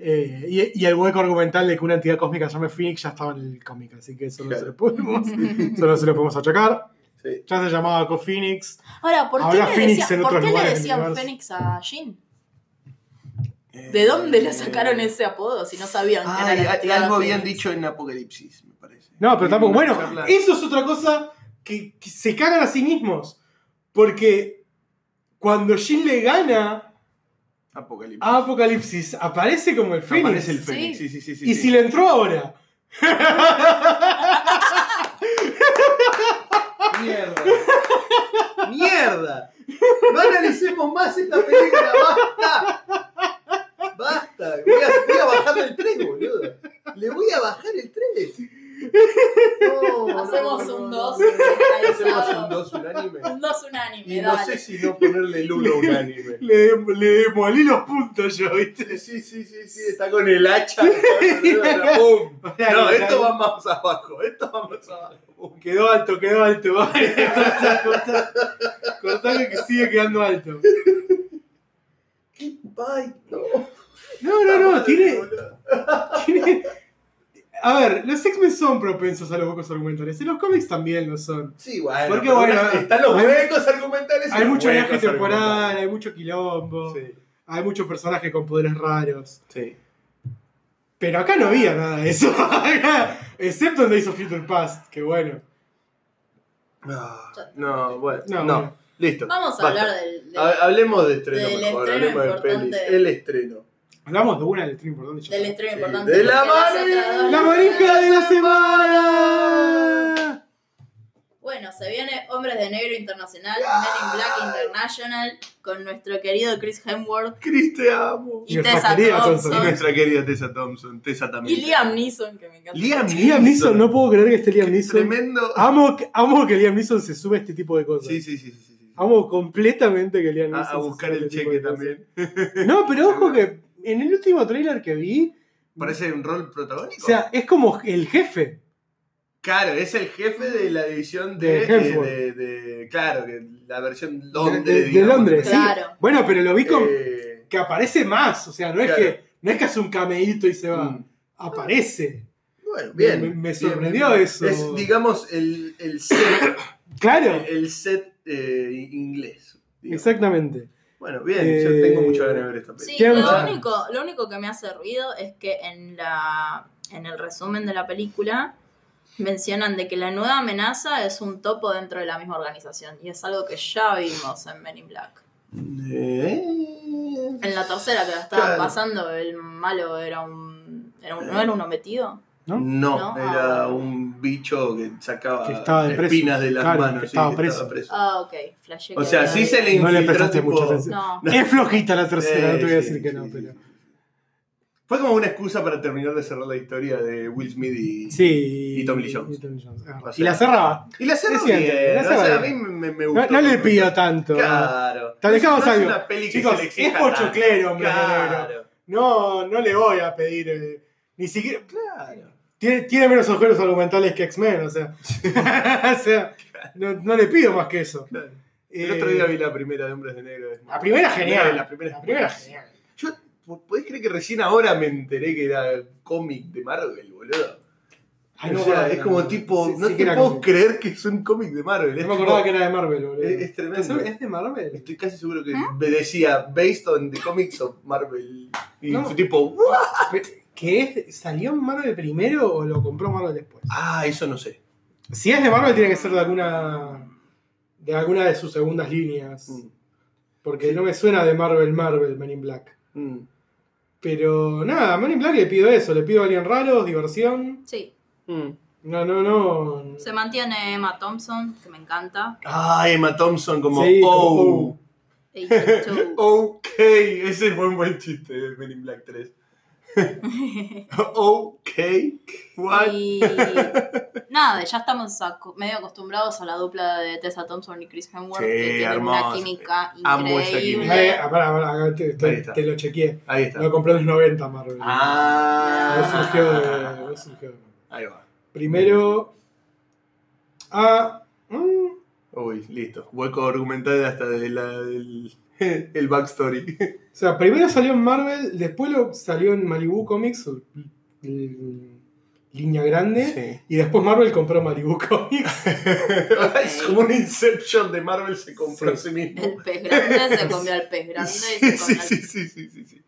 Speaker 2: Eh, y, y el hueco argumental de que una entidad cósmica se llame Phoenix ya estaba en el cómic, así que eso no,
Speaker 3: Claro.
Speaker 2: se, lo podemos, eso no se lo podemos achacar.
Speaker 3: Sí.
Speaker 2: Ya se llamaba Co-Phoenix.
Speaker 1: Ahora, ¿por qué,
Speaker 2: Habrá
Speaker 1: le,
Speaker 2: Fénix
Speaker 1: decía-
Speaker 2: en
Speaker 1: por
Speaker 2: otros
Speaker 1: qué le
Speaker 2: lugares del
Speaker 1: decían
Speaker 2: universo.
Speaker 1: Fénix a Jean? ¿De dónde le
Speaker 3: Eh,
Speaker 1: sacaron ese apodo si no sabían que
Speaker 3: Ay,
Speaker 1: era la
Speaker 3: ay,
Speaker 1: entidad
Speaker 3: algo habían
Speaker 1: Fénix?
Speaker 3: dicho en Apocalipsis, me parece.
Speaker 2: No, pero tampoco.
Speaker 3: Una
Speaker 2: Bueno,
Speaker 3: charla-
Speaker 2: eso es otra cosa que, que se cagan a sí mismos. Porque cuando Jean le gana
Speaker 3: Apocalipsis.
Speaker 2: a Apocalipsis, aparece como el Phoenix.
Speaker 3: Aparece el
Speaker 1: Sí.
Speaker 3: Fénix. Sí, sí, sí. sí,
Speaker 2: y
Speaker 3: sí.
Speaker 2: si le entró ahora.
Speaker 3: Mierda. Mierda. No analicemos más esta película. Basta. Basta. Voy a, voy a bajar el tren, boludo. Le voy a bajar el tren. No, no,
Speaker 1: Hacemos
Speaker 3: no,
Speaker 1: un
Speaker 3: no,
Speaker 1: dos,
Speaker 3: no, no. Hacemos un
Speaker 1: generalizado.
Speaker 3: 2 unánime.
Speaker 1: Un dos unánime,
Speaker 3: Y no
Speaker 1: dale.
Speaker 3: sé si no ponerle el 1 unánime.
Speaker 2: Le, le demolí los puntos yo, ¿viste?
Speaker 3: Sí, sí, sí, sí, está con el hacha. ¡Pum! No, esto va más abajo, esto va más abajo. ¡Pum!
Speaker 2: Uh, Quedó alto, quedó alto. Vale, cortá, cortá. Cortale que sigue quedando alto.
Speaker 3: Ay, no.
Speaker 2: No, no, no, tiene, tiene- A ver, los X-Men son propensos a los huecos argumentales. En los cómics también lo son.
Speaker 3: Sí, bueno.
Speaker 2: Porque,
Speaker 3: pero
Speaker 2: bueno,
Speaker 3: una- están los
Speaker 2: hay-
Speaker 3: huecos argumentales. y
Speaker 2: Hay
Speaker 3: los
Speaker 2: mucho
Speaker 3: huecos
Speaker 2: viaje temporal,
Speaker 3: argumentales.
Speaker 2: hay mucho quilombo,
Speaker 3: Sí,
Speaker 2: hay muchos personajes con poderes raros.
Speaker 3: sí.
Speaker 2: Pero acá no había nada de eso. Acá, Excepto en Days of Future Past, que bueno.
Speaker 3: Ah, No, bueno.
Speaker 2: No,
Speaker 3: No,
Speaker 2: bueno.
Speaker 3: listo.
Speaker 1: Vamos a
Speaker 3: basta. ah,
Speaker 1: hablar del... del-
Speaker 3: Ha- Hablemos de estreno,
Speaker 1: del
Speaker 3: mejor,
Speaker 1: estreno
Speaker 3: hablemos de pelis.
Speaker 1: importante.
Speaker 3: El estreno.
Speaker 2: Hablamos de una del trim importante. ya
Speaker 1: del
Speaker 2: está.
Speaker 1: estreno
Speaker 3: Sí,
Speaker 1: importante.
Speaker 3: de la
Speaker 1: porque las
Speaker 3: María.
Speaker 1: otras dos-
Speaker 2: ¡La manija de la semana!
Speaker 1: Bueno, se viene Hombres de Negro Internacional, Men in Black International, con nuestro querido Chris Hemsworth
Speaker 3: Chris, te amo.
Speaker 1: y
Speaker 2: Nuestra
Speaker 1: Tessa
Speaker 2: querida
Speaker 1: Thompson.
Speaker 2: Thompson.
Speaker 3: Nuestra querida Tessa Thompson, Tessa
Speaker 1: Y
Speaker 3: también.
Speaker 1: Liam Neeson, que me encanta.
Speaker 3: Liam Neeson.
Speaker 2: Liam Neeson, no puedo creer que esté Liam Neeson. Ah,
Speaker 3: Tremendo.
Speaker 2: Amo, que- amo que Liam Neeson se sube a este tipo de cosas.
Speaker 3: Sí, sí, sí. sí, sí, sí.
Speaker 2: Amo completamente que Liam
Speaker 3: A,
Speaker 2: Neeson.
Speaker 3: a buscar
Speaker 2: se sube
Speaker 3: el
Speaker 2: a este tipo
Speaker 3: cheque
Speaker 2: de cosas.
Speaker 3: también.
Speaker 2: No, pero ojo que en el último trailer que vi,
Speaker 3: Parece un rol protagónico.
Speaker 2: o sea, es como el jefe.
Speaker 3: claro, es el jefe de la división de.
Speaker 2: De Hemsworth.
Speaker 3: de- de- claro, que la versión Londres.
Speaker 2: de- de
Speaker 3: digamos.
Speaker 2: Londres, sí.
Speaker 1: Claro.
Speaker 2: Bueno, pero lo vi con,
Speaker 3: Eh,
Speaker 2: que aparece más. O sea, no es,
Speaker 3: Claro.
Speaker 2: que, no es que hace un cameíto y se va.
Speaker 3: mm.
Speaker 2: Aparece.
Speaker 3: Bueno, bien.
Speaker 2: Me- me
Speaker 3: bien,
Speaker 2: sorprendió
Speaker 3: bien.
Speaker 2: eso.
Speaker 3: Es, digamos, el, el set,
Speaker 2: Claro,
Speaker 3: el set eh, inglés. digamos.
Speaker 2: exactamente.
Speaker 3: Bueno, bien,
Speaker 2: Eh,
Speaker 3: yo tengo mucho ganas de ver esta
Speaker 1: Sí,
Speaker 3: película.
Speaker 2: Tiene
Speaker 1: lo
Speaker 2: muchas
Speaker 1: único, lo único que me hace ruido es que en la en el resumen de la película mencionan de que la nueva amenaza es un topo dentro de la misma organización y es algo que ya vimos en Men in Black.
Speaker 3: Eh,
Speaker 1: En la tercera que la estaban
Speaker 3: Claro.
Speaker 1: pasando, el malo era un, era un- ¿No era uno metido?
Speaker 2: ¿no?
Speaker 3: No,
Speaker 1: No,
Speaker 3: era
Speaker 1: ah.
Speaker 3: un bicho que sacaba
Speaker 2: Que estaba de preso.
Speaker 3: espinas de las
Speaker 2: Claro,
Speaker 3: manos.
Speaker 2: que
Speaker 3: sí,
Speaker 2: estaba
Speaker 3: que
Speaker 2: preso.
Speaker 1: Ah, ok. flashé
Speaker 3: O
Speaker 1: que
Speaker 3: sea,
Speaker 1: había
Speaker 3: sí se le
Speaker 1: habido.
Speaker 2: No le
Speaker 3: infiltró,
Speaker 2: prestaste
Speaker 3: tipo-
Speaker 2: mucha atención.
Speaker 1: No.
Speaker 2: Es flojita la tercera, no te voy a
Speaker 3: Sí,
Speaker 2: decir que
Speaker 3: sí,
Speaker 2: no,
Speaker 3: sí,
Speaker 2: pero.
Speaker 3: sí. Fue como una excusa para terminar de cerrar la historia de Will Smith y,
Speaker 2: Sí.
Speaker 3: Y Tommy Lee Jones.
Speaker 2: Y, Tommy Lee Jones, ah.
Speaker 3: O
Speaker 2: Y la
Speaker 3: sea,
Speaker 2: cerraba.
Speaker 3: y la cerró
Speaker 2: Es cierto,
Speaker 3: bien,
Speaker 2: la
Speaker 3: o
Speaker 2: cerró
Speaker 3: sea, a mí
Speaker 2: bien.
Speaker 3: me, me- me
Speaker 2: No,
Speaker 3: gustó.
Speaker 2: no le pido tanto.
Speaker 3: Claro.
Speaker 2: Te alejamos
Speaker 3: No es
Speaker 2: algo.
Speaker 3: una peli que
Speaker 2: Chicos,
Speaker 3: se le
Speaker 2: es
Speaker 3: exija
Speaker 2: por
Speaker 3: tanto.
Speaker 2: choclero, hombre,
Speaker 3: Claro,
Speaker 2: No, no le voy a pedir. eh, ni siquiera.
Speaker 3: claro.
Speaker 2: Tiene, tiene menos agujeros argumentales que X-Men, o sea. o sea, no, no le pido más que eso.
Speaker 3: claro.
Speaker 2: Eh,
Speaker 3: El otro día vi la primera de Hombres de Negro. Es
Speaker 2: La primera genial.
Speaker 3: La primera,
Speaker 2: La primera genial.
Speaker 3: Yo, ¿podés creer que recién ahora me enteré que era cómic de Marvel, boludo?
Speaker 2: Ay,
Speaker 3: o
Speaker 2: no me
Speaker 3: sea,
Speaker 2: acordaba
Speaker 3: es
Speaker 2: que
Speaker 3: como
Speaker 2: era-
Speaker 3: tipo,
Speaker 2: sí,
Speaker 3: no
Speaker 2: sí que
Speaker 3: te
Speaker 2: era
Speaker 3: puedo
Speaker 2: como-
Speaker 3: creer que es un cómic de Marvel.
Speaker 2: No
Speaker 3: es
Speaker 2: me
Speaker 3: tipo-
Speaker 2: acordaba que era de Marvel, ¿Ah? boludo.
Speaker 3: es, es tremendo.
Speaker 2: ¿Es de Marvel?
Speaker 3: Estoy casi seguro que me decía, based on the comics of Marvel. Y
Speaker 2: No.
Speaker 3: fue tipo, "What?".
Speaker 2: ¿Que es, salió en Marvel primero o lo compró Marvel después?
Speaker 3: Ah, eso no sé.
Speaker 2: Si es de Marvel, tiene que ser de alguna. de alguna de sus segundas líneas.
Speaker 3: Mm.
Speaker 2: Porque no me suena de Marvel Marvel, Men in Black.
Speaker 3: Mm.
Speaker 2: Pero nada, a Men in Black le pido eso, le pido alguien raro, diversión.
Speaker 1: Sí.
Speaker 3: Mm.
Speaker 2: No, no, no.
Speaker 1: Se mantiene Emma Thompson, que me encanta.
Speaker 3: Ah, Emma Thompson como,
Speaker 2: Sí, como,
Speaker 3: oh.
Speaker 1: Ey, chau.
Speaker 3: Ok, ese fue un buen chiste de Men in Black 3. ok, what?
Speaker 1: Y nada, ya estamos acu- medio acostumbrados a la dupla de Tessa Thompson y Chris Hemsworth,
Speaker 3: Sí,
Speaker 1: que tienen
Speaker 3: hermoso.
Speaker 1: una química
Speaker 3: Amo esa
Speaker 1: increíble.
Speaker 2: Eh, ah, pará, pará, acá te, te-
Speaker 3: Ahí está.
Speaker 2: te lo chequeé.
Speaker 3: Ahí está.
Speaker 2: Lo compré en los 90 Marvel. No
Speaker 3: Ah,
Speaker 2: surgió de. no surgió de Marvel.
Speaker 3: Ahí va.
Speaker 2: Primero. Ah. mm,
Speaker 3: Uy, listo. Hueco argumental hasta desde la, el, el backstory.
Speaker 2: O sea, primero salió en Marvel, después lo salió en Malibu Comics, el- el- línea grande,
Speaker 3: Sí.
Speaker 2: y después Marvel compró Malibu Comics.
Speaker 3: es como un Inception de Marvel se compró
Speaker 2: Sí.
Speaker 3: a sí mismo.
Speaker 1: El pez grande se comió al pez grande y se
Speaker 3: Sí, sí,
Speaker 1: comió al
Speaker 3: sí, sí, sí, sí, sí.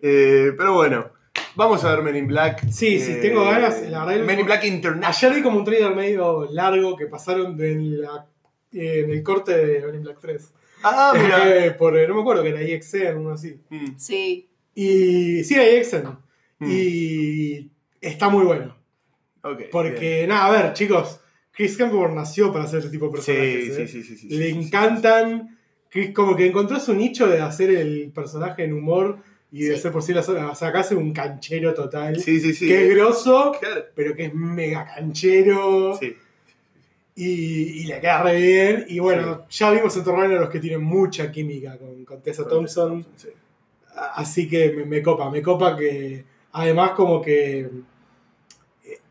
Speaker 3: Eh, pero bueno, vamos a ver Men in Black.
Speaker 2: Sí, sí,
Speaker 3: Eh,
Speaker 2: tengo ganas, la verdad,
Speaker 3: Men in Black
Speaker 2: Ayer
Speaker 3: International.
Speaker 2: vi como un trailer medio largo que pasaron de en, la- eh, en el corte de Men in Black 3.
Speaker 3: Ah, mira.
Speaker 2: Eh, por, no me acuerdo que era EXN, uno así.
Speaker 3: Mm,
Speaker 1: Sí,
Speaker 2: Y sí, era EXN.
Speaker 3: mm,
Speaker 2: Y está muy bueno.
Speaker 3: ok,
Speaker 2: Porque, nada, a ver, chicos, Chris Hemsworth nació para hacer ese tipo de
Speaker 3: bien.
Speaker 2: personajes.
Speaker 3: Sí,
Speaker 2: ¿eh?
Speaker 3: sí, sí, sí, sí, sí,
Speaker 2: le
Speaker 3: sí, sí.
Speaker 2: encantan. que como que encontró su nicho de hacer el personaje en humor y de
Speaker 1: Sí.
Speaker 2: ser por sí la sola. O sea, acá hace un canchero total.
Speaker 3: Sí, sí, sí.
Speaker 2: Que es grosso,
Speaker 3: Claro.
Speaker 2: pero que es mega canchero.
Speaker 3: Sí.
Speaker 2: Y, y le queda re bien. Y bueno, ya vimos en Torrano a los que tienen mucha química con, con Tessa Thompson.
Speaker 3: Sí.
Speaker 2: A- Así que me, me copa, me copa que además como que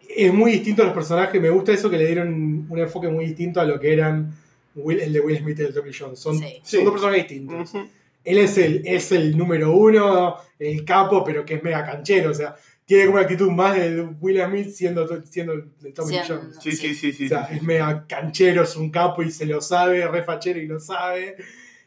Speaker 2: es muy distinto a los personajes, me gusta eso que le dieron un enfoque muy distinto a lo que eran Will- el de Will Smith y el de Tommy Jones. Son,
Speaker 1: Sí.
Speaker 2: son
Speaker 3: Sí.
Speaker 2: dos personajes distintos.
Speaker 3: Ujú.
Speaker 2: Él es el, es el número uno, el capo, pero que es mega canchero, o sea, tiene como una actitud más de Will Smith siendo, to- siendo el de Tommy
Speaker 1: Siendo-
Speaker 2: Jones.
Speaker 3: Sí, sí, sí, sí.
Speaker 2: O sea,
Speaker 3: sí,
Speaker 2: es
Speaker 3: sí.
Speaker 2: mega canchero, es un capo y se lo sabe, re fachero y lo sabe.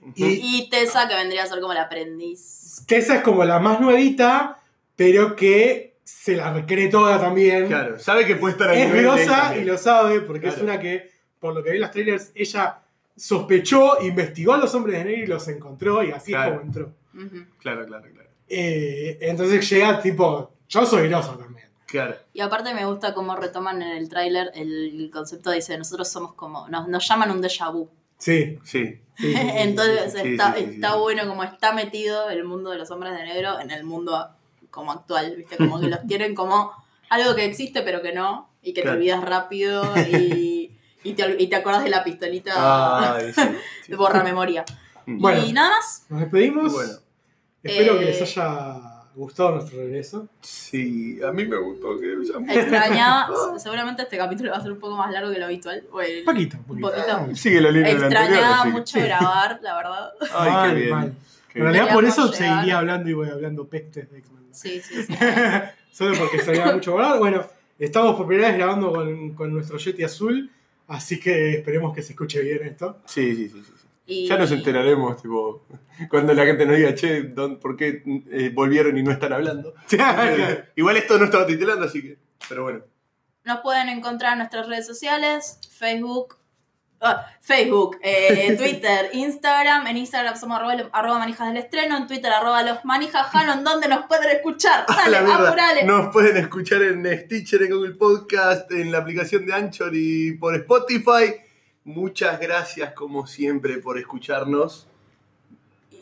Speaker 3: Ujú.
Speaker 2: Y,
Speaker 1: y Tessa que vendría a ser como la aprendiz.
Speaker 2: Tessa es como la más nuevita, pero que se la recree toda también.
Speaker 3: Claro, sabe que puede estar al
Speaker 2: Es
Speaker 3: nivel de él
Speaker 2: grosa
Speaker 3: también.
Speaker 2: y lo sabe, porque es
Speaker 3: Claro.
Speaker 2: una que, por lo que vi en los trailers, ella sospechó, investigó a los hombres de negro y los encontró, y así
Speaker 3: Claro.
Speaker 2: es como entró.
Speaker 1: Ujú.
Speaker 3: Claro, claro, claro.
Speaker 2: Eh, entonces llega tipo, yo soy grosa también.
Speaker 3: Claro.
Speaker 1: Y aparte me gusta cómo retoman en el tráiler el concepto dice, nosotros somos como, nos, nos llaman un déjà vu.
Speaker 2: Sí.
Speaker 3: Sí.
Speaker 2: sí, sí, sí,
Speaker 1: Entonces
Speaker 3: sí, sí,
Speaker 1: está,
Speaker 3: sí, sí, sí.
Speaker 1: está bueno como está metido el mundo de los hombres de negro en el mundo como actual, ¿viste? Como que los tienen como algo que existe pero que no, y que
Speaker 3: Claro.
Speaker 1: te olvidas rápido y, y te, ol- y te acuerdas de la pistolita
Speaker 3: Ay, sí, Ah, sí.
Speaker 1: de borra memoria.
Speaker 3: Mm.
Speaker 2: Bueno.
Speaker 1: Y nada más,
Speaker 2: Nos despedimos.
Speaker 3: Bueno.
Speaker 2: Espero que
Speaker 1: Eh,
Speaker 2: les haya gustado nuestro regreso.
Speaker 3: Sí, a mí me gustó que
Speaker 1: extrañaba, seguramente este capítulo va a ser un poco más largo que lo habitual. o el-
Speaker 2: Poquito, un poquito.
Speaker 1: poquito.
Speaker 3: Sigue la línea del anterior.
Speaker 1: Extrañaba
Speaker 3: así que-
Speaker 1: mucho grabar, la verdad.
Speaker 3: Ay,
Speaker 2: Mal,
Speaker 3: qué bien.
Speaker 2: mal.
Speaker 3: qué
Speaker 2: En
Speaker 3: bien.
Speaker 2: realidad por eso
Speaker 1: Queríamos llegar.
Speaker 2: seguiría hablando y voy hablando pestes de X-Men.
Speaker 1: Sí, sí, sí.
Speaker 2: Solo porque salía mucho volar. Bueno, estamos por primera vez grabando con, con nuestro Yeti azul, así que esperemos que se escuche bien esto.
Speaker 3: Sí, sí, sí, sí, sí.
Speaker 1: Y-
Speaker 3: Ya nos enteraremos, tipo, cuando la gente nos diga, che, don, ¿por qué eh, volvieron y no están hablando? Eh, Igual esto no estaba titulando, así que. Pero bueno.
Speaker 1: Nos pueden encontrar en nuestras redes sociales, Facebook, ah, Facebook, eh, Twitter, Instagram. En Instagram somos arroba, arroba manijas del estreno, en Twitter arroba los manijas Hanon, donde nos pueden escuchar.
Speaker 3: A
Speaker 1: Dale,
Speaker 3: la mierda.
Speaker 1: apurale.
Speaker 3: Nos pueden escuchar en Stitcher, en Google Podcast, en la aplicación de Anchor y por Spotify. Muchas gracias, como siempre, por escucharnos.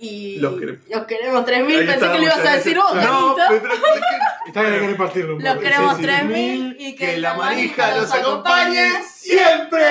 Speaker 1: Y
Speaker 3: Los queremos.
Speaker 1: los queremos 3.000.
Speaker 3: Ahí
Speaker 1: Pensé
Speaker 3: está,
Speaker 1: que lo ibas
Speaker 3: muchas
Speaker 1: a decir vos,
Speaker 3: gracias. No,
Speaker 1: Janito.
Speaker 3: pero- pero-
Speaker 2: Está bien, hay que repartirlo un
Speaker 1: Los
Speaker 2: poco.
Speaker 1: queremos
Speaker 3: sí, sí.
Speaker 1: 3.000 y que,
Speaker 3: que la manija los acompañe
Speaker 2: ¡Siempre!